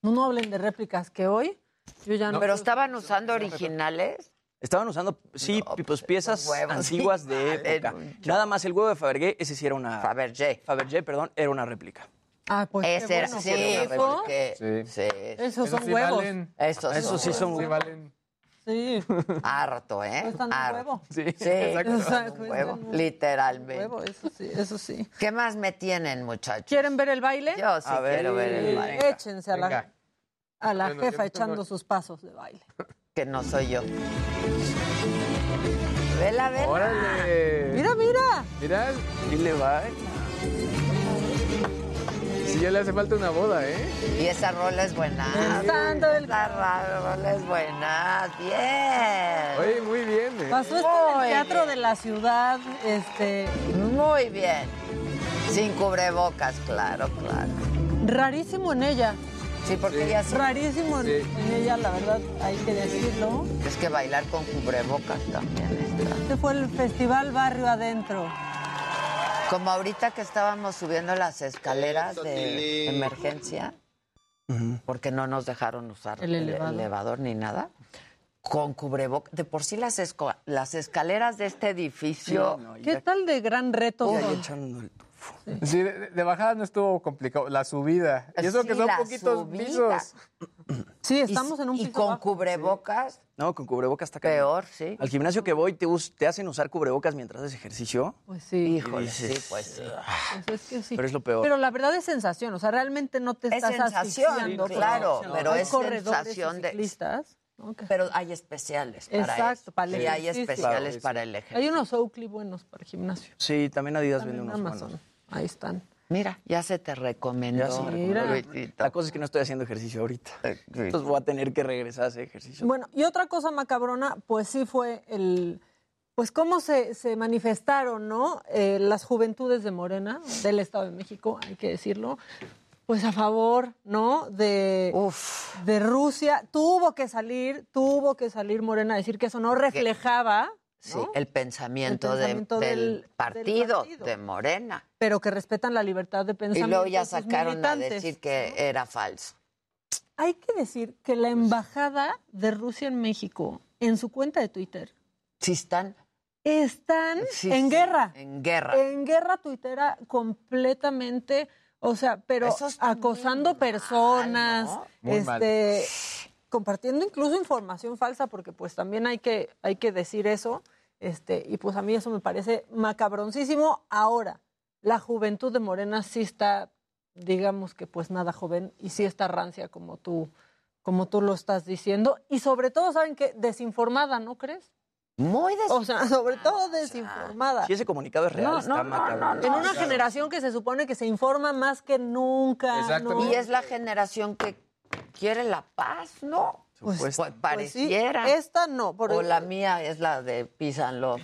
No, no hablen de réplicas, que hoy yo ya no. Pero estaban usando originales. Estaban usando, sí, No, pues pues, piezas los huevos, antiguas sí, de valen época. un chorro. Nada más el huevo de Fabergé, ese sí era una... Fabergé. Fabergé, perdón, era una réplica. Ah, pues. qué Ese era, bueno, sí, porque porque- Sí. sí. Esos Esos son sí huevos. valen. Esos, Esos sí son- son Sí valen. Sí. Harto, ¿eh? Cuestan un Harto. huevo. Sí, Sí. exacto. O sea, Cuestan un cuestan huevo, un literalmente. huevo, eso sí, eso sí. ¿Qué más me tienen, muchachos? ¿Quieren ver el baile? Yo sí A ver, quiero ver el venga, baile. Échense a la, Venga. a la Bueno, yo jefa no tengo- echando sus pasos de baile. Que no soy yo. Vela, vela. Órale. Mira, mira. Mira, y le va. Si ya le hace falta una boda, ¿eh? Y esa rola es buena. Cruzando el- Esa ra- rola es buena. Bien. Oye, muy bien. ¿eh? Pasó esto en Muy el teatro de la ciudad, este, Muy bien. Sin cubrebocas, claro, claro. rarísimo en ella. Sí, porque ella sí. Rarísimo en, Sí. en ella, la verdad, hay que decirlo. Es que bailar con cubrebocas también está. Este fue el festival Barrio Adentro. Como ahorita que estábamos subiendo las escaleras de emergencia, porque no nos dejaron usar El el el elevador. elevador, ni nada, con cubrebocas. De por sí las, esco- las escaleras de este edificio... ¿Qué tal de gran reto? son? Sí, de, de bajada no estuvo complicado. La subida. Y eso Sí, que son la poquitos subida. pisos. Sí, estamos en un piso Y con cubrebocas, No, con cubrebocas está peor, cañón. sí. Al gimnasio que voy te, us- te hacen usar cubrebocas mientras haces ejercicio. Pues sí. Híjole, sí, dices, "Ah". pues sí. Pues es que sí. Pero es lo peor. Pero la verdad es sensación, o sea, realmente no te Es estás sensación, asfixiando, claro, porque pero hay es corredores sensación de... ciclistas. Pero hay especiales para Exacto, eso. para el Y hay ejercicio. especiales Claro, para el ejercicio. Hay unos Oakley buenos para el gimnasio. Sí, también Adidas También vende unos Amazon. buenos. Ahí están. Mira, ya se te recomendó. Ya sí, Mira. La cosa es que no estoy haciendo ejercicio ahorita. Eh, Entonces voy a tener que regresar a hacer ejercicio. Bueno, y otra cosa macabrona, pues sí fue el... Pues cómo se, se manifestaron, ¿no? Eh, las juventudes de Morena, del Estado de México, hay que decirlo, pues a favor, ¿no? De, de Rusia. Tuvo que salir, tuvo que salir Morena a decir que eso no reflejaba, Sí, el pensamiento, El de- pensamiento del, del- del partido, partido. de Morena. pero que respetan la libertad de Y pensamiento. luego ya de sus sacaron a militantes. decir que era falso. Pues Hay que decir que la embajada de Rusia en México, en su cuenta de Twitter, Sí están están Sí, en sí, guerra. en guerra. En guerra tuitera completamente, o sea, pero Eso está acosando personas, ¿no? Muy este, compartiendo incluso información falsa, porque pues también hay que, hay que decir eso. Este, y pues a mí eso me parece macabroncísimo. Ahora, la juventud de Morena sí está, digamos que pues nada joven, y sí está rancia como tú, como tú lo estás diciendo. Y sobre todo, ¿saben qué? Desinformada, ¿no crees? muy Ah, O sea, sobre todo desinformada. Si ese comunicado es real, No, está no, macabro. en una generación que se supone que se informa más que nunca. Exacto. ¿no? Y es la generación que quiere la paz, ¿no? Pues- Pues, Pues sí, Pues sí, pareciera. esta no. por- o la mía es la de Písanlo.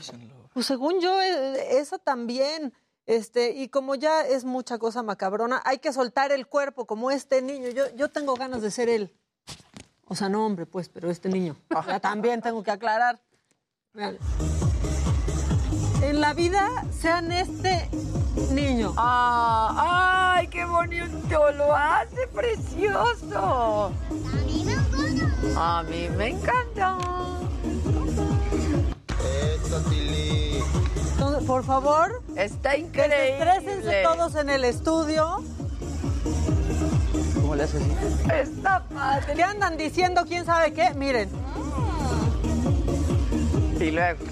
pues según yo, eh, esa también. Este, y como ya es mucha cosa macabrona, hay que soltar el cuerpo como este niño. Yo, yo tengo ganas de ser él. O sea, no hombre, pues, pero este niño. Ya también tengo que aclarar. Vean. En la vida sean este niño. Ah, ¡Ay, qué bonito! ¡Lo hace precioso! A mí me encanta. Entonces, por favor, Está desestrésense increíble. todos en el estudio. ¿Cómo le haces así? Está padre. ¿Qué andan diciendo? ¿Quién sabe qué? Miren. Y luego.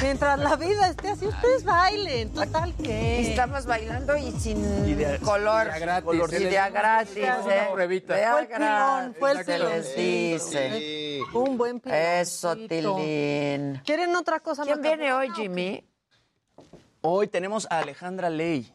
Mientras la vida esté así, ustedes bailen, total que. Estamos bailando y sin Y de- color. Idea gratis. Color- Se les idea hizo una- gratis, una ¿eh? pruebita. Idea Fue el pilón, fue el gratis, se pilón. les dice. Un buen pilón. Eso, Tilín. ¿Quieren otra cosa ¿Quién macabrona viene hoy, o qué? Jimmy? Hoy tenemos a Alejandra Ley.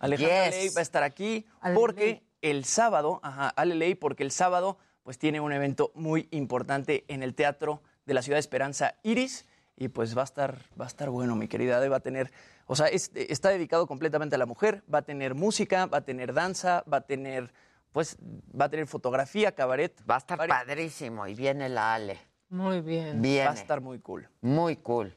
Alejandra Yes. Ley va a estar aquí Ale porque Ley. el sábado, ajá, Ale Ley, porque el sábado pues tiene un evento muy importante en el Teatro de la Ciudad de Esperanza Iris y pues va a estar va a estar bueno, mi querida, Ale, va a tener, o sea, es- está dedicado completamente a la mujer, va a tener música, va a tener danza, va a tener pues va a tener fotografía, cabaret, Va a estar varias- padrísimo y viene la Ale. Muy bien. Viene. va a estar muy cool. Muy cool.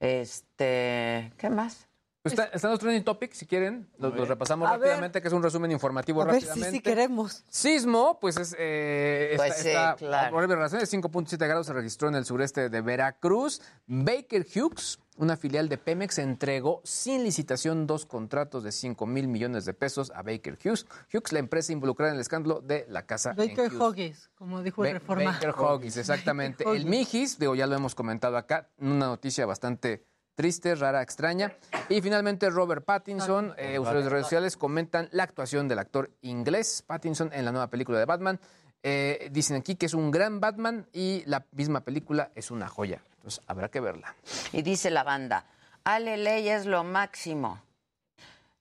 Este, ¿qué más? Pues Está- están los trending topics, si quieren, los, los repasamos A ver. rápidamente, que es un resumen informativo A ver si rápidamente. sí queremos. Sismo, pues es. Eh, Pues esta- sí, esta claro. horrible relación de 5.7 grados se registró en el sureste de Veracruz. Baker Hughes, una filial de Pemex, entregó sin licitación dos contratos de 5 mil millones de pesos a Baker Hughes. Hughes, la empresa involucrada en el escándalo de la casa. en Baker Hughes. Hoggies, como dijo el Ba- Reforma. Baker Huggies, exactamente. Baker El Huggies. Mijis, digo, ya lo hemos comentado acá, una noticia bastante triste, rara, extraña. Y finalmente Robert Pattinson, eh, usuarios de redes sociales comentan la actuación del actor inglés Pattinson en la nueva película de Batman. Eh, dicen aquí que es un gran Batman y la misma película es una joya. Entonces habrá que verla. Y dice la banda, Ale Ley es lo máximo.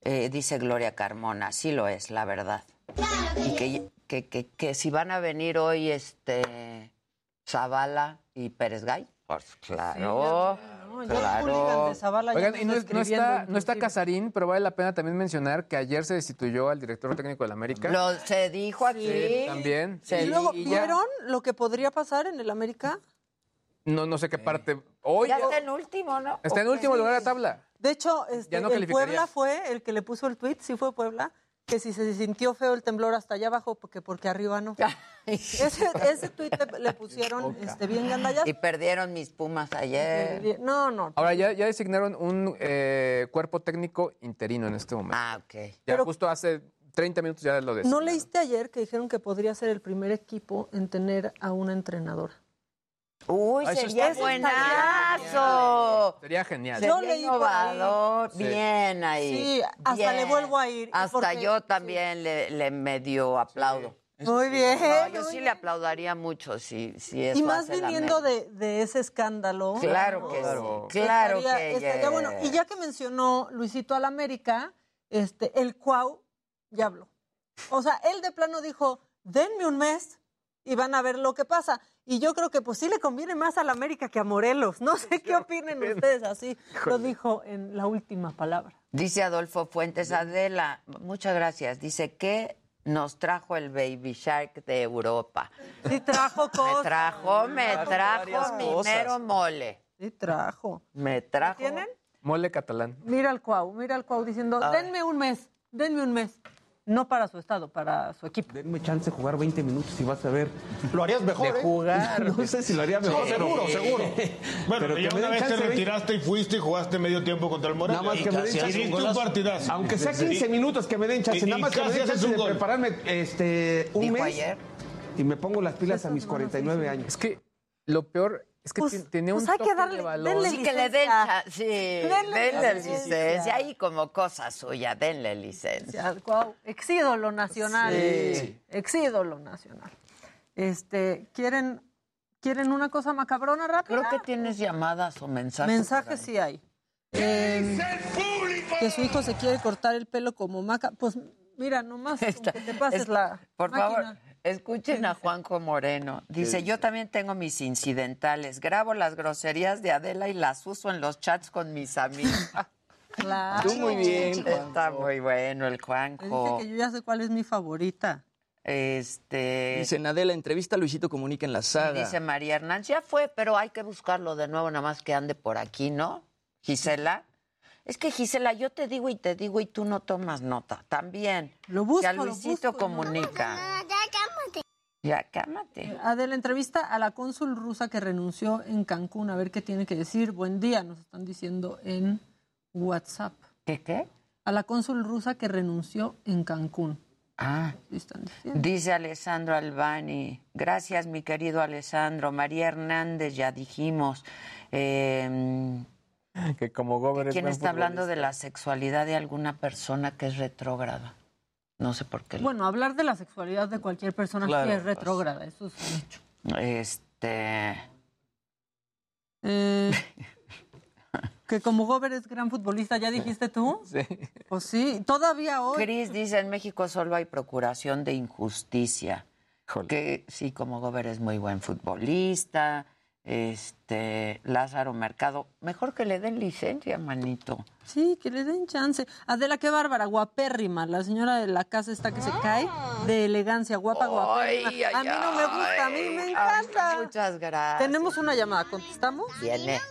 Eh, dice Gloria Carmona, sí lo es, la verdad. Y que, que- que- que si van a venir hoy este Zavala y Pérez Gay, pues claro, ya claro. Oigan, y no, es- no está, no está Casarín, pero vale la pena también mencionar que ayer se destituyó al director técnico del América. Lo- se dijo aquí. Sí, también. Y luego, Y ya- ¿vieron lo que podría pasar en el América? No, no sé qué parte. Hoy Ya está en último, ¿no? está en último lugar de la tabla. De hecho, este, Ya no el calificaría. Puebla fue el que le puso el tweet, sí fue Puebla, que si se sintió feo el temblor hasta allá abajo, porque porque arriba no. ese, ese tweet le, le pusieron este, bien gandallas. Y perdieron mis pumas ayer. No, no. Ahora ya, ya designaron un eh, cuerpo técnico interino en este momento. Ah, ok. Ya justo hace 30 minutos ya lo ¿No designaron. leíste ayer que dijeron que podría ser el primer equipo en tener a una entrenadora? Uy, Ah, eso sería está bien. buenazo. Sería genial. Sería Yo leí por innovador. ahí. Sí. Bien ahí. Sí, hasta Bien. le vuelvo a ir, Hasta porque- yo también le, le medio aplaudo. Muy bien. No, yo muy sí bien. le aplaudaría mucho si, si eso y más hace la viniendo América. de, de ese escándalo. Claro ¿no? que Claro. sí. Claro Estaría- que estaría ella- bueno. Y ya que mencionó Luisito al América, este, el Cuau ya habló. O sea, él de plano dijo, denme un mes y van a ver lo que pasa. Y yo creo que pues sí le conviene más al América que a Morelos. No sé qué opinen ustedes así. Lo dijo en la última palabra. Dice Adolfo Fuentes Adela, muchas gracias. Dice que nos trajo el Baby Shark de Europa. Sí trajo cosas. Me trajo, me Trajo varias trajo mi cosas. mero mole. Sí trajo. Me trajo. ¿Tienen? Mole catalán. Mira al Cuau, mira al Cuau diciendo, A ver. denme un mes, denme un mes. No para su estado, para su equipo. Denme chance de jugar 20 minutos y vas a ver. Lo harías mejor, De ¿eh? jugar. No sé si lo haría No, mejor. seguro, pero- seguro. Bueno, Pero ya que me den una vez te chance de- retiraste y fuiste y jugaste medio tiempo contra el Morelia. Nada más que me den Y chance. diste un partidazo. Aunque sea 15 Y- minutos que me den chance. y- Nada y más que me casi den haces chance un de gol. prepararme este, un Dijo mes. ayer. Y me pongo las pilas a mis 49 años. Es que lo peor es que ti- tenía un pues hay que toque darle- de valor. denle Sí, que le den licencia. cha- sí, Denle denle licencia. licencia. Ahí como cosa suya, denle licencia. Al Cuau, exídolo nacional. Sí. Exídolo nacional. Este, ¿quieren, ¿quieren una cosa macabrona rápida? Creo que tienes llamadas o mensajes. Mensajes sí hay. Eh, que su hijo se quiere cortar el pelo como maca. Pues mira, nomás con que te pases es- la Por favor, máquina. escuchen a Juanjo Moreno. Dice, yo también tengo mis incidentales. Grabo las groserías de Adela y las uso en los chats con mis amigos. Claro. Está muy bueno el Le dije Juanjo. Pues que yo ya sé cuál es mi favorita. Este... Dice Nadela, entrevista a Luisito Comunica en la saga. Dice María Hernández, ya fue, pero hay que buscarlo de nuevo, nada más que ande por aquí, ¿no? Gisela. Es que Gisela, yo te digo y te digo y tú no tomas nota. También. Lo busco, Que a lo Luisito busco, ¿no? comunica. Ya, cámate. Adela, entrevista Eh, a la cónsul rusa que renunció en Cancún. A ver qué tiene que decir. Buen día, nos están diciendo en WhatsApp. ¿Qué qué? A la cónsul rusa que renunció en Cancún. Ah. Sí, están diciendo. Dice Alessandro Albani. Gracias, mi querido Alessandro. María Hernández, ya dijimos. Eh, Que como Gober es ¿Quién buen está hablando de futbolista. la sexualidad de alguna persona que es retrógrada? No sé por qué. lo- Bueno, hablar de la sexualidad de cualquier persona sí Claro, es retrógrada, eso es un hecho. Este. Eh, que como Gober es gran futbolista, ¿ya dijiste tú? Sí. Pues sí, todavía hoy. Cris dice, en México solo hay procuración de injusticia. Que sí, como Gober es muy buen futbolista. Este, Lázaro Mercado, mejor que le den licencia, manito. Sí, que le den chance. Adela, qué bárbara, guapérrima. La señora de la casa está que se cae de elegancia, guapa, guapérrima. Ah. Ay, ay, a mí no me gusta, a mí ay. me Ay, encanta. muchas gracias. Tenemos una llamada, ¿contestamos? Viene.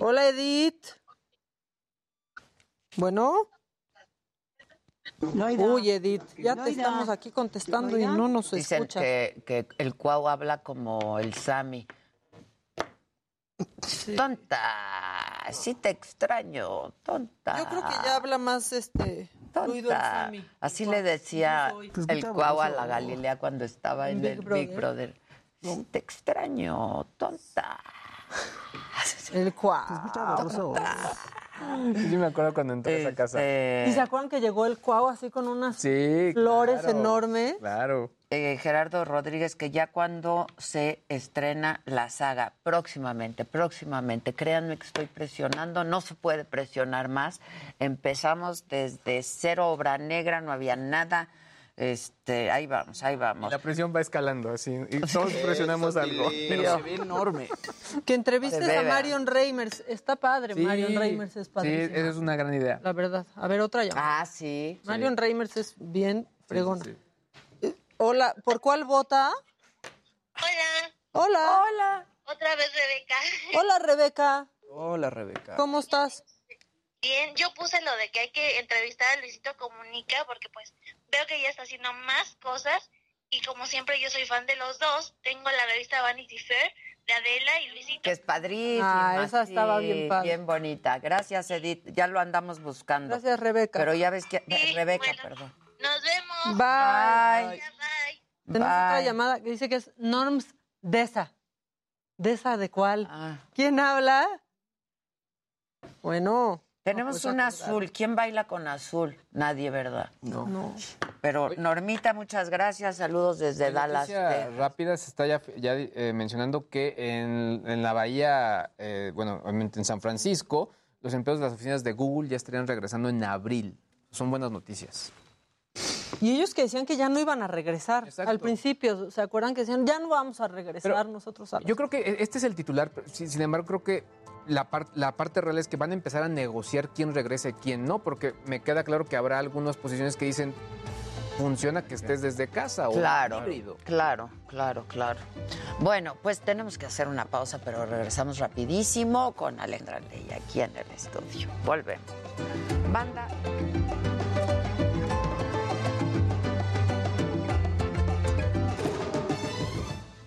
Hola, Edith. Bueno. Loida. Uy, Edith, ya te Loida. estamos aquí contestando y no nos Dicen escuchas. que, que el cuau habla como el Sami. Tonta, sí te extraño, tonta. Yo creo que ya habla más este ruido el tonta. Sammy. Así le decía soy. el Escucha, cuau a baboso. la Galilea cuando estaba en el Big Brother. Sí te extraño, tonta. El cuau. Yo me acuerdo cuando entré a esa casa. ¿Y se acuerdan que llegó el cuau así con unas Eh. Sí, flores claro. enormes? Claro. Eh, Gerardo Rodríguez, que ya cuando se estrena la saga, próximamente, próximamente, créanme que estoy presionando, no se puede presionar más. Empezamos desde cero obra negra, no había nada. Este, ahí vamos, ahí vamos. La presión va escalando así. Y Pues todos presionamos algo. Pero se ve enorme. Que entrevistes Se a ve, Marion Reimers. Está padre, Sí. Marion Reimers es Sí, padrísima. esa es una gran idea. La verdad. A ver, otra llamada. Ah, sí. Marion Reimers es bien fregona. Eh, Hola, ¿por cuál vota? Hola. Hola. Otra vez Rebeca. Hola, Rebeca. Hola, Rebeca. ¿Cómo estás? Bien, yo puse lo de que hay que entrevistar a Luisito Comunica porque pues veo que ya está haciendo más cosas y como siempre yo soy fan de los dos, tengo la revista Vanity Fair de Adela y Luisito. Que es padrísima. Ah, esa estaba bien padre. Bien bonita. Gracias, Edith. Ya lo andamos buscando. Gracias, Rebeca. Pero ya ves que. Rebeca, perdón. Nos vemos. Bye. Tenemos otra Bye. llamada que dice que es Norms Desa. ¿Desa de cuál? Ah. ¿Quién habla? Bueno. Tenemos pues, un acordado. azul. ¿Quién baila con azul? Nadie, ¿verdad? No. Pero Normita, muchas gracias. Saludos desde La Dallas. noticia Texas. rápida se está ya, ya, eh, mencionando que en, en la bahía, eh, bueno, obviamente en San Francisco, los empleados de las oficinas de Google ya estarían regresando en abril. Son buenas noticias. Y ellos que decían que ya no iban a regresar al principio, ¿se acuerdan que decían ya no vamos a regresar Pero nosotros a las-". Yo creo que e- este es el titular, pero sin sin embargo creo que la, par- la parte real es que van a empezar a negociar quién regrese y quién no, porque me queda claro que habrá algunas posiciones que dicen funciona que estés desde casa o Claro, híbrido. claro, claro, claro. Bueno, pues tenemos que hacer una pausa, pero regresamos rapidísimo con Alejandra Ley aquí en el estudio. Volvemos. Banda.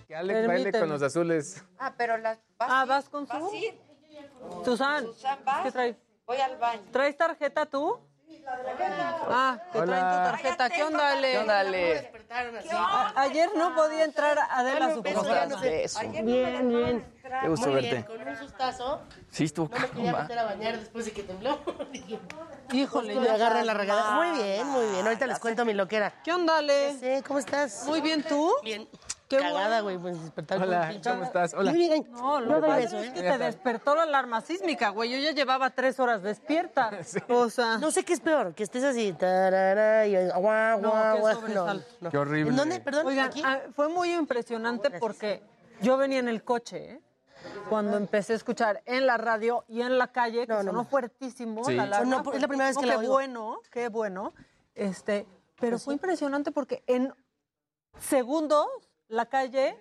Que Alex baile Permíteme. con los azules. Ah, pero las. ¿vas ah, vas con su. Susan, ¿qué traes? Voy al baño. ¿Traes tarjeta tú? Ah, te Hola. traen tu tarjeta. ¿Qué onda, Ale? ¿Qué onda, Ale? A- Ah, Ayer no podía entrar Adela a su beso, programa. ya no sé eso. Ayer Bien, bien. Qué gusto Muy verte. bien, con un sustazo. Sí, estuvo No me quería calma. meter a bañar después de pues, que tembló. Híjole, Justo me ya agarra estás la regadera. mala. Muy bien, muy bien. Ahorita les cuento mi loquera. ¿Qué onda, Ale? ¿Cómo estás? Muy bien, ¿tú? Bien. Qué Cagada, bueno. güey, pues despertar con Hola, un pinche- ¿cómo estás? Hola. Muy bien. No, lo No que doy pasa beso, es ¿eh? que te despertó la alarma sísmica, güey. Yo ya llevaba tres horas despierta. O sea, No sé qué es peor, que estés así, tarara, y guau, No, guau, qué guau. sobresalto. Qué horrible. ¿En dónde? Perdón, Oigan, aquí. ah, fue muy impresionante porque yo venía en el coche, ¿eh? Cuando empecé a escuchar en la radio y en la calle, que sonó fuertísimo Sí. la alarma, No, por- es la primera vez fuertísimo, que la Qué oigo. Pues bueno, qué bueno. Este, pero fue impresionante porque en segundos la calle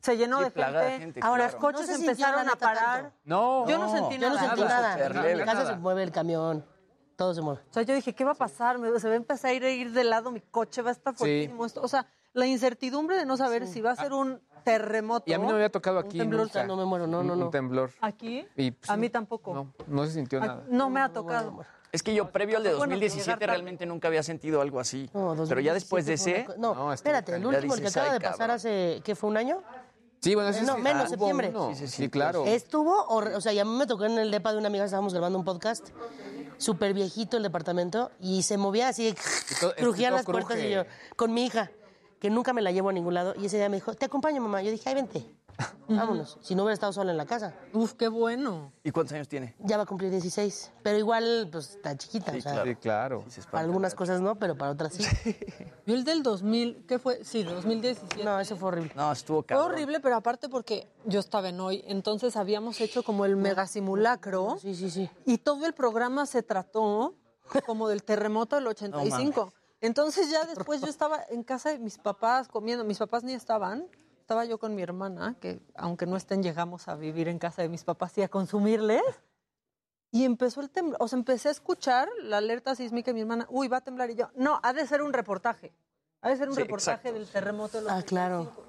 se llenó Sí, de plagada de gente. gente, Ahora claro. los coches No se sintió, empezaron la a neta, parar. tanto. No, Yo no sentí Yo no nada. sentí nada. Terrible, En mi casa nada. se mueve el camión, todo se mueve. O sea, yo dije, ¿qué va a pasar? Me- se va a empezar a ir, a ir de lado mi coche, va a estar fuertísimo esto. O sea, la incertidumbre de no saber si va a ser un terremoto. Ah. Y a mí no me había tocado aquí. Un temblor. nunca. no me muero, no, Un- no, un no. temblor. ¿Aquí? Y, pues, a mí tampoco. No, No, no se sintió nada. me ha tocado. Es que yo previo al de Bueno, 2017 llegar tarde. realmente nunca había sentido algo así. Pero ya después de 2017 ese... fue una co- No, espérate, el ya último el que dices, acaba "Ay, de pasar cabrón". hace, ¿qué fue un año? Sí, bueno, Eh, sí, no, sí, menos, hubo septiembre. uno. Sí, claro. Estuvo, o, o sea, ya me tocó en el depa de una amiga, estábamos grabando un podcast, súper viejito el departamento, y se movía así, crujían este, todo las puertas cruje. y yo, con mi hija, que nunca me la llevo a ningún lado, y ese día me dijo, te acompaño, mamá. Yo dije, ay, vente, vámonos, si no hubiera estado sola en la casa. Uf, qué bueno. ¿Y cuántos años tiene? Ya va a cumplir 16, pero igual, pues, está chiquita, o sea, Sí, claro. para algunas cosas no, pero para otras sí. Yo el del 2000, ¿qué fue? Sí, 2017. No, eso fue horrible. No, estuvo Fue cabrón. horrible, pero aparte porque yo estaba en hoy, entonces habíamos hecho como el mega simulacro. Sí, sí, sí. Y todo el programa se trató como del terremoto del 85. Entonces ya después yo estaba en casa de mis papás comiendo, mis papás ni estaban, estaba yo con mi hermana, que aunque no estén llegamos a vivir en casa de mis papás y a consumirles. Y empezó el temblor, o sea, empecé a escuchar la alerta sísmica y mi hermana, uy, va a temblar. Y yo, no, ha de ser un reportaje. Ha de ser un Sí, reportaje exacto. del terremoto de los Ah, claro.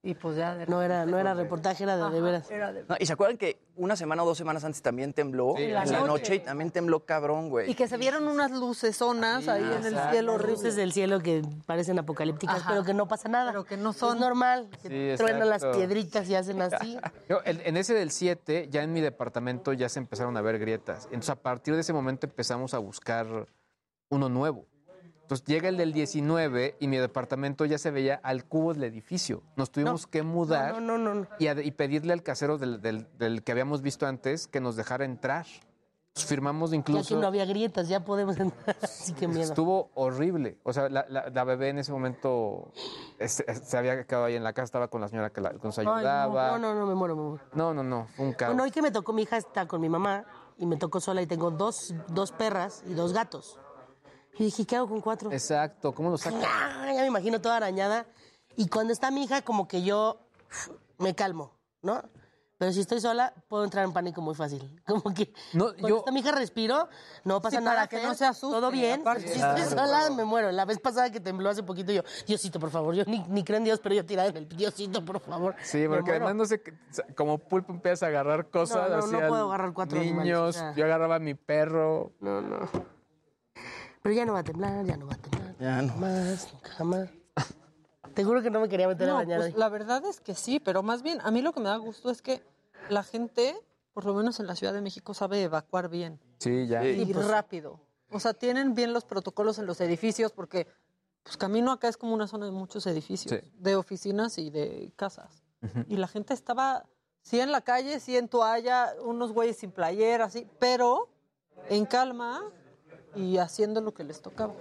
Y pues ya No era, no era reportaje, era de, de Ajá, veras. era de- No, y se acuerdan que una semana o dos semanas antes también tembló Sí, en la la noche. noche. y también tembló cabrón, güey. Y que se vieron unas lucesonas ahí en el exacto. cielo horrible. Luces del cielo que parecen apocalípticas, Ajá. pero que no pasa nada. Pero que no son. Es normal. que Sí, truenan las exacto. piedritas y hacen así. Yo, en, en ese del 7, ya en mi departamento ya se empezaron a ver grietas. Entonces, a partir de ese momento empezamos a buscar uno nuevo. Entonces, llega el del 19 y mi departamento ya se veía al cubo del edificio. Nos tuvimos que mudar No, no, no, no. Y, a- y pedirle al casero del, del- del que habíamos visto antes que nos dejara entrar. Entonces, Ya firmamos que incluso... no había grietas, ya podemos entrar. Así que miedo. Estuvo horrible. O sea, la, la- la bebé en ese momento es- es- se había quedado ahí en la casa, estaba con la señora que, la- que nos Ay, no. ayudaba. no, no, no, me muero, me muero. No, no, no, fue un caos. Bueno, hoy que me tocó, mi hija está con mi mamá y me tocó sola y tengo dos, dos perras y dos gatos. Y dije, ¿qué hago con cuatro? Exacto, ¿cómo lo saco? ¡Ah! Ya me imagino toda arañada. Y cuando está mi hija, como que yo me calmo, ¿no? Pero si estoy sola, puedo entrar en pánico muy fácil. Como que cuando está mi hija respiro, no pasa Sí, nada. para que Fer, no se asuste, Todo bien. aparte. Si estoy Claro. sola, me muero. La vez pasada que tembló hace poquito, yo, Diosito, por favor, yo ni, ni creo en Dios, pero yo tirada en el Diosito, por favor. Sí, Me porque muero. además no sé, qué- o sea, como pulpo empiezas a agarrar cosas. No, no, así no al- puedo agarrar cuatro niños. animales, o sea. Yo agarraba a mi perro. No, no. Pero ya no va a temblar, ya no va a temblar. Ya no. Jamás, nunca jamás. Te juro que no me quería meter a No, bañar pues, hoy. la verdad es que sí, pero más bien a mí lo que me da gusto es que la gente, por lo menos en la Ciudad de México, sabe evacuar bien Sí, pues. ya. y pues, rápido. O sea, tienen bien los protocolos en los edificios porque pues camino acá es como una zona de muchos edificios, Sí. de oficinas y de casas. Ujú. Y la gente estaba sí en la calle, sí en toalla, unos güeyes sin playera, así, pero en calma y haciendo lo que les tocaba.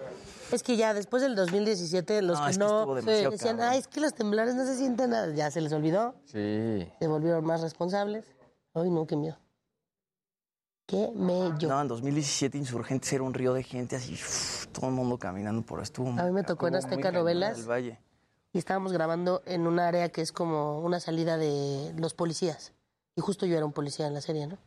Es que ya después del 2017, los No, que es que no estuvo demasiado decían, cabrón. ay, es que los temblores no se sienten nada, ya se les olvidó, Sí. se volvieron más responsables. Ay, no, qué miedo. Qué mello. No, en 2017 Insurgentes era un río de gente así, uf, todo el mundo caminando por ahí. Estuvo A mí me tocó en estuvo muy Azteca cañón Novelas. el valle. Y estábamos grabando en un área que es como una salida de los policías. Y justo yo era un policía en la serie, ¿no?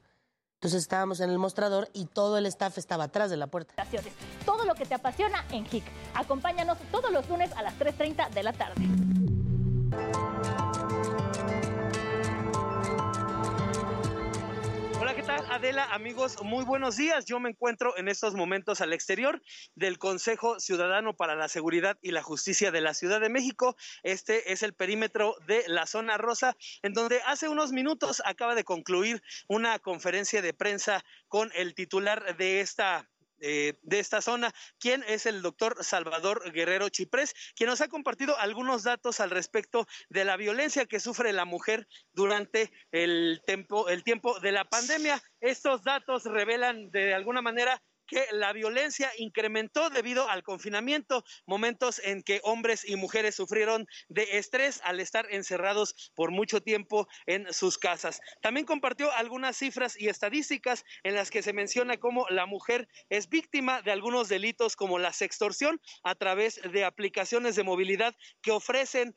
Entonces estábamos en el mostrador y todo el staff estaba atrás de la puerta. Estaciones. Todo lo que te apasiona en HIC. Acompáñanos todos los lunes a las 3.30 de la tarde. Hola, ¿qué tal Adela? Amigos, muy buenos días. Yo me encuentro en estos momentos al exterior del Consejo Ciudadano para la Seguridad y la Justicia de la Ciudad de México. Este es el perímetro de la zona rosa, en donde hace unos minutos acaba de concluir una conferencia de prensa con el titular de esta eh, de esta zona, quien es el doctor Salvador Guerrero Chiprés, quien nos ha compartido algunos datos al respecto de la violencia que sufre la mujer durante el tiempo, el tiempo de la pandemia. Estos datos revelan de alguna manera que la violencia incrementó debido al confinamiento, momentos en que hombres y mujeres sufrieron de estrés al estar encerrados por mucho tiempo en sus casas. También compartió algunas cifras y estadísticas en las que se menciona cómo la mujer es víctima de algunos delitos como la sextorsión a través de aplicaciones de movilidad que ofrecen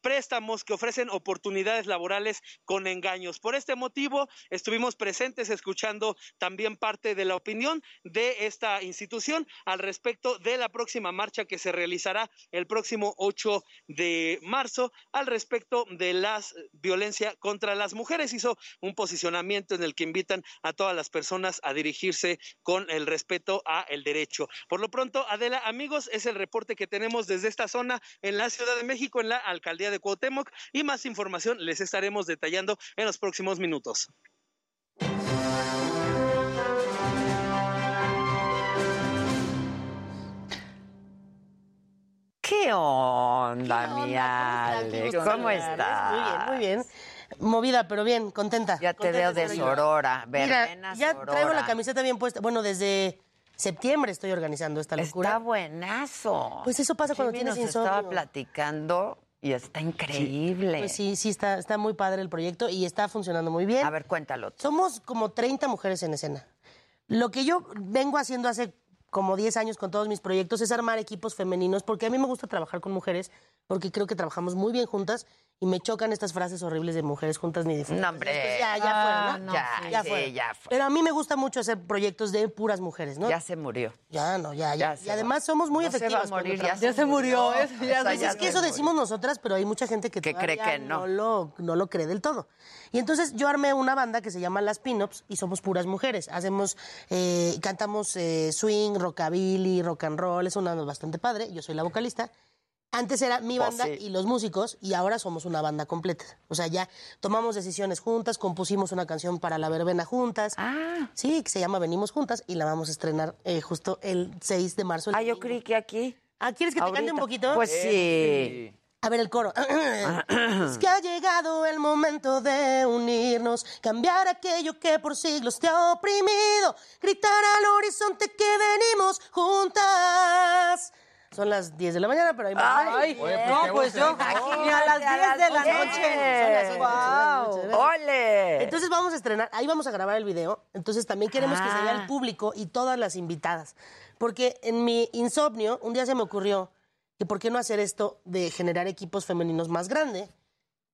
préstamos que ofrecen oportunidades laborales con engaños. Por este motivo, estuvimos presentes escuchando también parte de la opinión de esta institución al respecto de la próxima marcha que se realizará el próximo 8 de marzo al respecto de la violencia contra las mujeres. Hizo un posicionamiento en el que invitan a todas las personas a dirigirse con el respeto a el derecho. Por lo pronto, Adela, amigos, es el reporte que tenemos desde esta zona en la Ciudad de México, en la alcaldía de Cuauhtémoc, y más información les estaremos detallando en los próximos minutos. ¿Qué onda, mi Ale? gusto ¿Cómo saludarles. Muy bien, estás? muy bien. Movida, pero bien, contenta. Ya te veo de Sorora, verbena Mira, ya traigo Sorora. la camiseta bien puesta. Bueno, desde septiembre estoy organizando esta locura. Está buenazo. Pues eso pasa cuando Jimmy tienes nos insomnio. estaba platicando y está increíble. Pues sí, sí, está, está muy padre el proyecto y está funcionando muy bien. A ver, cuéntalo. Somos como 30 mujeres en escena. Lo que yo vengo haciendo hace como 10 años con todos mis proyectos es armar equipos femeninos, porque a mí me gusta trabajar con mujeres, porque creo que trabajamos muy bien juntas Y me chocan estas frases horribles de mujeres juntas ni diferentes. No, hombre. Entonces, ya, ya Ah, fueron, ¿no? no, Ya, sí, fueron. ya fue. Pero a mí me gusta mucho hacer proyectos de puras mujeres, ¿no? Ya se murió. Ya, no, ya, ya. se y además somos muy No se va a efectivas. morir, cuando ya trabajamos. se Ya se murió, murió. eso ya Pues se es que eso murió. decimos nosotras, pero hay mucha gente que, cree todavía que no. lo, no lo cree del todo. Y entonces yo armé una banda que se llama Las Pinups y somos puras mujeres. Hacemos, eh, cantamos eh, swing, rockabilly, rock and roll, es una banda bastante padre. Yo soy la vocalista. Antes era mi Pues banda sí. y los músicos y ahora somos una banda completa. O sea, ya tomamos decisiones juntas, compusimos una canción para la verbena juntas. Ah. Sí, que se llama Venimos Juntas y la vamos a estrenar eh, justo el 6 de marzo. Ah, yo creí que aquí. Ah, ¿quieres que te cante Ahorita. un poquito? Eh, Pues sí. A ver el coro. es que ha llegado el momento de unirnos, cambiar aquello que por siglos te ha oprimido, gritar al horizonte que venimos juntas. Son las 10 de la mañana, pero hay más. Ay, no, pues yo aquí ni a las 10 de la noche. Son las once de la noche, ¿verdad? ¡Ole! Entonces vamos a estrenar, ahí vamos a grabar el video. Entonces también queremos que se vea Ah. el público y todas las invitadas. Porque en mi insomnio, un día se me ocurrió que por qué no hacer esto de generar equipos femeninos más grandes.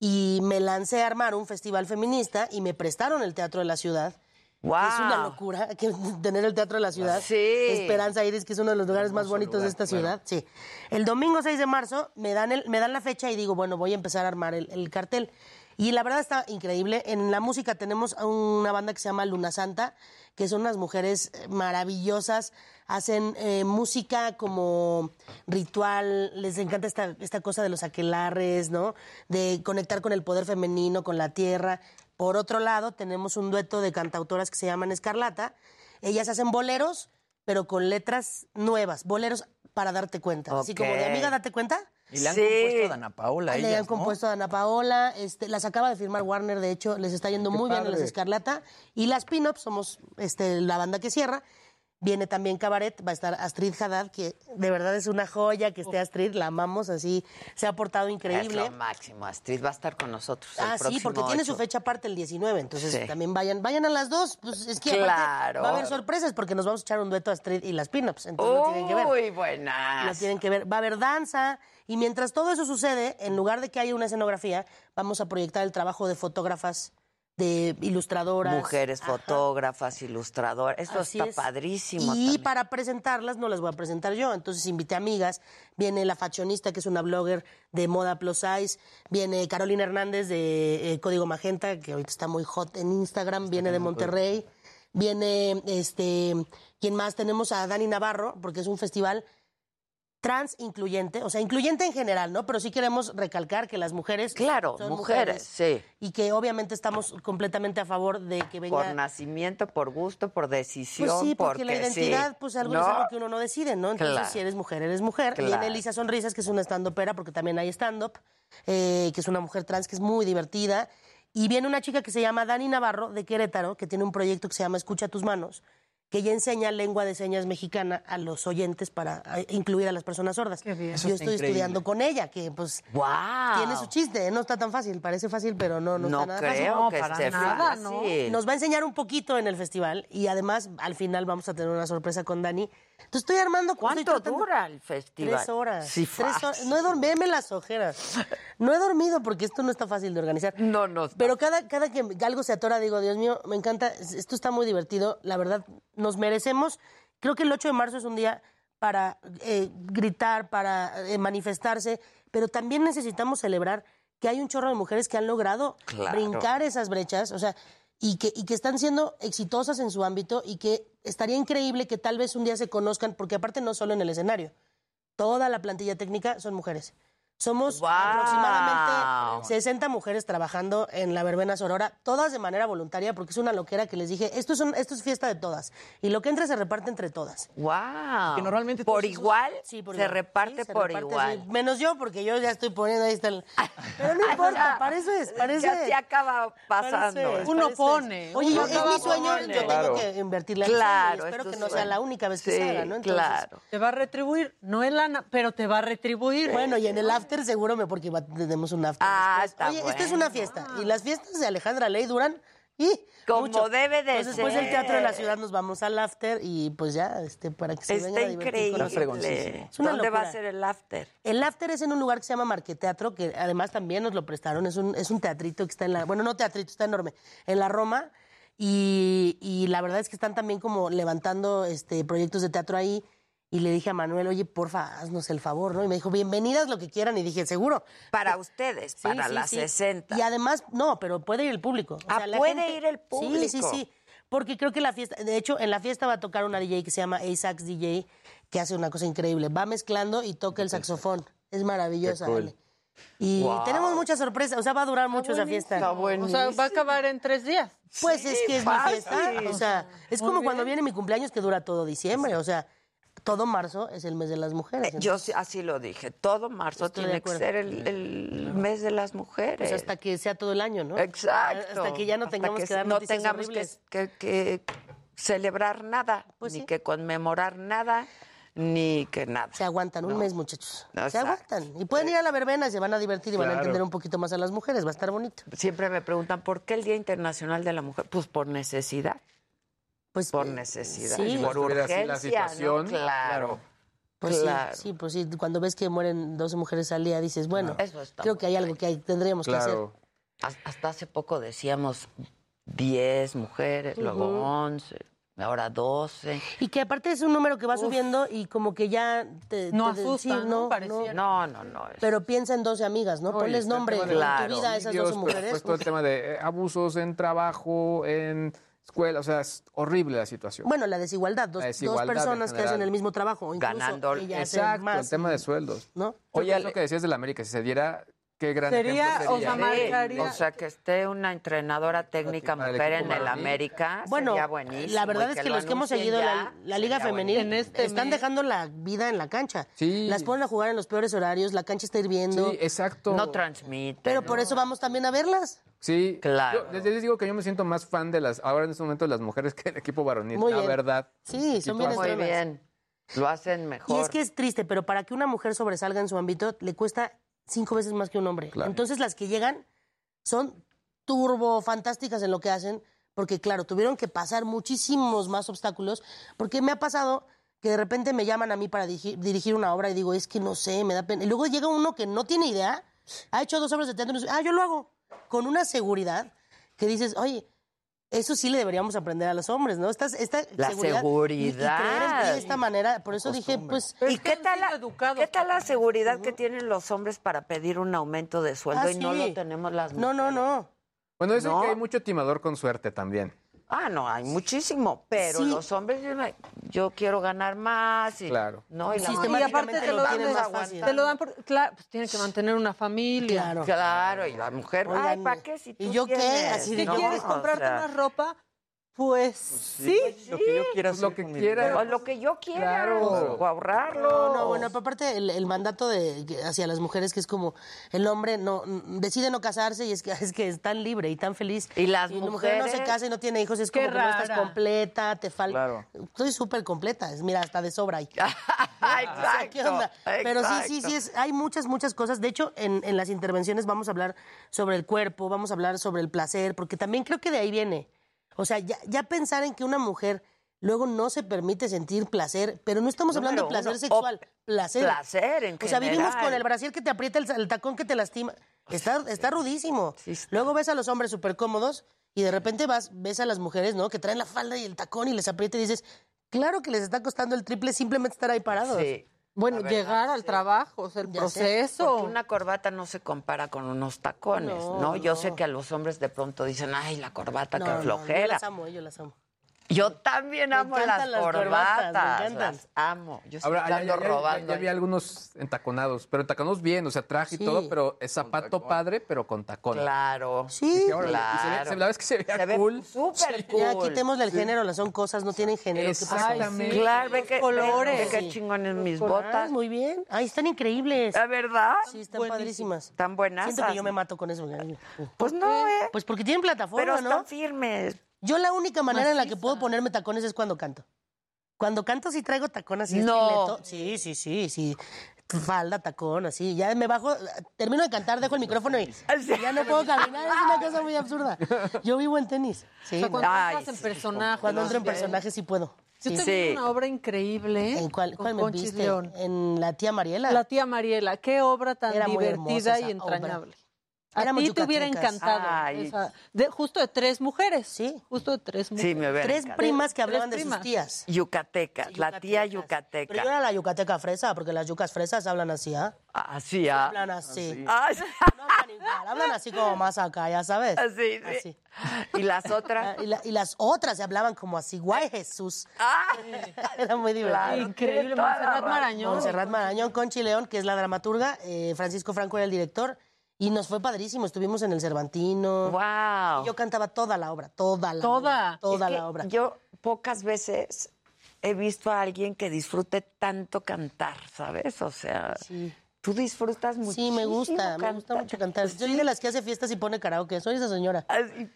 Y me lancé a armar un festival feminista y me prestaron el Teatro de la Ciudad. que Es una Guau. locura que tener el Teatro de la Ciudad. Sí. Esperanza Iris, que es uno de los lugares más Hermoso bonitos lugar, de esta claro. ciudad. Sí. El domingo 6 de marzo me dan, el, me dan la fecha y digo, bueno, voy a empezar a armar el, el cartel. Y la verdad está increíble. En la música tenemos a una banda que se llama Luna Santa, que son unas mujeres eh, maravillosas. Hacen eh, música como ritual, les encanta esta, esta cosa de los aquelarres, ¿no? De conectar con el poder femenino, con la tierra. Por otro lado, tenemos un dueto de cantautoras que se llaman Escarlata. Ellas hacen boleros, pero con letras nuevas, boleros para darte cuenta. Así como de Ok. amiga, date cuenta. Y le han compuesto a Dana Paola. Ah, Le ellas, han ¿no? compuesto a Ana Paola, este, las acaba de firmar Warner, de hecho, les está yendo Qué muy bien a las padre. Escarlata. Y las Pin-Ups, somos este, la banda que cierra. Viene también Cabaret, va a estar Astrid Haddad, que de verdad es una joya que esté Astrid, la amamos así, se ha portado Es increíble. lo máximo. Astrid va a estar con nosotros. el Ah, sí, próximo porque tiene su ocho. fecha aparte el 19, entonces Sí. también vayan, vayan a las dos. Pues es que aparte Claro. va a haber sorpresas porque nos vamos a echar un dueto a Astrid y las pin-ups, entonces lo pues tienen que ver. Uy, buenas. Lo tienen que ver. Va a haber danza. Y mientras todo eso sucede, en lugar de que haya una escenografía, vamos a proyectar el trabajo de fotógrafas, de ilustradoras. Mujeres fotógrafas, ilustradoras. Esto Así está es. padrísimo. Y para presentarlas no las voy a presentar yo, entonces invité amigas. Viene la fashionista, que es una blogger de moda plus size. Viene Carolina Hernández de eh, Código Magenta, que ahorita está muy hot en Instagram. viene de Monterrey. Viene, este, ¿quién más? Tenemos a Dani Navarro, porque es un festival trans incluyente, o sea, incluyente en general, ¿no? Pero sí queremos recalcar que las mujeres Claro, son mujeres, sí. y que obviamente estamos completamente a favor de que venga Por nacimiento, por gusto, por decisión. pues sí, porque, la sí. identidad, pues algo es No. algo que uno no decide, ¿no? Entonces, Claro. si eres mujer, eres mujer. Claro. Viene Elisa Sonrisas, que es una stand-upera, porque también hay stand-up, eh, que es una mujer trans que es muy divertida. Y viene una chica que se llama Dani Navarro, de Querétaro, que tiene un proyecto que se llama Escucha tus manos, que ella enseña lengua de señas mexicana a los oyentes para eh, incluir a las personas sordas. Eso Yo está estoy increíble. estudiando con ella, que pues ¡Guau! tiene su chiste, ¿eh? no está tan fácil, parece fácil, pero no, no, No está nada fácil. creo No, que para esté nada, fácil. ¿no? Nos va a enseñar un poquito en el festival y además al final vamos a tener una sorpresa con Dani. Entonces estoy armando... ¿Cuánto dura el festival? Tres horas. Sí, Tres fácil. horas. No he dormido, veme las ojeras. No he dormido porque esto no está fácil de organizar. No, no. Pero cada, cada que algo se atora digo, Dios mío, me encanta, esto está muy divertido, la verdad, nos merecemos. Creo que el 8 de marzo es un día para eh, gritar, para eh, manifestarse, pero también necesitamos celebrar que hay un chorro de mujeres que han logrado Claro. brincar esas brechas, o sea, y que, y que están siendo exitosas en su ámbito y que estaría increíble que tal vez un día se conozcan, porque aparte no solo en el escenario, toda la plantilla técnica son mujeres. Somos aproximadamente 60 mujeres trabajando en la verbena Sorora, todas de manera voluntaria, porque es una loquera que les dije, esto es, un- esto es fiesta de todas, y lo que entre se reparte entre todas. ¡Wow! Que normalmente ¿Por todos esos- igual? Sí, por se igual. reparte Sí, se por reparte, igual. sí. Menos yo, porque yo ya estoy poniendo ahí está el... Pero no importa, para eso es, para eso Ya es. se acaba pasando. Para eso es, Uno para eso pone, es. Oye, uno yo- es mi acaba sueño, poniendo. yo Claro. tengo que invertirle a mi Claro, sueño y espero es tu que no sea sueño. la única vez que Sí, se haga, ¿no? Entonces, claro. Te va a retribuir, no es lana, pero te va a retribuir. Bueno, y en el after seguro me porque va- tenemos un after. Ah, está Oye, esta es una fiesta. Y las fiestas de Alejandra Ley duran Como Mucho. debe de Entonces, después ser. del Teatro de la Ciudad nos vamos al after y pues ya, este, para que se Está vengan a divertir con increíble. nosotros. Es una ¿Dónde va a locura. ser el after? El after es en un lugar que se llama Marqueteatro, que además también nos lo prestaron. Es un, es un teatrito que está en la. Bueno, no teatrito, está enorme. En la Roma. Y, y la verdad es que están también como levantando este, proyectos de teatro ahí. Y le dije a Manuel, oye, porfa, haznos el favor, ¿no? Y me dijo, bienvenidas lo que quieran. Y dije, seguro. Para ustedes, para las 60. Y además, no, pero puede ir el público. O Ah, sea, la puede gente- ir el Sí, sí, público. sí. Porque creo que la fiesta, de hecho, en la fiesta va a tocar una DJ que se llama Asax DJ, que hace una cosa increíble. Va mezclando y toca el saxofón. Es maravillosa, Qué cool. Ale. Y Guau. tenemos muchas sorpresas, o sea, va a durar mucho esa fiesta. O sea, va a acabar en tres días. Pues es que es mi fiesta. O sea, es Muy como cuando bien. viene mi cumpleaños que dura todo diciembre. O sea, todo marzo es el mes de las mujeres. Eh, Yo sí- así lo dije, todo marzo Estoy de tiene que acuerdo. ser el, el mes de las mujeres. Pues hasta que sea todo el año, ¿no? Exacto. Hasta que ya no Hasta tengamos que, dar no noticias tengamos que- horribles. Pues que, que celebrar nada, ni que conmemorar nada, ni que nada. Se aguantan un mes, muchachos. Se aguantan. Y pueden ir a la verbena, se van a divertir y van a Claro. entender un poquito más a las mujeres. Va a estar bonito. Siempre me preguntan, ¿por qué el Día Internacional de la Mujer? Pues por necesidad. Pues por necesidad, sí. Si no por estuviera urgencia, así la ¿no? situación, Claro. Pues claro. sí, sí, pues sí. Cuando ves que mueren 12 mujeres al día, dices, bueno, creo que hay algo que hay- tendríamos que hacer. Has- Hasta hace poco decíamos 10 mujeres, Ujú. luego 11, ahora 12. Y que aparte es un número que va subiendo y como que ya te, No te- asusta, sí, ¿no? no, Pareciera. No, no, no. Pero piensa en 12 amigas, ¿no? No, y Ponles está el nombre tema en de tu vida a esas homicidios, 12 pero mujeres. pues, después pues, todo el tema de eh, abusos en trabajo, en escuela, o sea, es horrible la situación. Bueno, la desigualdad, dos, La dos desigualdad en personas que general. hacen el mismo trabajo, o incluso ganando que ya hacen exacto, el más. tema de sueldos. ¿No? Oye, lo que decías de la América, si se diera qué gran Sería, ejemplo o sea, sería. ¿eh? Sí, o sea, que esté una entrenadora técnica Para el mujer equipo en el varonil. América Bueno, sería buenísimo. la verdad y es que, los que hemos anuncien seguido la, ya, la liga sería femenil buenísimo. este están dejando la vida en la cancha. Las ponen a jugar en los peores horarios, la cancha está hirviendo. Sí, exacto. No transmite. Pero por eso vamos también a verlas. Sí, Claro. Yo les, les digo que yo me siento más fan de las, ahora en este momento, de las mujeres que el equipo varonil, Muy la bien. verdad. Sí, son tú bien has- Muy Extremas. bien. Lo hacen Y mejor. es que es triste, pero para que una mujer sobresalga en su ámbito le cuesta cinco veces más que un hombre. Claro. Entonces las que llegan son turbo fantásticas en lo que hacen, porque claro, tuvieron que pasar muchísimos más obstáculos, porque me ha pasado que de repente me llaman a mí para digi- dirigir una obra y digo, es que no sé, me da pena. Y luego llega uno que no tiene idea, ha hecho dos obras de teatro y dice, ah, yo lo hago, con una seguridad que dices, oye, eso sí le deberíamos aprender a los hombres, ¿no? Esta, esta La y- y creer en ti seguridad. de esta manera, por eso dije, pues... ¿Y qué tal, la, qué tal la seguridad que tienen los hombres para pedir un aumento de sueldo Ah, y no sí. lo tenemos las No, no, mujeres? no. Bueno, eso No. que hay mucho timador con suerte también. Ah, no, hay muchísimo, pero Sí. los hombres, yo, me- yo quiero ganar más. Y, Claro. No, y la mujer- y aparte te lo, dan, vamos a de- te lo dan por, claro, pues tiene que mantener una familia. Claro. Claro, y la mujer, Oigan, ay, ¿para qué si tú ¿y yo qué? tienes? Así de- No, ¿Quieres o comprarte sea, más ropa? Pues sí. Lo que yo quiera lo que quiera. O lo que yo quiera. Claro. O ahorrarlo. No, no, bueno, aparte el, el mandato de que- hacia las mujeres que es como el hombre no mm, decide no casarse y es que es que es tan libre y tan feliz. Y las la mujer no se mujeres? casa y no tiene hijos, es Qué como que no estás rara. completa, te falta. Claro. Estoy súper completa, es- mira, hasta de sobra hay. Exacto. O sea, ¿qué onda? Pero sí, sí, exacto. sí, es, hay muchas, muchas cosas. De hecho, en, en las intervenciones vamos a hablar sobre el cuerpo, vamos a hablar sobre el placer, porque también creo que de ahí viene. O sea, ya, ya pensar en que una mujer luego no se permite sentir placer, pero no estamos hablando de Número placer uno, sexual, o placer. placer en O sea, vivimos general. con el brasier que te aprieta, el, el tacón que te lastima. Está, está rudísimo. Luego ves a los hombres súper cómodos y de repente vas, ves a las mujeres, ¿no? Que traen la falda y el tacón y les aprieta y dices, claro que les está costando el triple simplemente estar ahí parados. Sí. Bueno, La llegar al trabajo, o sea, el Porque una corbata no se compara con unos tacones, ¿no? No, Yo sé que a los hombres de pronto dicen, ay, la corbata, qué yo flojera. las amo, eh, yo las amo. Yo también amo encantan las, las corbatas, corbatas, me encantan. las amo. Yo estoy Ahora, ya, andando ya- ya- robando. ya vi algunos entaconados, pero entaconados bien, o sea, traje y Sí. todo, pero es zapato padre, pero con tacón. Claro. Sí, claro. la verdad es que se vea cool. Súper cool. Ya quitémosle el Sí. género, las son cosas, no tienen género. ¿qué pasa? Exactamente. Claro, ve que, colores. ve qué Sí. chingones mis colores, botas. Muy bien. Ahí están increíbles. La verdad. Sí, están Buenísimo. padrísimas. Tan buenas. Ah, Siento que yo me mato con eso. Pues no, ¿eh? Pues porque tienen plataforma, Pero ¿no? están firmes. Yo la única manera en la que puedo ponerme tacones es cuando canto. Cuando canto sí traigo tacón así No. estileto. Sí, sí, sí, sí. falda, tacón, así. Ya me bajo, termino de cantar, dejo el micrófono y ya no puedo caminar. Es una cosa muy absurda. Yo vivo en tenis. Sí. O sea, cuando Ay, entras en personaje. Cuando entro en personaje sí puedo. Yo te vi una obra increíble. ¿En cuál, cuál me Conchis viste? León. En La tía Mariela. La tía Mariela, qué obra tan Era muy hermosa divertida esa y entrañable. obra. A Éramos ti te hubiera yucatecas. encantado. Ay. esa- de- justo de tres mujeres. Sí. Justo de tres mujeres. me hubiera Tres encantado. primas que hablaban de sus tías. Yucateca, la tía yucateca. Pero yo era la yucateca fresa, porque las yucas fresas hablan así, ¿ah? Así, Sí, ah. hablan así. Así. No hablan igual, hablan así como más acá, ya sabes. Ah, Así, sí. ¿Y las otras? Ah, Y, la- y las otras se hablaban como así, guay Jesús. Era muy divertido. Claro, Increíble, tiene toda la Montserrat razón. Marañón. Montserrat Marañón, Conchi León, que es la dramaturga, eh, Francisco Franco era el director. Y nos fue padrísimo, estuvimos en el Cervantino. ¡Wow! Yo cantaba toda la obra, toda la obra, Toda Es que la obra. Yo pocas veces he visto a alguien que disfrute tanto cantar, ¿sabes? O sea, tú disfrutas muchísimo. Sí, me gusta, me gusta mucho cantar. Yo soy de las que hace fiestas y pone karaoke, soy esa señora.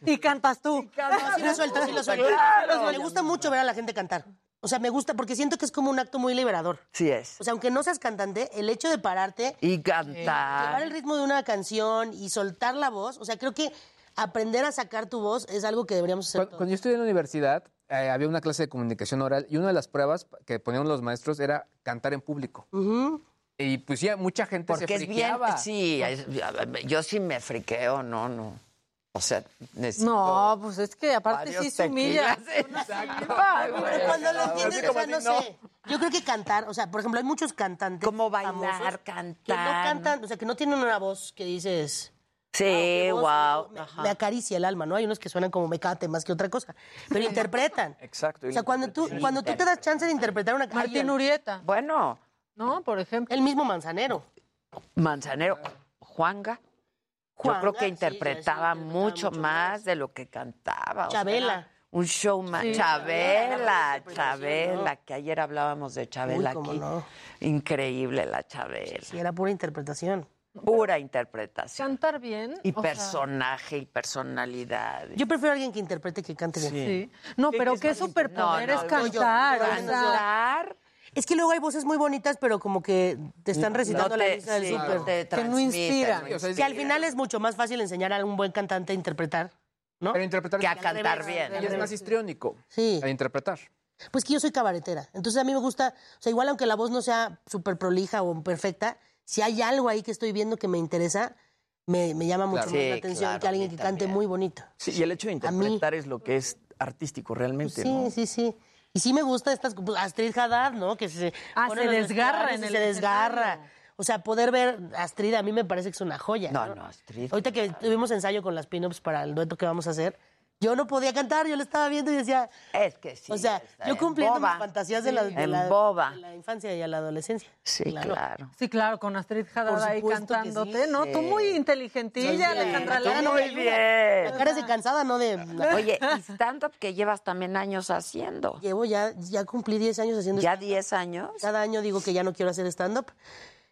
Y cantas tú. No, sí lo suelto, sí lo suelto. Pues Claro. Me gusta mucho ver a la gente cantar. O sea, me gusta porque siento que es como un acto muy liberador. Sí es. O sea, aunque no seas cantante, el hecho de pararte Y llevar el cantar. ritmo de una canción y soltar la voz, o sea, creo que aprender a sacar tu voz es algo que deberíamos hacer. Cuando yo estudié en la universidad, eh, había una clase de comunicación oral y una de las pruebas que ponían los maestros era cantar en público. Y pues ya mucha gente Porque se es bien, friqueaba. sí, es- yo sí me friqueo, no, no. O sea, necesito No, pues es que aparte sí varios se humilla. tequilas. Pero cuando lo entiendes, o sea, no no. sé. Yo creo que cantar, o sea, por ejemplo, hay muchos cantantes. Como bailar, cantar. Que no cantan, o sea, que no tienen una voz que dices. "Ah, Sí, wow. guau, Me, ajá. me acaricia el alma, ¿no? Hay unos que suenan como mecate más que otra cosa. Pero interpretan. Exacto. O sea, cuando tú, cuando tú te das chance de interpretar una Martín Urieta. Bueno. No, por ejemplo. El mismo Manzanero. Manzanero, Juanga. Juanga, yo creo sí, que interpretaba mucho más de lo que cantaba. o sea, Chabela. era un showman. Sí. Chabela, Chabela, Chabela, que ayer hablábamos de Chabela Uy, cómo aquí. no. Increíble la Chabela. Sí, era pura interpretación. Pura interpretación. Cantar bien. Y o sea, personaje y personalidad. Yo prefiero a alguien que interprete que cante bien. Sí. No, pero qué superpoder No, es no, cantar. yo- o sea, cantar. Es que luego hay voces muy bonitas, pero como que te están No recitando te- la lista del sí, súper. no te que no transmite, inspira. no inspira. Que al final es mucho más fácil enseñar a un buen cantante a interpretar. Pero interpretar Que a y al cantar revés, bien. Y es más histriónico. Sí. A interpretar. Pues que yo soy cabaretera. Entonces a mí me gusta, o sea, igual aunque la voz no sea súper prolija o perfecta, si hay algo ahí que estoy viendo que me interesa, me, me llama mucho Claro. más Sí, la atención claro, que a alguien mí que cante muy bonito. Sí, y el hecho de interpretar es lo que es artístico realmente, Sí, ¿no? sí, sí. Y sí me gusta estas, pues, Astrid Haddad, ¿no? Que se, Ah, pone se los desgarra vestuarios en y el se desgarra. O sea, poder ver Astrid a mí me parece que es una joya. No, no, Astrid. Ahorita que tuvimos ensayo con las pin-ups para el dueto que vamos a hacer, yo no podía cantar, yo le estaba viendo y decía... Es que sí. O sea, está yo en cumpliendo boba. mis fantasías de la, de En la- boba. de la infancia y a la adolescencia. Sí, claro. Sí, claro, con Astrid Haddad Por ahí supuesto que cantándote, sí. ¿no? Tú muy inteligentilla, Alejandra Tú Lara, no muy me ayudas. bien. La cara es de cansada, no de... Oye, y stand-up que llevas también años haciendo. Llevo ya, ya cumplí 10 años haciendo ¿Ya stand-up. 10 años? Cada año digo que ya no quiero hacer stand-up.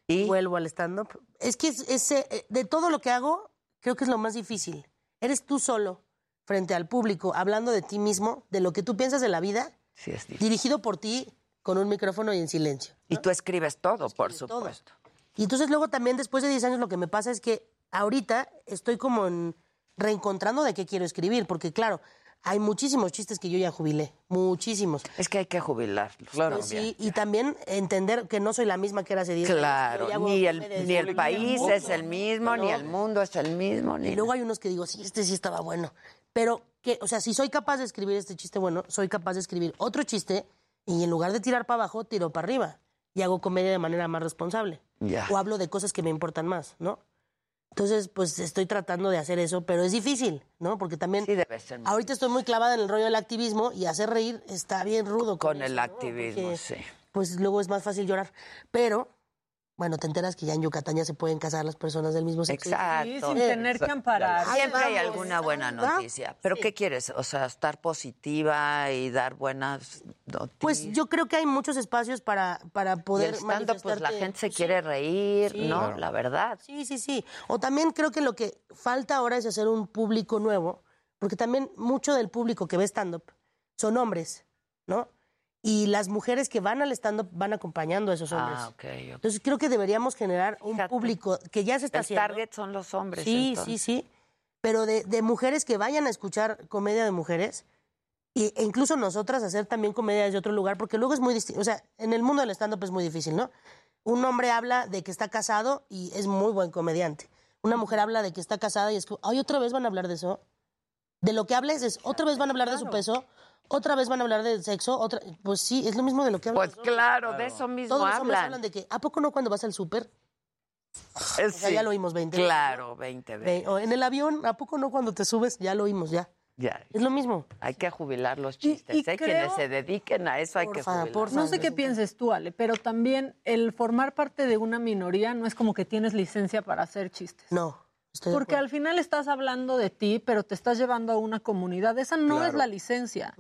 Y vuelvo al stand-up. Es que es- es, eh, de todo lo que hago, creo que es lo más difícil. Eres tú solo, frente al público, hablando de ti mismo, de lo que tú piensas de la vida, Sí, es difícil. dirigido por ti, con un micrófono y en silencio. Y tú escribes todo, por supuesto. Y entonces luego también después de 10 años lo que me pasa es que ahorita estoy como en- reencontrando de qué quiero escribir, porque claro, hay muchísimos chistes que yo ya jubilé, muchísimos. Es que hay que jubilarlos. Pues sí, y también entender que no soy la misma que era hace 10 años. Claro, Yo ya hago ni el, comedia ni el desde- país mundo, es el mismo, ni ¿no? el mundo es el mismo, ni... Y luego hay unos que digo, sí, este sí estaba bueno. Pero que, o sea, si soy capaz de escribir este chiste bueno, soy capaz de escribir otro chiste y en lugar de tirar para abajo, tiro para arriba. Y hago comedia de manera más responsable. Ya. O hablo de cosas que me importan más, ¿no? Entonces, pues estoy tratando de hacer eso, pero es difícil, ¿no? Porque también ahorita estoy muy clavada en el rollo del activismo y hacer reír está bien rudo. Con, el eso, ¿no? activismo, Porque, sí. Pues luego es más fácil llorar. Pero, bueno, te enteras que ya en Yucatán ya se pueden casar las personas del mismo sexo. Exacto. Eh, Siempre hay vamos, alguna buena ¿verdad? noticia. ¿Pero qué quieres? O sea, estar positiva y dar buenas noticias. Pues yo creo que hay muchos espacios para, para Y poder el stand-up, pues la manifestarte. gente se quiere reír, Sí. ¿no? Claro. La verdad. Sí, sí, sí. O también creo que lo que falta ahora es hacer un público nuevo, porque también mucho del público que ve stand-up son hombres, ¿no? y las mujeres que van al stand-up van acompañando a esos hombres. Ah, ok, ok. Entonces creo que deberíamos generar un público que ya pues, se está El haciendo. target son los hombres. Sí, sí, entonces. sí. Pero de, de mujeres que vayan a escuchar comedia de mujeres y- e incluso nosotras hacer también comedia desde otro lugar, porque luego es muy distinto. O sea, en el mundo del stand-up es muy difícil, ¿no? Un hombre habla de que está casado y es muy buen comediante. Una mujer habla de que está casada y es como, ay, otra vez van a hablar de eso. De lo que hables es, otra vez van a hablar de su peso, otra vez van a hablar de sexo, otra. Pues sí, es lo mismo de lo que hablan. Pues claro, de eso mismo Todos los hombres hablan. hablan de que, ¿a poco no cuando vas al súper? Eh, O sea, sí. ya lo oímos 20 veces, Claro, 20 veces. Ve- o "Oh, en el avión, ¿a poco no cuando te subes? Ya lo oímos, ya. Ya. Es lo mismo. Hay que jubilar los chistes. ¿eh? creo- Quienes se dediquen a eso hay que jubilar. no sé qué pienses tú, Ale, pero también el formar parte de una minoría no es como que tienes licencia para hacer chistes. No. estoy de Porque al final estás hablando de ti, pero te estás llevando a una comunidad. Esa no es Claro. la licencia.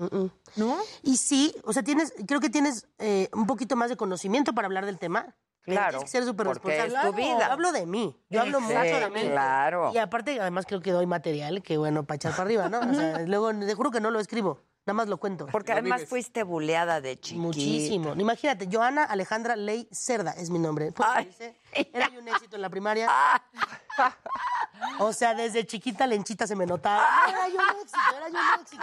¿No? Y sí, o sea, tienes, creo que tienes eh, un poquito más de conocimiento para hablar del tema. pero Claro, Tienes que ser súper porque es responsable. tu Claro. vida. Yo hablo de mí. Yo hablo mucho de mí. Exactamente, claro. Y aparte, además creo que doy material que, bueno, para echar para arriba, ¿no? O sea, luego, te juro que no lo escribo. Nada más lo cuento. Porque además fuiste buleada de chiquita. Muchísimo. Imagínate, Joana Alejandra Ley Cerda es mi nombre. Pues, dice, Era yo un éxito en la primaria. Ah. O sea, desde chiquita lenchita se me notaba. Era yo un éxito, era yo un éxito.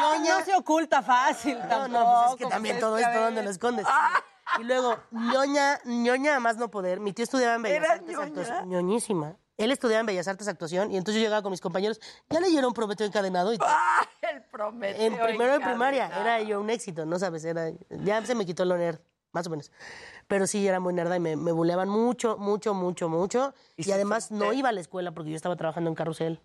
Ñoña. No se oculta fácil Ah. No, tampoco. no, pues es que también pues, todo es que, a esto, ver. ¿dónde lo escondes? Y luego, ñoña, ñoña a más no poder. Mi tío estudiaba en Bellas Artes actuación. ñoñísima. Él estudiaba en Bellas Artes actuación y entonces yo llegaba con mis compañeros, ya leyeron Prometeo encadenado y todo. El prometeo. En primero de encadenado. primaria era yo un éxito, no sabes, era ya se me quitó lo nerd, más o menos. Pero sí, era muy nerda y me, me buleaban mucho, mucho, mucho, mucho. Y, además no iba a la escuela porque yo estaba trabajando en carrusel.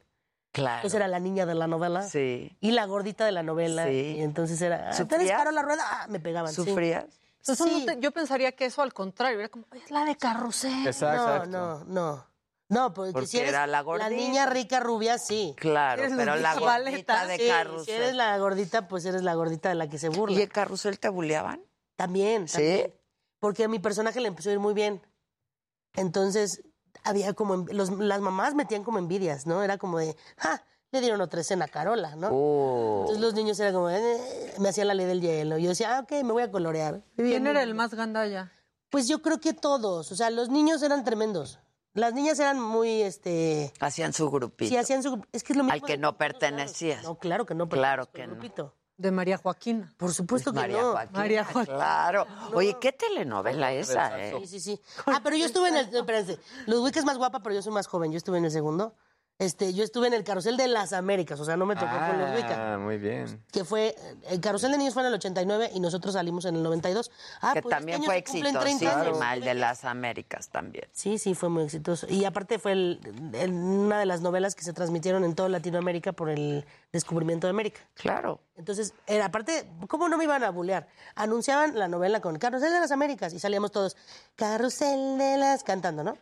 Claro. Entonces era la niña de la novela Sí. y la gordita de la novela. Sí. Y entonces era, "Ah, tú eres ¿Sufrías? Carola Rueda, ah, me pegaban. sí. ¿Sufrías? Entonces, Sí. no te- yo pensaría que eso al contrario, era como, es la de carrusel. No, no, no. No, porque, Porque si eres era la gordita. niña rica rubia, sí. Claro, Eres pero la lindísima. gordita de Sí, carrusel. Si eres la gordita, pues eres la gordita de la que se burla. ¿Y el carrusel te buleaban? También, ¿Sí? también. Porque a mi personaje le empezó a ir muy bien. Entonces, había como. env- los- las mamás metían como envidias, ¿no? Era como de. ¡Ja! Le dieron otra escena a Carola, ¿no? Oh. Oh, Entonces los niños eran como. "Eh", me hacían la ley del hielo. Yo decía, ah, ok, me voy a colorear. ¿Quién era el más gandalla? Pues yo creo que todos. O sea, los niños eran tremendos. Las niñas eran muy, este. Hacían su grupito. Sí, hacían su. Es que es lo mismo. Al que no pertenecías. No, claro que no. Claro que no. grupito. De María Joaquina. Por supuesto que María no. Joaquina. María Joaquina. Claro. Oye, ¿qué telenovela esa, eh? Sí, sí, sí. Ah, pero yo estuve en el. no, Espérense. Ludwig es más guapa, pero yo soy más joven. Yo estuve en el segundo. Este, yo estuve en el carrusel de las Américas, o sea, no me tocó con Ludwig. Ah, muy bien. Que fue. El carrusel de niños fue en el 89 y nosotros salimos en el 92. Ah, que pues este también año fue se cumplen 30 años. exitosísima, el de las Américas también. Sí, sí, fue muy exitoso. Y aparte fue el- el- una de las novelas que se transmitieron en toda Latinoamérica por el descubrimiento de América. Claro. Entonces, era, aparte, ¿cómo no me iban a bulear? Anunciaban la novela con Carrusel de las Américas y salíamos todos, Carrusel de las, cantando, ¿no?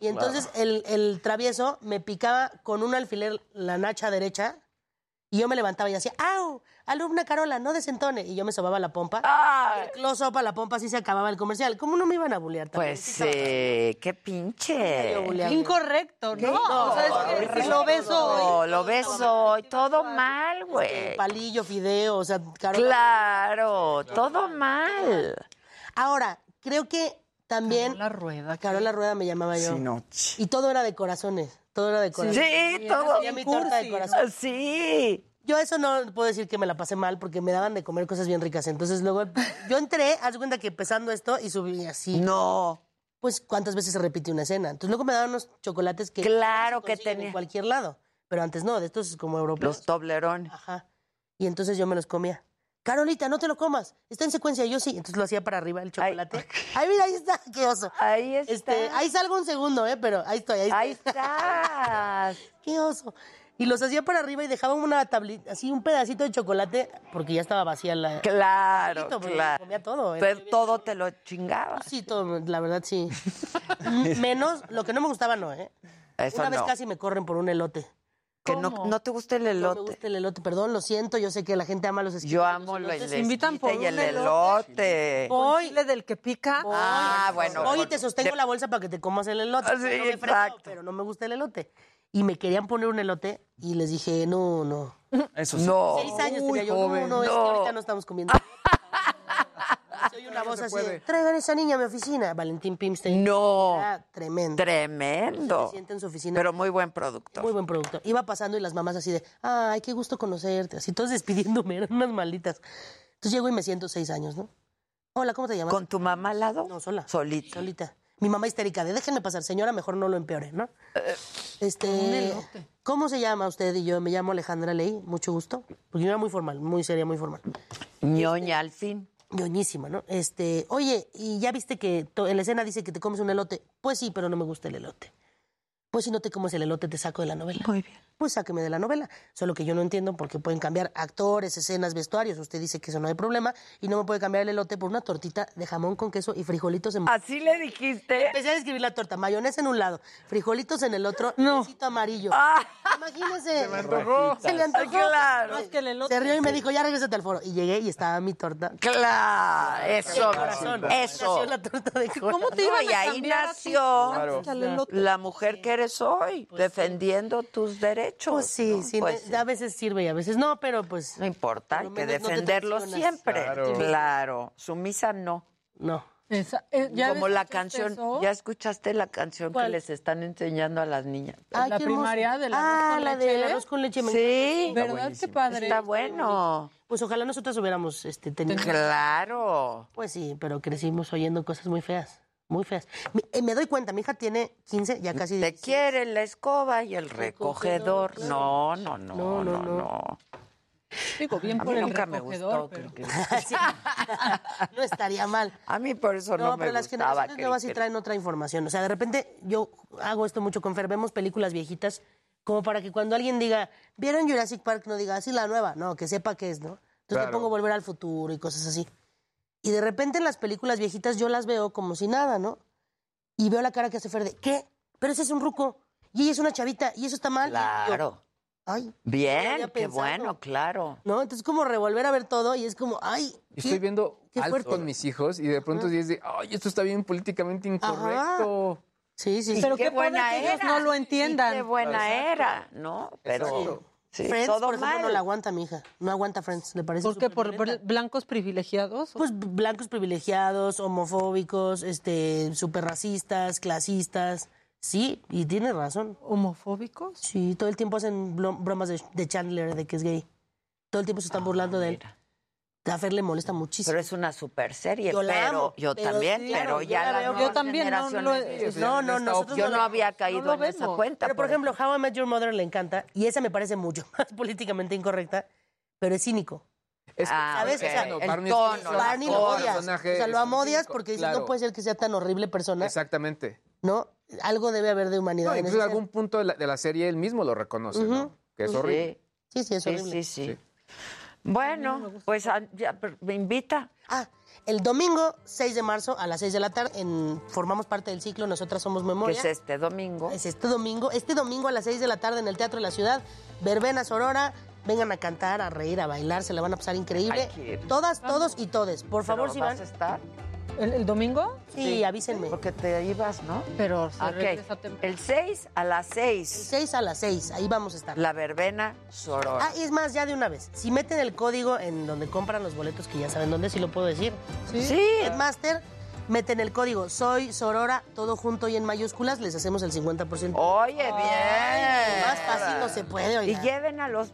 Y entonces el, el travieso me picaba con un alfiler la nacha derecha y yo me levantaba y hacía, ¡au! Alumna Carola, no desentone. Y yo me sobaba la pompa. Y El close-up a la pompa así se acababa el comercial. ¿Cómo no me iban a bulear? también? Pues sí, qué pinche. Incorrecto, ¿no? No, o sea, es que si lo ves hoy. No, lo ves hoy, todo mal, güey. Palillo, fideo, o sea, Carola. Claro, todo mal. Ahora, creo que también. Carola Rueda. Carola Rueda me llamaba yo. Sí, no, Y todo era de corazones. Todo era de corazones. Sí, Y todo. hacía mi torta de corazón. Sí. Yo eso no puedo decir que me la pasé mal porque me daban de comer cosas bien ricas. Entonces luego yo entré, haz de cuenta que empezando esto y subí así. No. Pues cuántas veces se repite una escena. Entonces luego me daban unos chocolates que Claro se que consiguen tenía. en cualquier lado. Pero antes no, de estos como europeos. Los toblerones. Ajá. Y entonces yo me los comía. Carolita, no te lo comas. Está en secuencia. Yo sí. Entonces lo hacía para arriba el chocolate. Ay, mira, ahí está. Qué oso. Ahí está. Este, ahí salgo un segundo, ¿eh? Pero ahí estoy. Ahí, Ahí estoy. estás. Qué oso. Y los hacía para arriba y dejaba una tablita, así un pedacito de chocolate, porque ya estaba vacía la. Claro, Poquito, porque claro. Comía todo. era Pero muy bien. todo te lo chingabas. Sí, todo, la verdad sí. M- Menos, lo que no me gustaba no, ¿eh? Eso una vez no. casi me corren por un elote. Que no, no te gusta el No me elote. gusta el elote, perdón, lo siento, yo sé que la gente ama los esquites. Yo amo el elotes. el Se invitan esquite por y el un elote. Hoy, del que pica. Ah, bueno. Oye, por- te sostengo la bolsa para que te comas el elote. Ah, O sea, sí, no me frenó, exacto. pero no me gusta el elote. Y me querían poner un elote y les dije, no, no. No. Seis años Uy, tenía yo, joven, no, no, es que no. ahorita no estamos comiendo. la voz así de, traigan a esa niña a mi oficina, Valentín Pimstein. No. Era tremendo. Tremendo. Se sienta en su oficina. Pero muy buen producto. Muy buen producto. Iba pasando y las mamás así de, ay, qué gusto conocerte. Así todos despidiéndome, eran unas malditas. Entonces llego y me siento seis años, ¿no? Hola, ¿cómo te llamas? ¿Con tu mamá al lado? No, sola. Solita. Solita. Mi mamá histérica, de déjenme pasar, señora, mejor no lo empeore, ¿no? Eh, un Este, elote. ¿Cómo se llama usted y yo? Me llamo Alejandra Ley, mucho gusto. Porque yo era muy formal, muy seria, muy formal. Ñoña al fin. Ñoñísima, ¿no? Este, oye, ¿y ya viste que to- en la escena dice que te comes un elote? Pues sí, pero no me gusta el elote. Pues si no te comes el elote, te saco de la novela. Muy bien. Pues sáqueme de la novela. Solo que yo no entiendo por qué pueden cambiar actores, escenas, vestuarios. Usted dice que eso no hay problema y no me puede cambiar el elote por una tortita de jamón con queso y frijolitos en... ¿Así le dijiste? Empecé a describir la torta. Mayonesa en un lado, frijolitos en el otro, quesito amarillo. Ah. Imagínese. Se antojó. le antojó. Claro. Más que el elote. Se rió y me dijo, ya regresate al foro. Y llegué y estaba mi torta. Claro, eso, Corazón. eso. Nació la torta de corazón. ¿Cómo te No, iban y a ahí cambiar a ti? nació Claro. la mujer que eres hoy, defendiendo tus derechos. Pues sí, ¿no? sí, Pues ne- a veces sirve y a veces no, pero pues... No importa, hay lo que menos no te defenderlo traicionas. siempre. Claro. Claro. sumisa no. No. Esa- eh, ¿ya Como ves la mucho canción, eso? ¿ya escuchaste la canción que ¿Cuál? les están enseñando a las niñas? Ay, la qué hermoso. primaria del Ah, arroz con la leche. del arroz con leche. me Sí. encanta. ¿Verdad? Qué padre. Está bueno. Pues ojalá nosotros hubiéramos este, tenido... Claro. Pues sí, pero crecimos oyendo cosas muy feas, muy feas. Mi- eh, me doy cuenta, mi hija tiene 15, ya casi... Te 16. quiere la escoba y el recogedor. No, no, no, no, No, no, no. no. Digo, bien A por mí el nunca me recogedor, gustó. pero- que- No estaría mal. A mí por eso no, No, me pero las gustaba. generaciones nuevas sí que- traen otra información. O sea, de repente yo hago esto mucho con Fer, vemos películas viejitas como para que cuando alguien diga, ¿vieron Jurassic Park? No diga, así la nueva. No, que sepa qué es, ¿no? Entonces le Claro. pongo Volver al Futuro y cosas así. Y de repente en las películas viejitas yo las veo como si nada, ¿no? Y veo la cara que hace Fer de, ¿qué? Pero ese es un ruco. Y ella es una chavita. Y eso está mal. Y yo, Claro. Ay. no lo Bien, había qué pensado. bueno, claro. ¿No? Entonces como revolver a ver todo y es como, ay. Y ¿qué? estoy viendo qué Alf fuerte. con mis hijos y de pronto sí es de, ay, esto está bien políticamente Ajá. incorrecto. Sí, sí, sí. Pero qué qué, buena buena que ellos era. no lo Qué entiendan. buena era, ¿no? Pero sí, Friends, todo por ejemplo, mal. no la aguanta mi hija. No aguanta Friends, le parece. ¿Por qué? superviolenta. ¿Por, por blancos privilegiados? Pues blancos privilegiados, homofóbicos, este, super racistas, clasistas. Sí, y tiene razón. ¿Homofóbicos? Sí, todo el tiempo hacen blo- bromas de, de Chandler de que es gay. Todo el tiempo se están burlando de él. A Fer le molesta muchísimo. Ah, Pero es una super serie, Yo la pero amo, yo pero también, sí, pero claro, yo ya la las veo. Yo nuevas también no, no lo- generaciones- sí, no, sí, no, está nosotros yo no no la- había caído lo en esa vemos. cuenta. pues. Pero, por ejemplo, How I Met Your Mother le encanta y esa me parece mucho más políticamente incorrecta, pero es cínico. Es- Ah, ¿sabes? ok. O sea, el Barney tono, es- la Barney lo todo cosa. el odias. O personaje sea, lo es- amodias porque dices, claro. no pues, puede ser que sea tan horrible persona, Exactamente. ¿no? Algo debe haber de humanidad No, en incluso ese en algún punto de la, de la serie él mismo lo reconoce, ¿no? Que es horrible. ser. Sí, sí, es Sí, horrible. sí, sí, sí. Bueno, pues ah, ya, pero me invita. Ah, el domingo 6 de marzo a las 6 de la tarde en- formamos parte del ciclo Nosotras Somos que Memoria. es este domingo. Es este domingo, este domingo a las 6 de la tarde en el Teatro de la Ciudad, Verbena Sorora. Vengan a cantar, a reír, a bailar, se la van a pasar increíble. Hay que ir. Todas, todos y todes. Por favor, Pero si vas van. a estar, ¿El, el domingo? Sí, avísenme. porque te ibas, ¿no? Pero se Ok. regresa temprano. El 6 a las 6, 6 a las 6, ahí vamos a estar. la verbena sorora. Ah, y es más, ya de una vez. Si meten el código en donde compran los boletos, que ya saben dónde, si lo puedo decir. sí, Ticketmaster, meten el código Soy Sorora, todo junto y en mayúsculas, les hacemos el 50%. Oye, bien. Ay, más fácil no se puede, Y oiga. lleven a los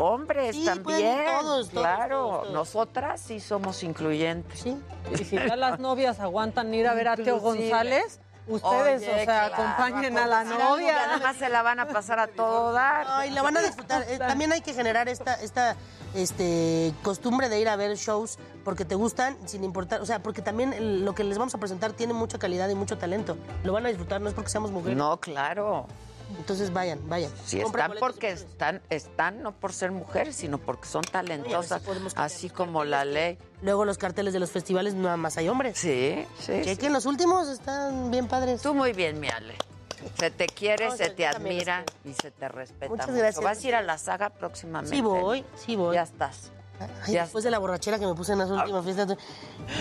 hombres Sí, pueden también. ir todos, todos, claro, todos, todos. nosotras sí somos incluyentes. Sí. Y si ya las novias aguantan ir a ver a Teo Inclusive. González, ustedes, Oye, o sea, claro, acompañen a la acompañen. Y novia. Además se la van a pasar a todo dar. Ay, la van a disfrutar. Eh, También hay que generar esta, esta este, costumbre de ir a ver shows porque te gustan, sin importar. O sea, porque también el- lo que les vamos a presentar tiene mucha calidad y mucho talento. Lo van a disfrutar, no es porque seamos mujeres. No, claro. Entonces vayan, vayan. Si Compren están boletos porque ustedes. están, están no por ser mujeres, sino porque son talentosas, si podemos cambiar así los como la ley. Luego los carteles de los festivales nada más hay hombres. Sí, sí. sí. Chequen, los últimos están bien padres. Tú muy bien, mi Ale. Se te quiere, No, se yo te también los admira y se te respeta. Muchas mucho. gracias. Vas a ir a la saga próximamente. Sí voy, sí voy. Ya estás. Ay, ya Ah. después de la borrachera que me puse en las últimas fiestas.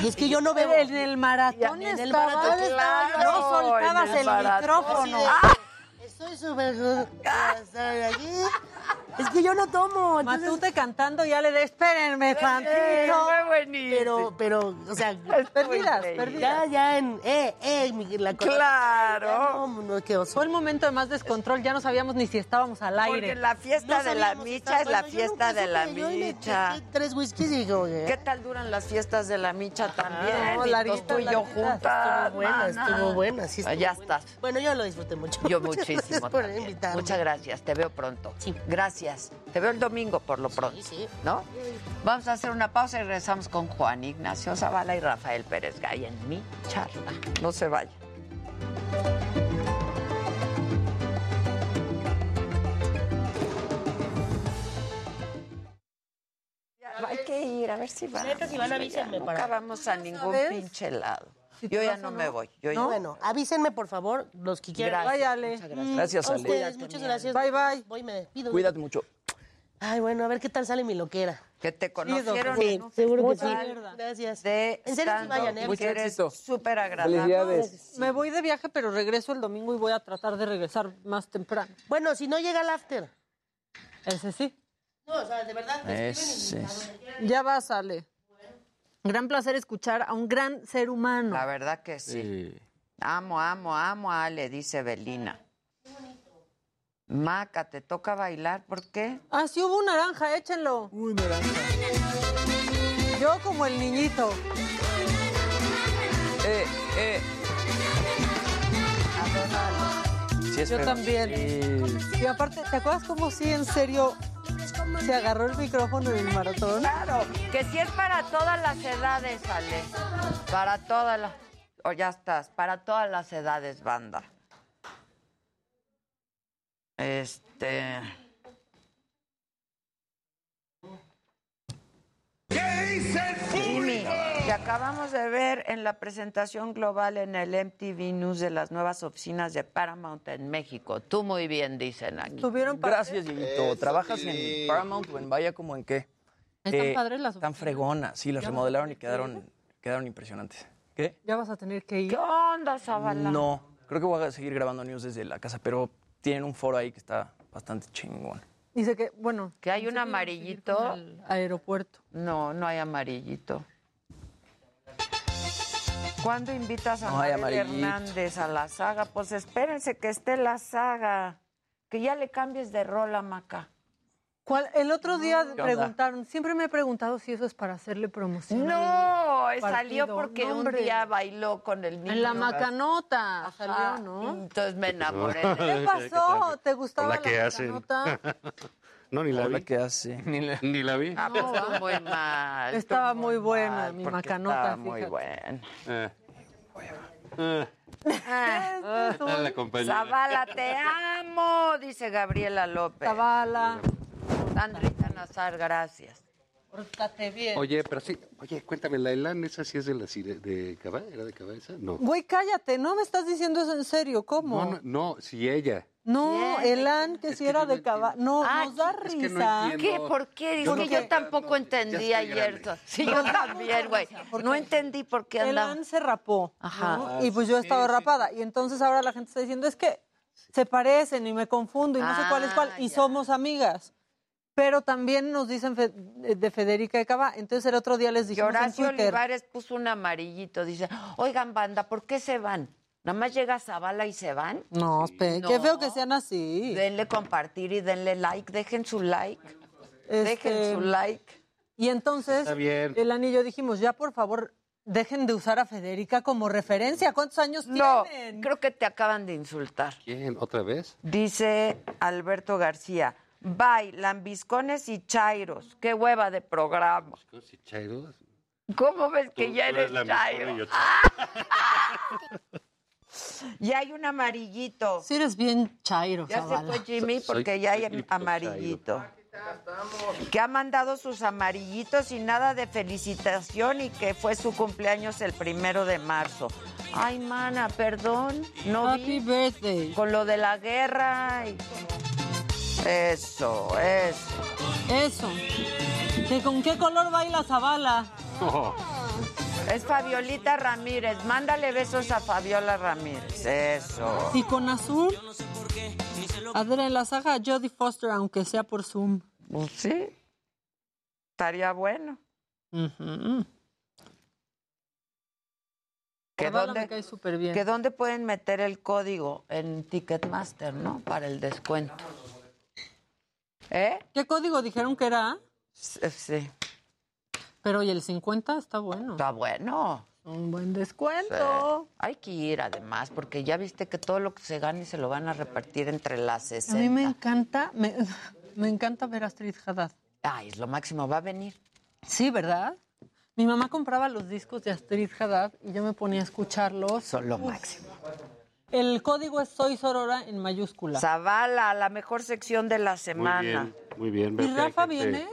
Y es que yo no bebo. En el maratón En el estaba- maratón, estaba- claro, no soltabas en el el, maratón. micrófono. Así de- Ah. Estoy súper estoy aquí. Es que yo no tomo. entonces- Matute cantando, ya le de, espérenme tantito. buenísimo. Pero, pero, o sea, perdidas, perdidas. Ya, ya en, eh, eh, mi- la cosa- Claro. Ya, No, no, qué oso. Fue el momento de más descontrol, ya no sabíamos ni si estábamos al aire. Porque la fiesta de la micha es la fiesta de la micha. Tres whiskies y como que... ¿Qué ¿Qué tal duran las fiestas de la micha también? no, Entonces, Larita, tú y yo Larita, juntas. estuvo buena, mana. estuvo buena, sí estuvo Allá buena. estás. Bueno, yo lo disfruté mucho. Yo Muchas muchísimo. Gracias por también. invitarme. Muchas gracias, te veo pronto. Gracias. Te veo el domingo por lo pronto. ¿No? Vamos a hacer una pausa y regresamos con Juan Ignacio Zavala y Rafael Pérez Gay en mi charla. No se vaya. Hay que ir, a ver si van. Neta, si van, avísenme Nunca para- vamos a ningún ¿Sabes? pinche lado. Yo ya no me voy. Yo ya- No, bueno, avísenme, por favor, los que quieran. Gracias. Bye, Ale. Muchas gracias. Mm, Gracias, a Ale. ustedes, Cuídate, muchas mi gracias. Bye, bye. Voy, me despido. Cuídate mucho. Ay, bueno, a ver qué tal sale mi loquera. Que te conocieron Sí, en un seguro que sí. festival Gracias. De En serio, sí stand-up, vayan, ¿eh? que Mucho eres éxito. Súper agradable. Me voy de viaje, pero regreso el domingo y voy a tratar de regresar más temprano. Bueno, si no llega el after. Ese sí. No, o sea, de verdad. Ese es. Ya va, sale. Gran placer escuchar a un gran ser humano. La verdad que sí. Amo, amo, amo a Ale, dice Belina. Maca, te toca bailar, ¿por qué? Ah, sí hubo un naranja, échenlo. Un naranja. Yo como el niñito. Eh, eh. Sí, es Yo feo. también. Sí. Y aparte, ¿te acuerdas cómo sí, en serio, se agarró el micrófono en el maratón? Claro, que si es para todas las edades, Ale. Para todas las... O ya estás, para todas las edades, banda. Este... Jimmy, te acabamos de ver en la presentación global en el MTV News de las nuevas oficinas de Paramount en México. Tú muy bien, dicen aquí. Tuvieron Gracias, Dieguito. ¿Trabajas en Paramount o en Vaya como en qué? Eh, Están padres las Están oficinas. fregonas. Sí, las Ya remodelaron y vas a quedaron, quedaron impresionantes. ¿Qué? Ya vas a tener que ir. ¿Qué onda, Zavala? No, creo que voy a seguir grabando news desde la casa, pero tienen un foro ahí que está bastante chingón. Dice que, bueno. ¿Que hay pensé un que iba a seguir amarillito? con el aeropuerto. No, no hay amarillito. ¿Cuándo invitas a No hay Mabel amarillito. Hernández a la saga? Pues espérense que esté la saga. Que ya le cambies de rol a Maca. ¿Cuál? El otro día Mm, onda? preguntaron, siempre me he preguntado si eso es para hacerle promoción. No, eh, al salió partido. porque No, un hombre. día bailó con el niño. En la macanota Ah, salió, ¿no? Entonces Pues me enamoré. ¿Qué pasó? ¿Te gustaba Hola, la, ¿qué hacen? macanota? no, ni la Hola, vi. ¿qué hace? Ni la, vi. Ah, pues, estuvo muy mal. Estaba estuvo muy buena mal, mi porque macanota, Estaba muy fíjate. buena. Eh. Eh, Ah, a la compañera. Zavala, te amo, dice Gabriela López. Zavala, Sandrita Nazar, gracias. pórtate bien. Oye, pero sí, oye, cuéntame, la Elan, ¿esa sí es de la sire- de Cabá? ¿Era de Cabá esa? No. Güey, cállate, no me estás diciendo eso en serio, ¿cómo? No, no, no, si ella. No, Elan, que si era de cava. No, nos da Ah, que no risa. entiendo. ¿Qué? ¿Por qué? Yo Digo no que yo entiendo, tampoco entendí estoy ayer. grande. Sí, yo también, güey. No entendí por qué andaba. Elan se rapó. Ajá. Ah, ¿no? Y pues yo he estado rapada. Y entonces ahora la gente está diciendo, es que se parecen y me confundo y no sé cuál Ah, es cuál. Y somos amigas. Pero también nos dicen fe- de Federica de Cava. Entonces el otro día les Y dijimos en Horacio Twitter. Olivares puso un amarillito. Dice, oigan, banda, ¿por qué se van? ¿Nada más llega Zavala y se van? No, espe- qué No. feo que sean así. Denle compartir y denle like. Dejen su like. Este, Dejen su like. Y entonces, Está bien. el anillo dijimos, ya por favor, dejen de usar a Federica como referencia. ¿Cuántos años No, tienen? creo que te acaban de insultar. ¿Quién? ¿Otra vez? Dice Alberto García, bye, lambiscones y chairos, qué hueva de programa. ¿Con si Chairo? ¿Cómo ves que Tú- ya tú eres eres lambiscón y chairo? yo Y hay un amarillito. Si eres bien chairo, Ya se Zavala. fue Jimmy Soy- porque ya soy hay cripto amarillito. Que ha mandado sus amarillitos y nada de felicitación y que fue su cumpleaños el primero de marzo. Ay, mana, perdón. No Happy vi. birthday. Con lo de la guerra. y- Eso, eso. Eso. ¿Que ¿Con qué color baila Zavala? Es Fabiolita Ramírez. Mándale besos a Fabiola Ramírez. Eso. Y con azul. Adela en la saga Jodie Foster, aunque sea por Zoom. Pues sí. Estaría bueno. Ujú. ¿Que Zavala dónde, me cae súper bien. que dónde pueden meter el código en Ticketmaster, ¿no? Para el descuento. ¿Eh? ¿Qué código dijeron que era? Sí. Pero y el 50 está bueno. Está bueno. Un buen descuento. Sí. Hay que ir además, porque ya viste que todo lo que se gane se lo van a repartir entre las 60. A mí me encanta, me, me encanta ver a Astrid Haddad. Ay, es lo máximo, va a venir. Sí, ¿verdad? Mi mamá compraba los discos de Astrid Haddad y yo me ponía a escucharlos. Son lo máximo. El código es Soy Sorora en mayúscula. Zavala, la mejor sección de la semana. Muy bien, muy bien. ¿Y Rafa viene?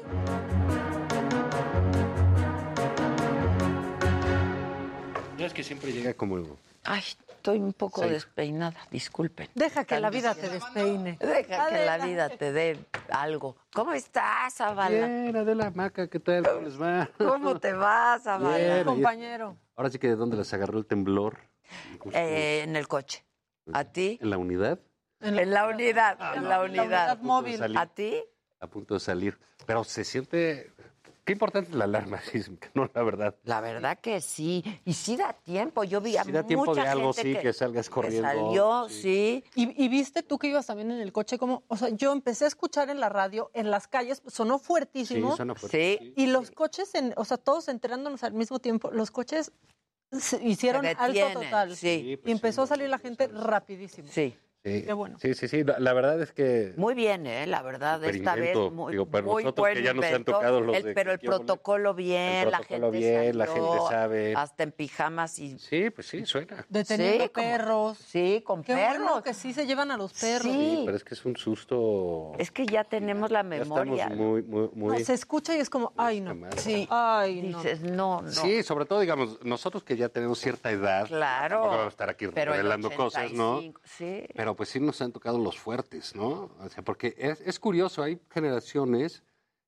No es que siempre llega como... Ay, estoy un poco Sí. despeinada, disculpen. Deja que la vida te despeine. Deja que la Adela. vida te dé algo. ¿Cómo estás, Zavala? Bien, Adela Maca, ¿qué tal? ¿Cómo les va? ¿Cómo te vas, Zavala? Bien, ayer- Compañero. Ahora sí que de dónde les agarró el temblor. Pues, Eh, en el coche. ¿A ti? En la unidad, En la unidad, en la unidad. móvil. Salí. ¿A ti? a punto de salir. Pero se siente... Qué importante es la alarma sísmica, no, la verdad. La verdad que sí. Y sí da tiempo. Yo vi a Si da tiempo mucha de algo, gente sí, que, que salgas corriendo. salió, sí. Y, y viste tú que ibas también en el coche, como, o sea, yo empecé a escuchar en la radio, en las calles, pues, sonó fuertísimo. Sí, suena fuerte, Sí. Y los coches, en, o sea, todos enterándonos al mismo tiempo, los coches se hicieron Se alto detienen, total. sí. pues Sí, y empezó a salir la gente rapidísimo. Sí. Sí, Qué bueno. sí, sí, sí, La, la verdad es que... Muy bien, ¿eh? La verdad, Súper esta invento. vez muy, Digo, para muy nosotros buen que ya nos han invento. tocado los El- de pero el que- que- protocolo bien, El la protocolo gente bien, la salió, gente sabe. Hasta en pijamas y... Sí, pues sí, suena. Deteniendo Sí, como- perros. Sí, con Qué perros. bueno que sí se llevan a los perros. Sí. Pero es que es un susto... Es que ya tenemos la Ya estamos memoria. muy, muy, No, muy... se escucha y es como, ay no. mal. Sí. Ay no. Dices, no, no. Sí, sobre todo, digamos, nosotros que ya tenemos cierta edad, Claro. tampoco vamos a estar aquí Pero el revelando cosas, ¿no? 85, Sí. Pero pues sí nos han tocado los fuertes, ¿no? O sea, porque es, es curioso, hay generaciones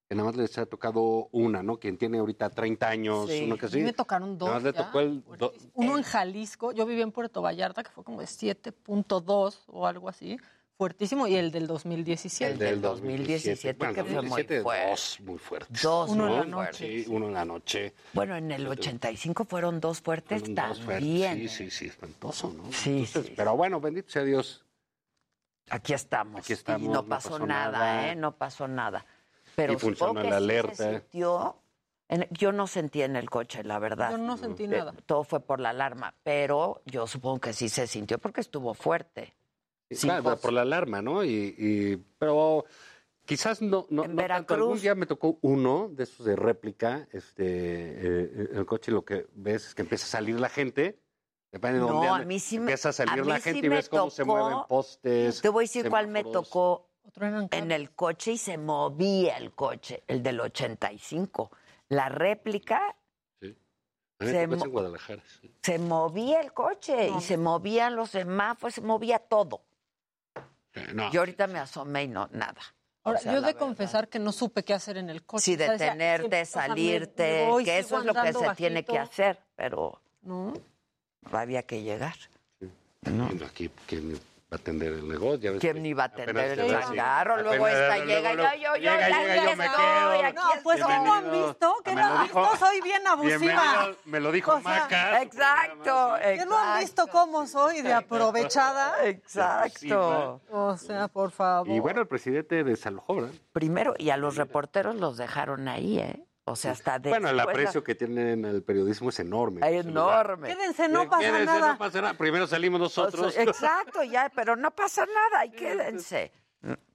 que nada más les ha tocado una, ¿no? Quien tiene ahorita 30 años, Sí. uno que A mí sí. me tocaron dos. Nada más le ya, tocó el do- fuertísimo. Uno en Jalisco, yo viví en Puerto Vallarta, que fue como de 7.2 o algo así, fuertísimo, y el del 2017. El del 2017, Bueno, que fue muy 2017, fuerte. Dos muy fuertes. Dos Uno en ¿no? la noche. Sí, uno en la noche. Bueno, en el 85 fueron dos fuertes Fueron dos también. fuertes. Sí, sí, sí, espantoso, ¿no? Sí, sí, Pero bueno, bendito sea Dios, Aquí estamos. Aquí estamos, Y no pasó, nada, ¿eh? No pasó nada. Pero Y funcionó supongo que la sí se alerta. sintió- en- yo no sentí en el coche, la verdad. Yo no sentí Eh, nada. Todo fue por la alarma, pero yo supongo que sí se sintió porque estuvo fuerte. Sí, Sin claro, voz. por la alarma, ¿no? Y, y- pero quizás no, no, En no tanto. Veracruz. Algún día me tocó uno de esos de réplica, este, eh, el coche lo que ves es que empieza a salir la gente. Depende de No, dónde a ande, mí sí me- empieza a a salir mí la sí gente y me ves cómo se tocó- mueven postes. Te voy a decir cuál me semáforos. tocó Otro eran en el coche y se movía el coche, el del 85. La réplica A mí me tocó se ese mo- en Guadalajara. sí. se movía el coche y se movían los semáforos, se movía todo. Eh, no. Yo ahorita me asomé y no, nada. O Ahora, sea, yo la de verdad. confesar que no supe qué hacer en el coche. Sí, O sea, decía, detenerte, sí, o sea, me- salirte, me voy, que sigo eso es lo que se andando tiene que bajito. hacer, pero ¿No? había que llegar. Y Aquí, ¿quién iba a atender el negocio? Ya ves ¿Quién que iba a apenas atender te el vas y- changarro? Luego apenas- esta luego, llega, luego, yo, yo, yo, llega, ya llega, yo me estoy, quedo. aquí No, pues estoy. ¿cómo han visto? ¿Qué no Me lo han dijo- visto? Soy bien abusiva. Bienvenido, me lo dijo O sea, Maca. su Exacto, programa, sí. exacto. ¿Qué no han visto cómo soy de aprovechada? Exacto. O sea, por favor. Y bueno, el presidente desalojó, ¿verdad? Primero, y a los reporteros los dejaron ahí, ¿eh? O sea, hasta de. Bueno, el aprecio que tienen al periodismo es enorme. en su lugar. Enorme. Quédense, no Eh, pasa quédense, nada. no pasa nada. Primero salimos O nosotros. sea, exacto, ya, pero no pasa nada, ahí quédense.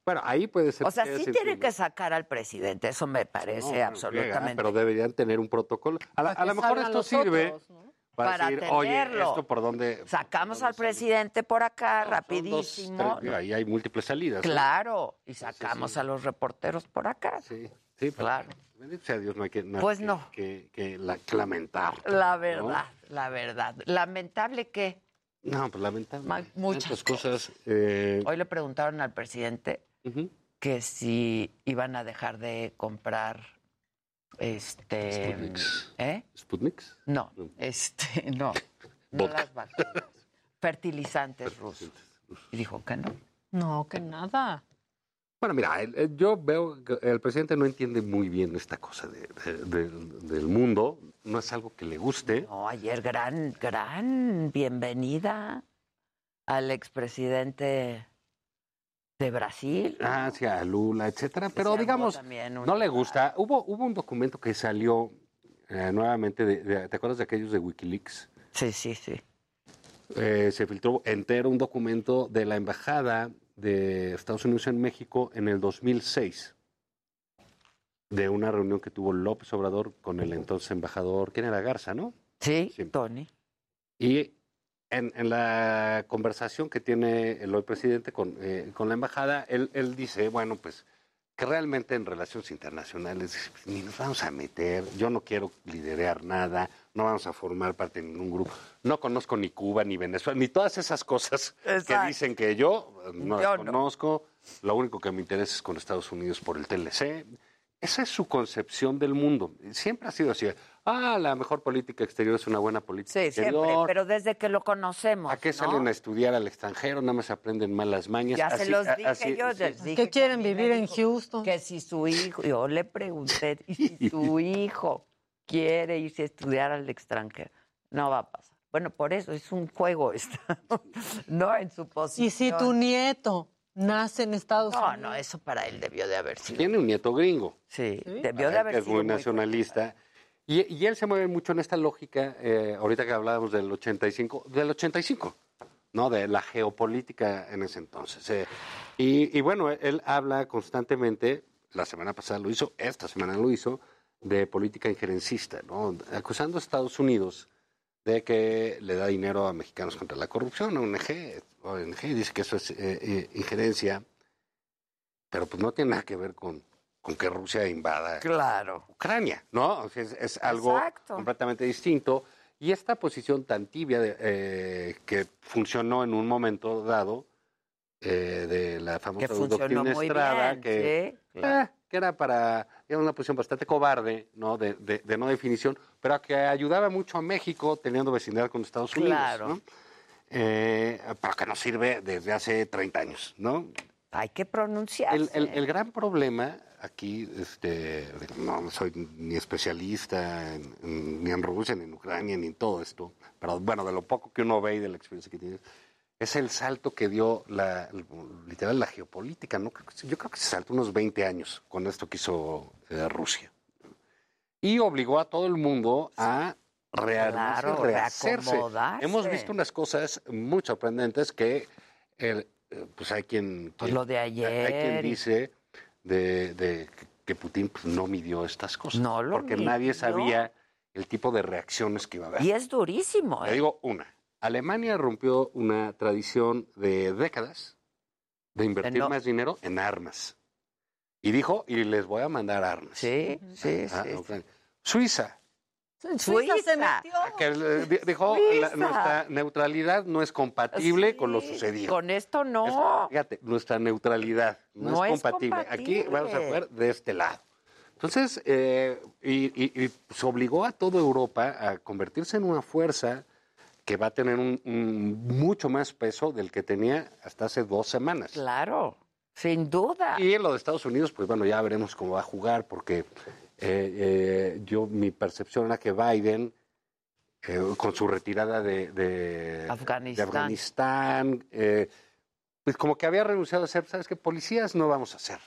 Bueno, ahí puede ser. O sea, puede sí ser tienen que primero. sacar al presidente, eso me No, parece bueno, llega, absolutamente. Pero deberían tener un protocolo. A, la- Para a lo que mejor salgan esto los sirve otros, ¿no? para, Para decir, oye, atenerlo. esto por dónde. Sacamos al por dónde sale? presidente por acá Son dos, rapidísimo. tres, ahí hay múltiples salidas. ¿no? Claro, y sacamos a los reporteros por acá. Sí, sí, pero Claro. Bendito sea Dios, no hay que, no hay Pues que- no. que, que la- que lamentar. La ¿no? verdad, la verdad. Lamentable que No, pues lamentable. Ma- muchas Tantas cosas. eh, hoy le preguntaron al presidente ujú. que si iban a dejar de comprar este Sputniks. ¿eh? Sputniks. No, No. este no. No Vodka. las vacunas. Fertilizantes rusos. Y dijo que no. No, que nada. Bueno, mira, el- el- yo veo que el presidente no entiende muy bien esta cosa de- de- de- del mundo. No es algo que le guste. No, ayer gran, gran bienvenida al expresidente de Brasil. hacia Lula, etcétera. Pero armó digamos, también un no le gusta. Hubo, hubo un documento que salió eh, nuevamente, de, de- ¿te acuerdas de aquellos de Wikileaks? Eh, Sí, sí, sí. se filtró entero un documento de la Embajada de Estados Unidos en México en el 2006, de una reunión que tuvo López Obrador con el entonces embajador, ¿quién era Garza, no? Sí, Tony. Y en, en la conversación que tiene el hoy presidente con, eh, con la embajada, él, él dice, bueno, pues que realmente en relaciones internacionales ni nos vamos a meter, yo no quiero liderar nada, no vamos a formar parte de ningún grupo, no conozco ni Cuba, ni Venezuela, ni todas esas cosas que Exacto. dicen que yo eh, no Yo las no. conozco, lo único que me interesa es con Estados Unidos por el TLC. Esa es su concepción del mundo. Siempre ha sido así. Ah, la mejor política exterior es una buena política Sí, exterior. siempre, pero desde que lo conocemos. ¿A qué ¿no? salen a estudiar al extranjero? Nada más aprenden malas mañas. Ya se Así- los a- dije así- yo. sí. que quieren vivir en Houston? Que si su hijo, yo le pregunté, ¿y si su hijo quiere irse a estudiar al extranjero? No va a pasar. Bueno, por eso es un juego, está, no en su posición. Y si tu nieto nace en Estados No, Unidos. no, eso para él debió de haber sido. Tiene un nieto gringo. Sí, Para debió él de haber que es sido muy muy nacionalista. Y, y él se mueve mucho en esta lógica, eh, ahorita que hablábamos del 85, del 85, ¿no? De la geopolítica en ese entonces. eh. Y, y bueno, él habla constantemente, la semana pasada lo hizo, esta semana lo hizo, de política injerencista, ¿no? Acusando a Estados Unidos de que le da dinero a mexicanos contra la corrupción, a ONG, ONG dice que eso es eh, eh, injerencia, pero pues no tiene nada que ver con, con que Rusia invada Claro. Ucrania, ¿no? O sea, es, es algo Exacto. completamente distinto. Y esta posición tan tibia de, eh, que funcionó en un momento dado eh, de la famosa Que funcionó doctrina muy Estrada, bien, que, sí, claro. eh, que era para era una posición bastante cobarde, ¿no? De, de- de no definición, pero que ayudaba mucho a México teniendo vecindad con Estados Unidos, Claro. ¿no? Eh, pero que nos sirve desde hace 30 años, ¿no? Hay que pronunciarse. El, el- el gran problema aquí, este, digo, no soy ni especialista en- en- ni en Rusia, ni en Ucrania, ni en todo esto, pero bueno, de lo poco que uno ve y de la experiencia que tiene, es el salto que dio la, literal la geopolítica. ¿no? Creo que- Yo creo que se saltó unos 20 años con esto que hizo eh, Rusia. Y obligó a todo el mundo a rearmarse, Claro, rehacerse. reacomodarse. Hemos visto unas cosas muy sorprendentes que el- eh, pues hay quien, Pues quien- lo de hay- hay quien ayer y- dice de, de que Putin pues, no midió estas cosas No lo porque nadie midió. sabía el tipo de reacciones que iba a haber. Y es durísimo, Te ¿eh? digo una. Alemania rompió una tradición de décadas de invertir no- más dinero en armas. Y dijo, y les voy a mandar armas. Sí, sí, Ah, sí. Ucrania. Suiza, Suiza se Suiza. metió. que eh, di- dijo, Suiza. "La- nuestra neutralidad no es compatible con lo sucedido. Con esto no. Fíjate, nuestra neutralidad no, No es, es compatible. Aquí vamos a compatible. jugar de este lado. Entonces, eh, y, y- y se obligó a toda Europa a convertirse en una fuerza que va a tener un, un mucho más peso del que tenía hasta hace dos semanas. Claro, sin duda. Y en lo de Estados Unidos, pues bueno, ya veremos cómo va a jugar, porque eh, eh, yo mi percepción era que Biden, eh, con su retirada de, de- Afganistán. de Afganistán, eh, pues como que había renunciado a ser, ¿sabes qué? Policías no vamos a ser.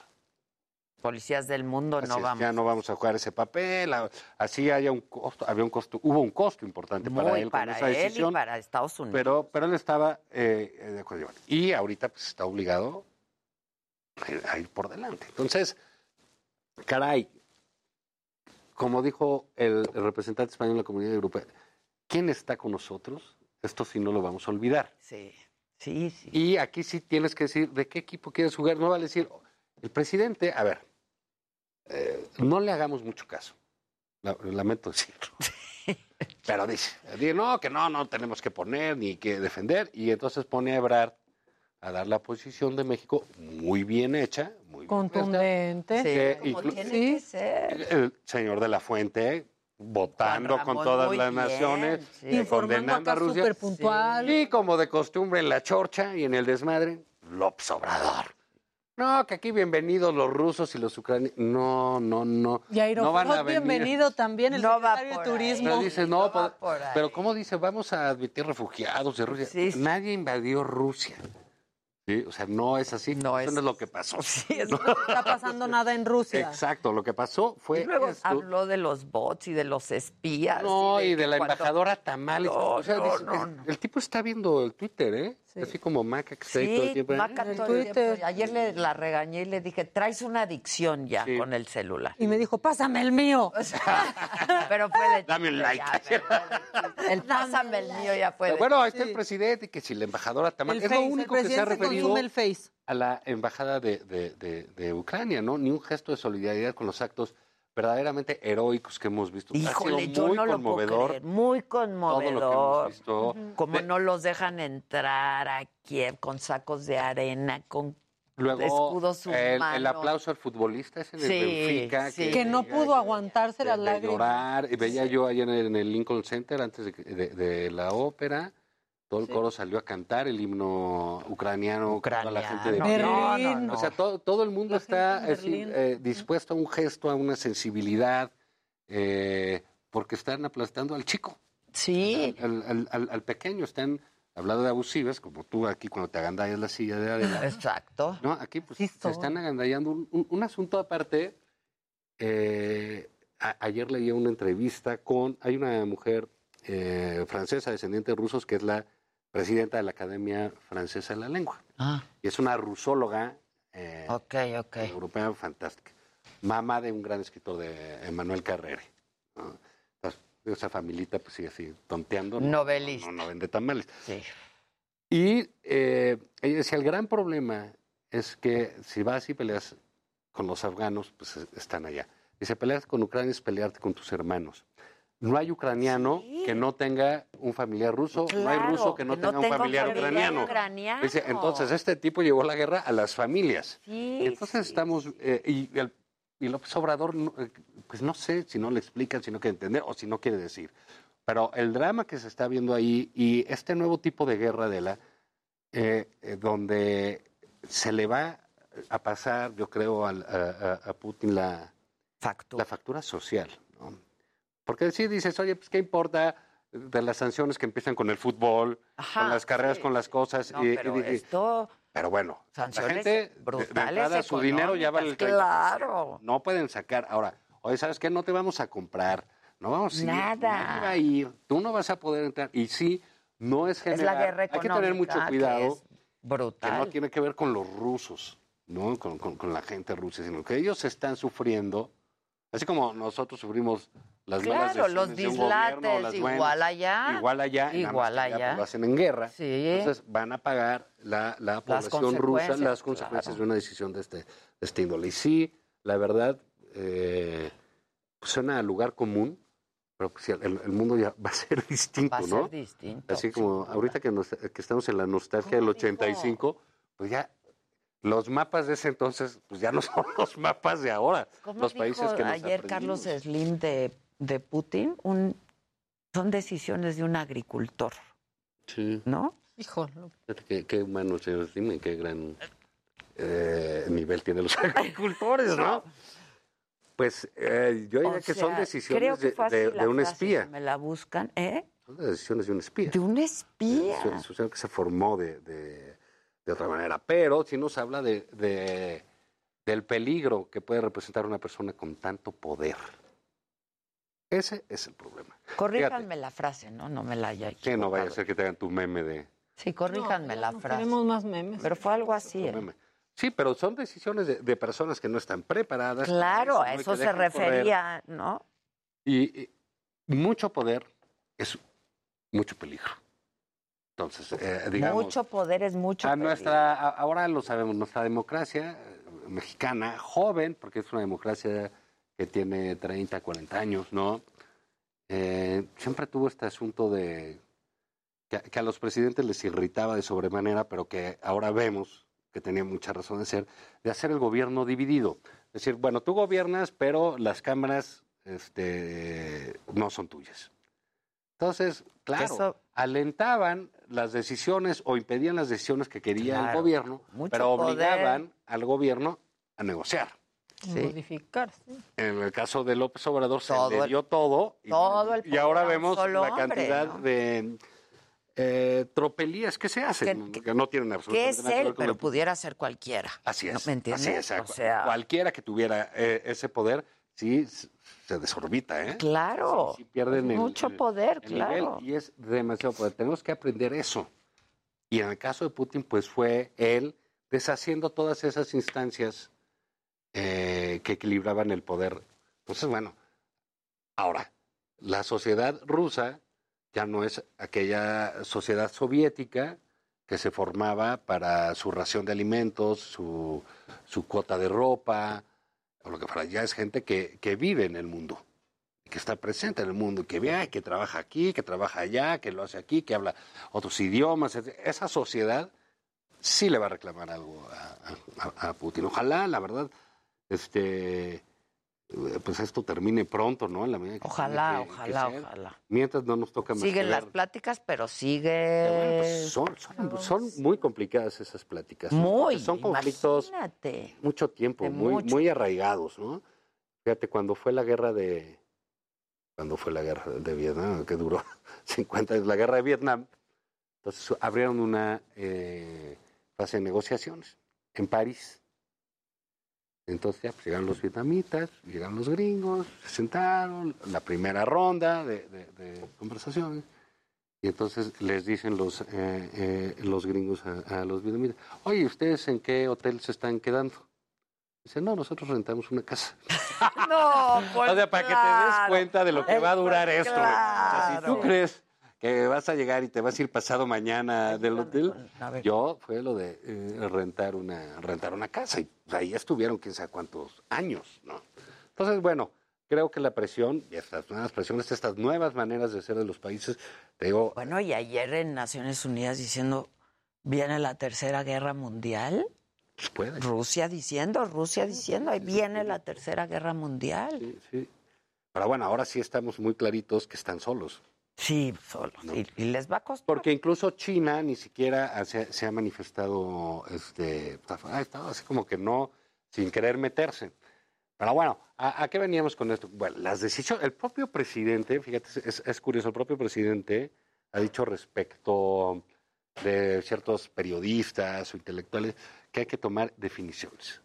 Policías del mundo Así no es, vamos. Ya no vamos a jugar ese papel. a- Así haya un costo, había un costo, hubo un costo importante para Muy él para con esa él y decisión. para Estados Unidos. Pero, pero él estaba eh, eh, de acuerdo. Y ahorita pues está obligado a- a ir por delante. Entonces, caray, como dijo el representante español de la Comunidad Europea, ¿quién está con nosotros? Esto sí no lo vamos a olvidar. Sí, sí, sí. Y aquí sí tienes que decir de qué equipo quieres jugar. No vale decir, el presidente, a ver, eh, no le hagamos mucho caso. La- lamento decirlo. Pero dice, dice, no, que no, no tenemos que poner ni que defender. Y entonces pone a Ebrard a dar la posición de México muy bien hecha, muy Contundente. Sí, Como inclu- tiene que ser. el señor de la Fuente votando Juan con Ramón, todas muy las bien, naciones, sí. eh, Informando condenando a acá Rusia. superpuntual. Y como de costumbre en la chorcha y en el desmadre, López Obrador. No, que aquí bienvenidos los rusos y los ucranianos. No, no, no. Y no van a venir. Aeroflot, bienvenido también, el No va secretario de por Turismo. Pero dices, no, va pa- por ahí. pero ¿cómo dice? Vamos a admitir refugiados de Rusia. Nadie invadió Rusia. Sí, O sea, no es así. No Eso no es lo que pasó. No está pasando nada en Rusia. Exacto, lo que pasó fue... Y luego esto. habló de los bots y de los espías. No, y que de la cuando- embajadora Tamales. No, O sea, no, dices, no, El tipo está viendo el Twitter, ¿eh? Así como Maca, que está ahí todo el Sí, tiempo. Maca ¿eh? todo el tiempo. Ayer le, la regañé y le dije, traes una adicción ya con el celular. Y me dijo, pásame el mío. Pero fue de Dame un like. chiste, ya, El pásame el mío ya fue Pero de bueno, ahí chiste. está el presidente, que si la embajadora Tamales. Es El Face, lo el único que se ha presidente referido consume el Face. a la embajada de, de- de- de Ucrania, ¿no? Ni un gesto de solidaridad con los actos verdaderamente heroicos que hemos visto. ha Híjole, sido yo muy no lo puedo conmovedor. creer. Muy conmovedor. visto. Ujú. Como no los dejan entrar a Kiev con sacos de arena, con Luego, escudos el, humanos. el aplauso al futbolista ese de Sí, Benfica. sí. que no pudo aguantarse las de lágrimas. llorar. Y veía yo ayer en el Lincoln Center, antes de, que- de- de la ópera, todo el coro salió a cantar el himno ucraniano. Ucraniano. La gente de Berlín. pie. No, no, no. O sea, todo, todo el mundo está en es decir, Berlín. eh, dispuesto a un gesto, a una sensibilidad, eh, porque están aplastando al chico. Sí. Al, al- al- al pequeño están... Hablando de abusivas, como tú aquí cuando te agandallas la silla de adelante. Exacto. No, aquí pues se están agandallando un, un- un asunto aparte. eh, a- ayer leía una entrevista con, hay una mujer eh, francesa, descendiente de rusos, que es la presidenta de la Academia Francesa de la Lengua. Y es una rusóloga eh, europea fantástica. Mamá de un gran escritor de Emanuel Carrere. ¿no? Entonces, esa familita pues sigue así, tonteando. ¿no? Novelista. No, no vende tamales. Sí. Y eh, ella decía, el gran problema es que si vas y peleas con los afganos, pues es- están allá. Dice, peleas con Ucrania es pelearte con tus hermanos. No hay ucraniano que no tenga un familiar ruso, no hay Claro, ruso que no que no tenga un tenga un familiar, familiar ucraniano. ucraniano. Dice, entonces este tipo llevó la guerra a las familias. Sí, entonces estamos, eh, y, el- y López Obrador, no, eh, pues no sé si no le explican, si no quiere entender o si no quiere decir. Pero el drama que se está viendo ahí y este nuevo tipo de guerra de la, eh, eh, donde se le va a pasar, yo creo, al- a, a- a Putin la factura, la factura social. ¿no? Porque si dices, oye, pues qué importa de las sanciones que empiezan con el fútbol, con las carreras, con las cosas. No, pero dije, esto- pero bueno, la Sanciones gente de- de brutales entrada, su dinero ya vale el 30%. económicas, No pueden sacar. Ahora, oye, ¿sabes qué? No te vamos a comprar. No vamos a ir. Nada. nadie va a ir, Tú no vas a poder entrar. Y sí, no es la general. guerra Hay que tener mucho económica, que cuidado. es brutal. Que no tiene que ver con los rusos, ¿no? Con, con- con la gente rusa, sino que ellos están sufriendo, así como nosotros sufrimos las malas Claro, los decisiones de un gobierno, dislates, las igual buenas, allá. Igual allá. y nada más Igual que allá, allá. pues, lo hacen en guerra. Entonces van a pagar la, la población rusa consecuencias, las consecuencias de una decisión de este, de este índole. Y sí, la verdad, eh, pues, suena a lugar común, pero pues, sí, el, el mundo ya va a ser distinto, Va a ¿no? ser distinto. Así como ahorita que, nos- que estamos en la nostalgia del 85, pues ya los mapas de ese entonces, pues ya no son los mapas de ahora. ¿Cómo los dijo países que nos ayer Carlos aprendimos. Slim de, de Putin? Un, son decisiones de un agricultor. Sí. ¿No? Hijo, Fíjate Qué, qué humano, señor Slim, y qué gran eh, nivel tiene los agricultores, ¿no? Pues eh, yo O diría que son sea, decisiones creo que de- fue así de, la de un frase, espía. si me la buscan, ¿eh? Son las decisiones de un espía. De un espía. Es una sociedad que se formó de, de- de otra manera. Pero sí nos habla de, de- del peligro que puede representar una persona con tanto poder. Ese es el problema. Corríjanme la frase, ¿no? No me la haya Que no vaya a equivocado. ser que te hagan tu meme de... Sí, corríjanme la frase. Tenemos más memes. Pero fue algo así, ¿eh? meme. Sí, pero son decisiones de, de personas que no están preparadas. Claro, para a ¿no? Y eso que se dejan correr. refería, ¿no? Y, y mucho poder es mucho peligro. Entonces, eh, digamos... mucho poder es mucho a peligro. nuestra a- ahora lo sabemos nuestra democracia eh, mexicana joven porque es una democracia que tiene 30 40 años no Eh, siempre tuvo este asunto de que, que a los presidentes les irritaba de sobremanera pero que ahora vemos que tenía mucha razón de ser de hacer el gobierno dividido es decir bueno tú gobiernas pero las cámaras este no son tuyas entonces claro Eso- alentaban las decisiones o impedían las decisiones que quería Claro, el gobierno, mucho pero poder. obligaban al gobierno a negociar. Modificarse. En el caso de López Obrador Todo se le el- dio todo y, todo el y ahora poder a un vemos solo la hombre, cantidad ¿no? de eh, tropelías que se hacen, que, no tienen Que absolutamente es nada que él, ver con pero el- pudiera ser cualquiera. Así es. ¿No me entiendes? Así es, O cu- sea- cualquiera que tuviera eh, ese poder, sí s- se desorbita, ¿eh? Claro. Pues Sí, sí pierden el- Mucho el- poder, el nivel claro. y es demasiado poder. Tenemos que aprender eso. Y en el caso de Putin, pues fue él deshaciendo todas esas instancias eh, que equilibraban el poder. Entonces, bueno, ahora, la sociedad rusa ya no es aquella sociedad soviética que se formaba para su ración de alimentos, su, su cuota de ropa, o lo que fuera. Ya es gente que, que vive en el mundo, que está presente en el mundo, que viaja, que trabaja aquí, que trabaja allá, que lo hace aquí, que habla otros idiomas. etc. Esa sociedad sí le va a reclamar algo a, a- a Putin. Ojalá, la verdad, este, eh, pues esto termine pronto, ¿no? En la medida que Ojalá, tiene que- que ojalá, ser. ojalá. Mientras no nos toca más que Siguen ver. las pláticas, pero Bueno, sigue. pues son, son, son muy complicadas esas pláticas. ¿no? Muy. Porque Son conflictos Imagínate. mucho tiempo, De muy, mucho. muy arraigados, ¿no? Fíjate, cuando fue la guerra de. Cuando fue la guerra de Vietnam, que duró 50 años, la guerra de Vietnam, entonces abrieron una eh, fase de negociaciones en París. Entonces ya pues, llegaron los vietnamitas, llegaron los gringos, se sentaron, la primera ronda de, de- de conversaciones. Y entonces les dicen los, eh, eh, los gringos a, a los vietnamitas, oye, ¿ustedes en qué hotel se están quedando? Dicen, no, nosotros rentamos una casa. No, pues. o sea, para que te des claro. cuenta de lo que va a durar Pues esto. güey. O sea, si claro. tú crees que vas a llegar y te vas a ir pasado mañana del hotel, yo fue lo de eh, rentar una rentar una casa y pues, ahí estuvieron quién sabe cuántos años, ¿no? Entonces, bueno, creo que la presión, y estas nuevas presiones, estas nuevas maneras de ser de los países, te digo, Bueno, y ayer en Naciones Unidas diciendo, viene la Tercera Guerra Mundial. pues puede. Rusia diciendo, Rusia diciendo, ahí viene la Tercera Guerra Mundial. Sí, sí. Pero bueno, ahora sí estamos muy claritos que están solos. Sí, solos. Y, les va a costar. Porque incluso China ni siquiera se, se ha manifestado, este, ha estado así como que no, sin querer meterse. Pero bueno, ¿a, a qué veníamos con esto? Bueno, las decisiones, el propio presidente, fíjate, es, es curioso, el propio presidente ha dicho respecto de ciertos periodistas o intelectuales que hay que tomar definiciones.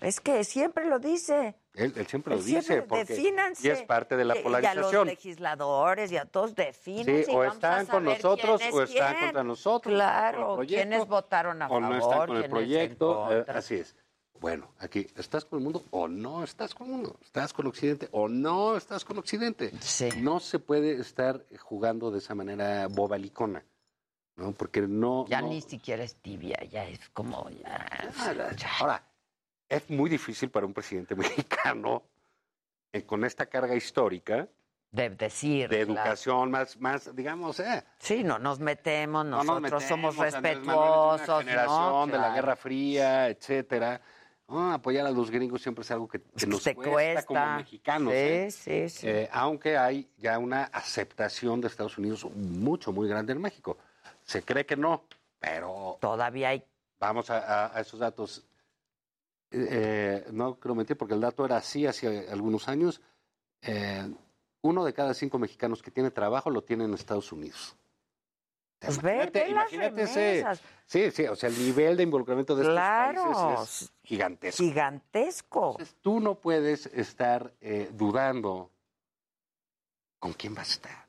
Es que siempre lo dice. Él, él siempre lo Él siempre, dice, porque defínanse. y es parte de la Y- Y a los polarización. legisladores y a todos defínanse. Sí, y o vamos a están con saber nosotros quién es o están quién. contra nosotros, Claro, con el quienes proyecto, votaron a o favor. no están con el quiénes en proyecto. eh, contra. así es. Bueno, aquí, ¿estás con el mundo o no estás con el mundo? ¿Estás con Occidente o no estás con Occidente? No se puede estar jugando de esa manera bobalicona, ¿no? Porque no... Ya no- ni siquiera es tibia, ya es como ya. Ahora, ahora, es muy difícil para un presidente mexicano eh, con esta carga histórica de decir de claro. educación más más digamos eh Sí, no nos metemos, no nos nosotros somos metemos, Andrés Manuel es respetuosos. una generación ¿no? de la Claro. Guerra Fría, etcétera. Ah, apoyar a los gringos siempre es algo que, que nos te cuesta, cuesta. como mexicanos. Sí, ¿eh? sí, sí. Eh, aunque hay ya una aceptación de Estados Unidos mucho, muy grande en México. Se cree que no, pero... Todavía hay... Vamos a, a- a esos datos. Eh, eh, no quiero mentir porque el dato era así hace algunos años. Eh, uno de cada cinco mexicanos que tiene trabajo lo tiene en Estados Unidos. Pues ve, ve las ese- remesas. Sí, sí, o sea, el nivel de involucramiento de Claro. estos países es gigantesco. Gigantesco. Tú no puedes estar eh, dudando con quién vas a estar.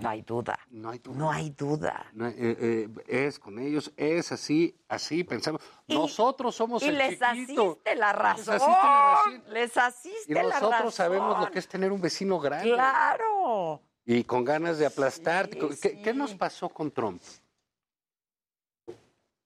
No hay duda. No hay duda. No hay duda. No, eh, eh, es con ellos, es así, así pensamos. Nosotros somos Y el les chiquito. asiste la Les razón. asiste la razón. Les Y asiste la razón. nosotros sabemos lo que es tener un vecino grande. Claro. Y con ganas de aplastar. ¿Qué, qué nos pasó con Trump?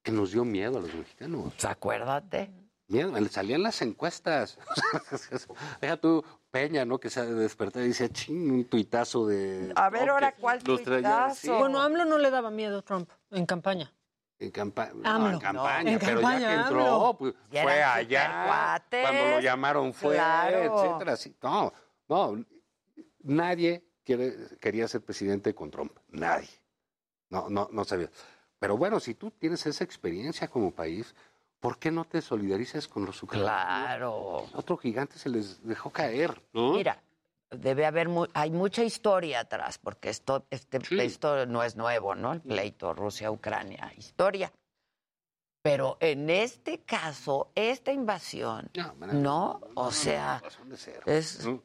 Que nos dio miedo a los mexicanos. Acuérdate. Miedo, le salían las encuestas. Deja tú Peña, ¿no? Que se despertar y dice, ching, un tuitazo de... A ver, Trump ahora, que ¿cuál los traía así. Bueno, a AMLO no le daba miedo Trump en campaña. En, campa- no, AMLO. en campaña, No, en pero campaña, ya que entró, AMLO. pues, Ya fue eran allá, supercuates. cuando lo llamaron fue, Claro. etcétera. sí. No, no, nadie quiere- quería ser presidente con Trump, nadie. No, no, no sabía. Pero bueno, si tú tienes esa experiencia como país, ¿por qué no te solidarizas con los ucranianos? Claro. Otro gigante se les dejó caer, ¿no? Mira, debe haber mu- hay mucha historia atrás, porque esto, este, esto no es nuevo, ¿no? El pleito Rusia-Ucrania, historia. Pero en este caso, esta invasión, ¿no? o sea, razón de ser. es ¿no?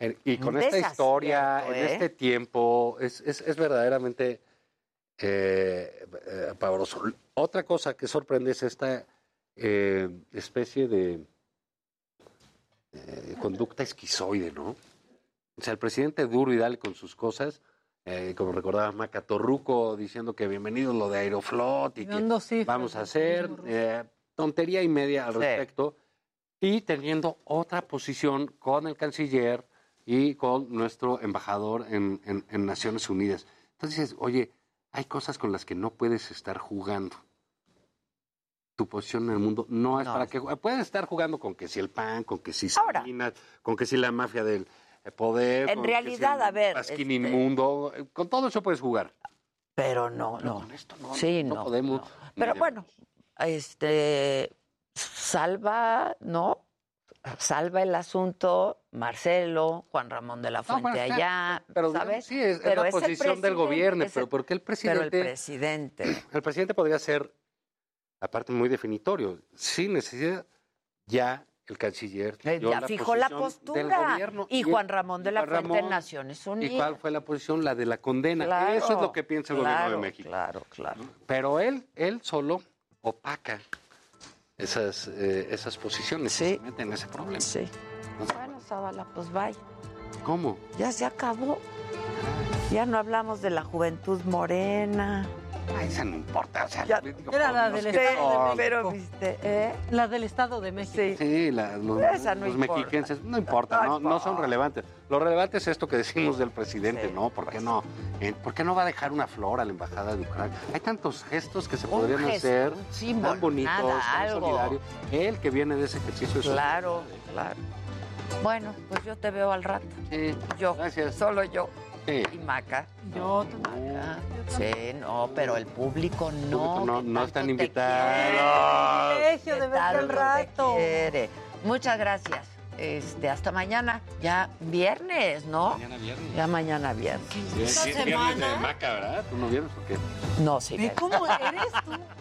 Eh, Y con Un esta desacierto, historia, en ¿eh? este tiempo, es, es- es verdaderamente eh, eh, pavoroso. Otra cosa que sorprende es esta eh, especie de eh, conducta esquizoide, ¿no? O sea, el presidente duro y dale con sus cosas, eh, como recordaba Maca Torruco, diciendo que bienvenido lo de Aeroflot y que vamos a hacer eh, tontería y media al respecto, y teniendo otra posición con el canciller y con nuestro embajador en, en- en Naciones Unidas. Entonces dices, oye, hay cosas con las que no puedes estar jugando. Tu posición en el mundo no es para que... ju- Puedes estar jugando con que si el PAN, con que si Salinas, con que si la mafia del eh, poder... En con que si realidad, el a ver, pasquín este- inmundo, eh, con todo eso puedes jugar. Pero no, no. sí, no. podemos. Pero bueno, este salva, ¿no? Salva el asunto Marcelo, Juan Ramón de la Fuente bueno, está- allá, pero ¿sabes? sí, es- es la el posición del gobierno, es pero ¿por qué el Pero el presidente- presidente, El presidente podría ser, aparte, muy definitorio. Sí necesita ya el canciller. dio ya fijó la posición del postura. gobierno. Y Juan Ramón de la Juan Fuente en Ramón, Naciones ¿Y cuál Unidas. fue la posición? La de la condena. Claro, Eso es lo que piensa el claro, gobierno de México. Claro, claro. Pero él, él solo opaca esas, eh, esas posiciones. Sí. Se mete en ese problema. Sí. Bueno, Zavala, pues bye. ¿Cómo? Ya se acabó. Ya no hablamos de la juventud morena. Ah, esa no importa. O sea, Ya- digo, Era la por del Dios, qué Estado de son. México. Pero viste, ¿eh? La del Estado de México. Sí, la- los, Esa no los importa. mexiquenses, no importa, no, no son relevantes. Lo relevante es esto que decimos del presidente, ¿no? ¿Por pues. qué no? Eh, ¿Por qué no va a dejar una flor a la embajada de Ucrania? Hay tantos gestos que se Un podrían gesto, hacer, un símbolo, tan bonitos, nada, tan algo. solidarios. Él que viene de ese ejercicio. de Claro, solidaridad. claro. Bueno, pues yo te veo al rato. yo. Gracias. Solo yo. Sí. Y Maca. Yo Sí, no, pero el público no. No, no, no están Claro. invitados. Privilegio de verte al rato. Muchas gracias. Este, hasta mañana, ya viernes, ¿no? Mañana viernes. Ya mañana viernes. Viernes de maca, ¿verdad? ¿Tú no vienes o qué? No, sí. ¿Cómo eres tú?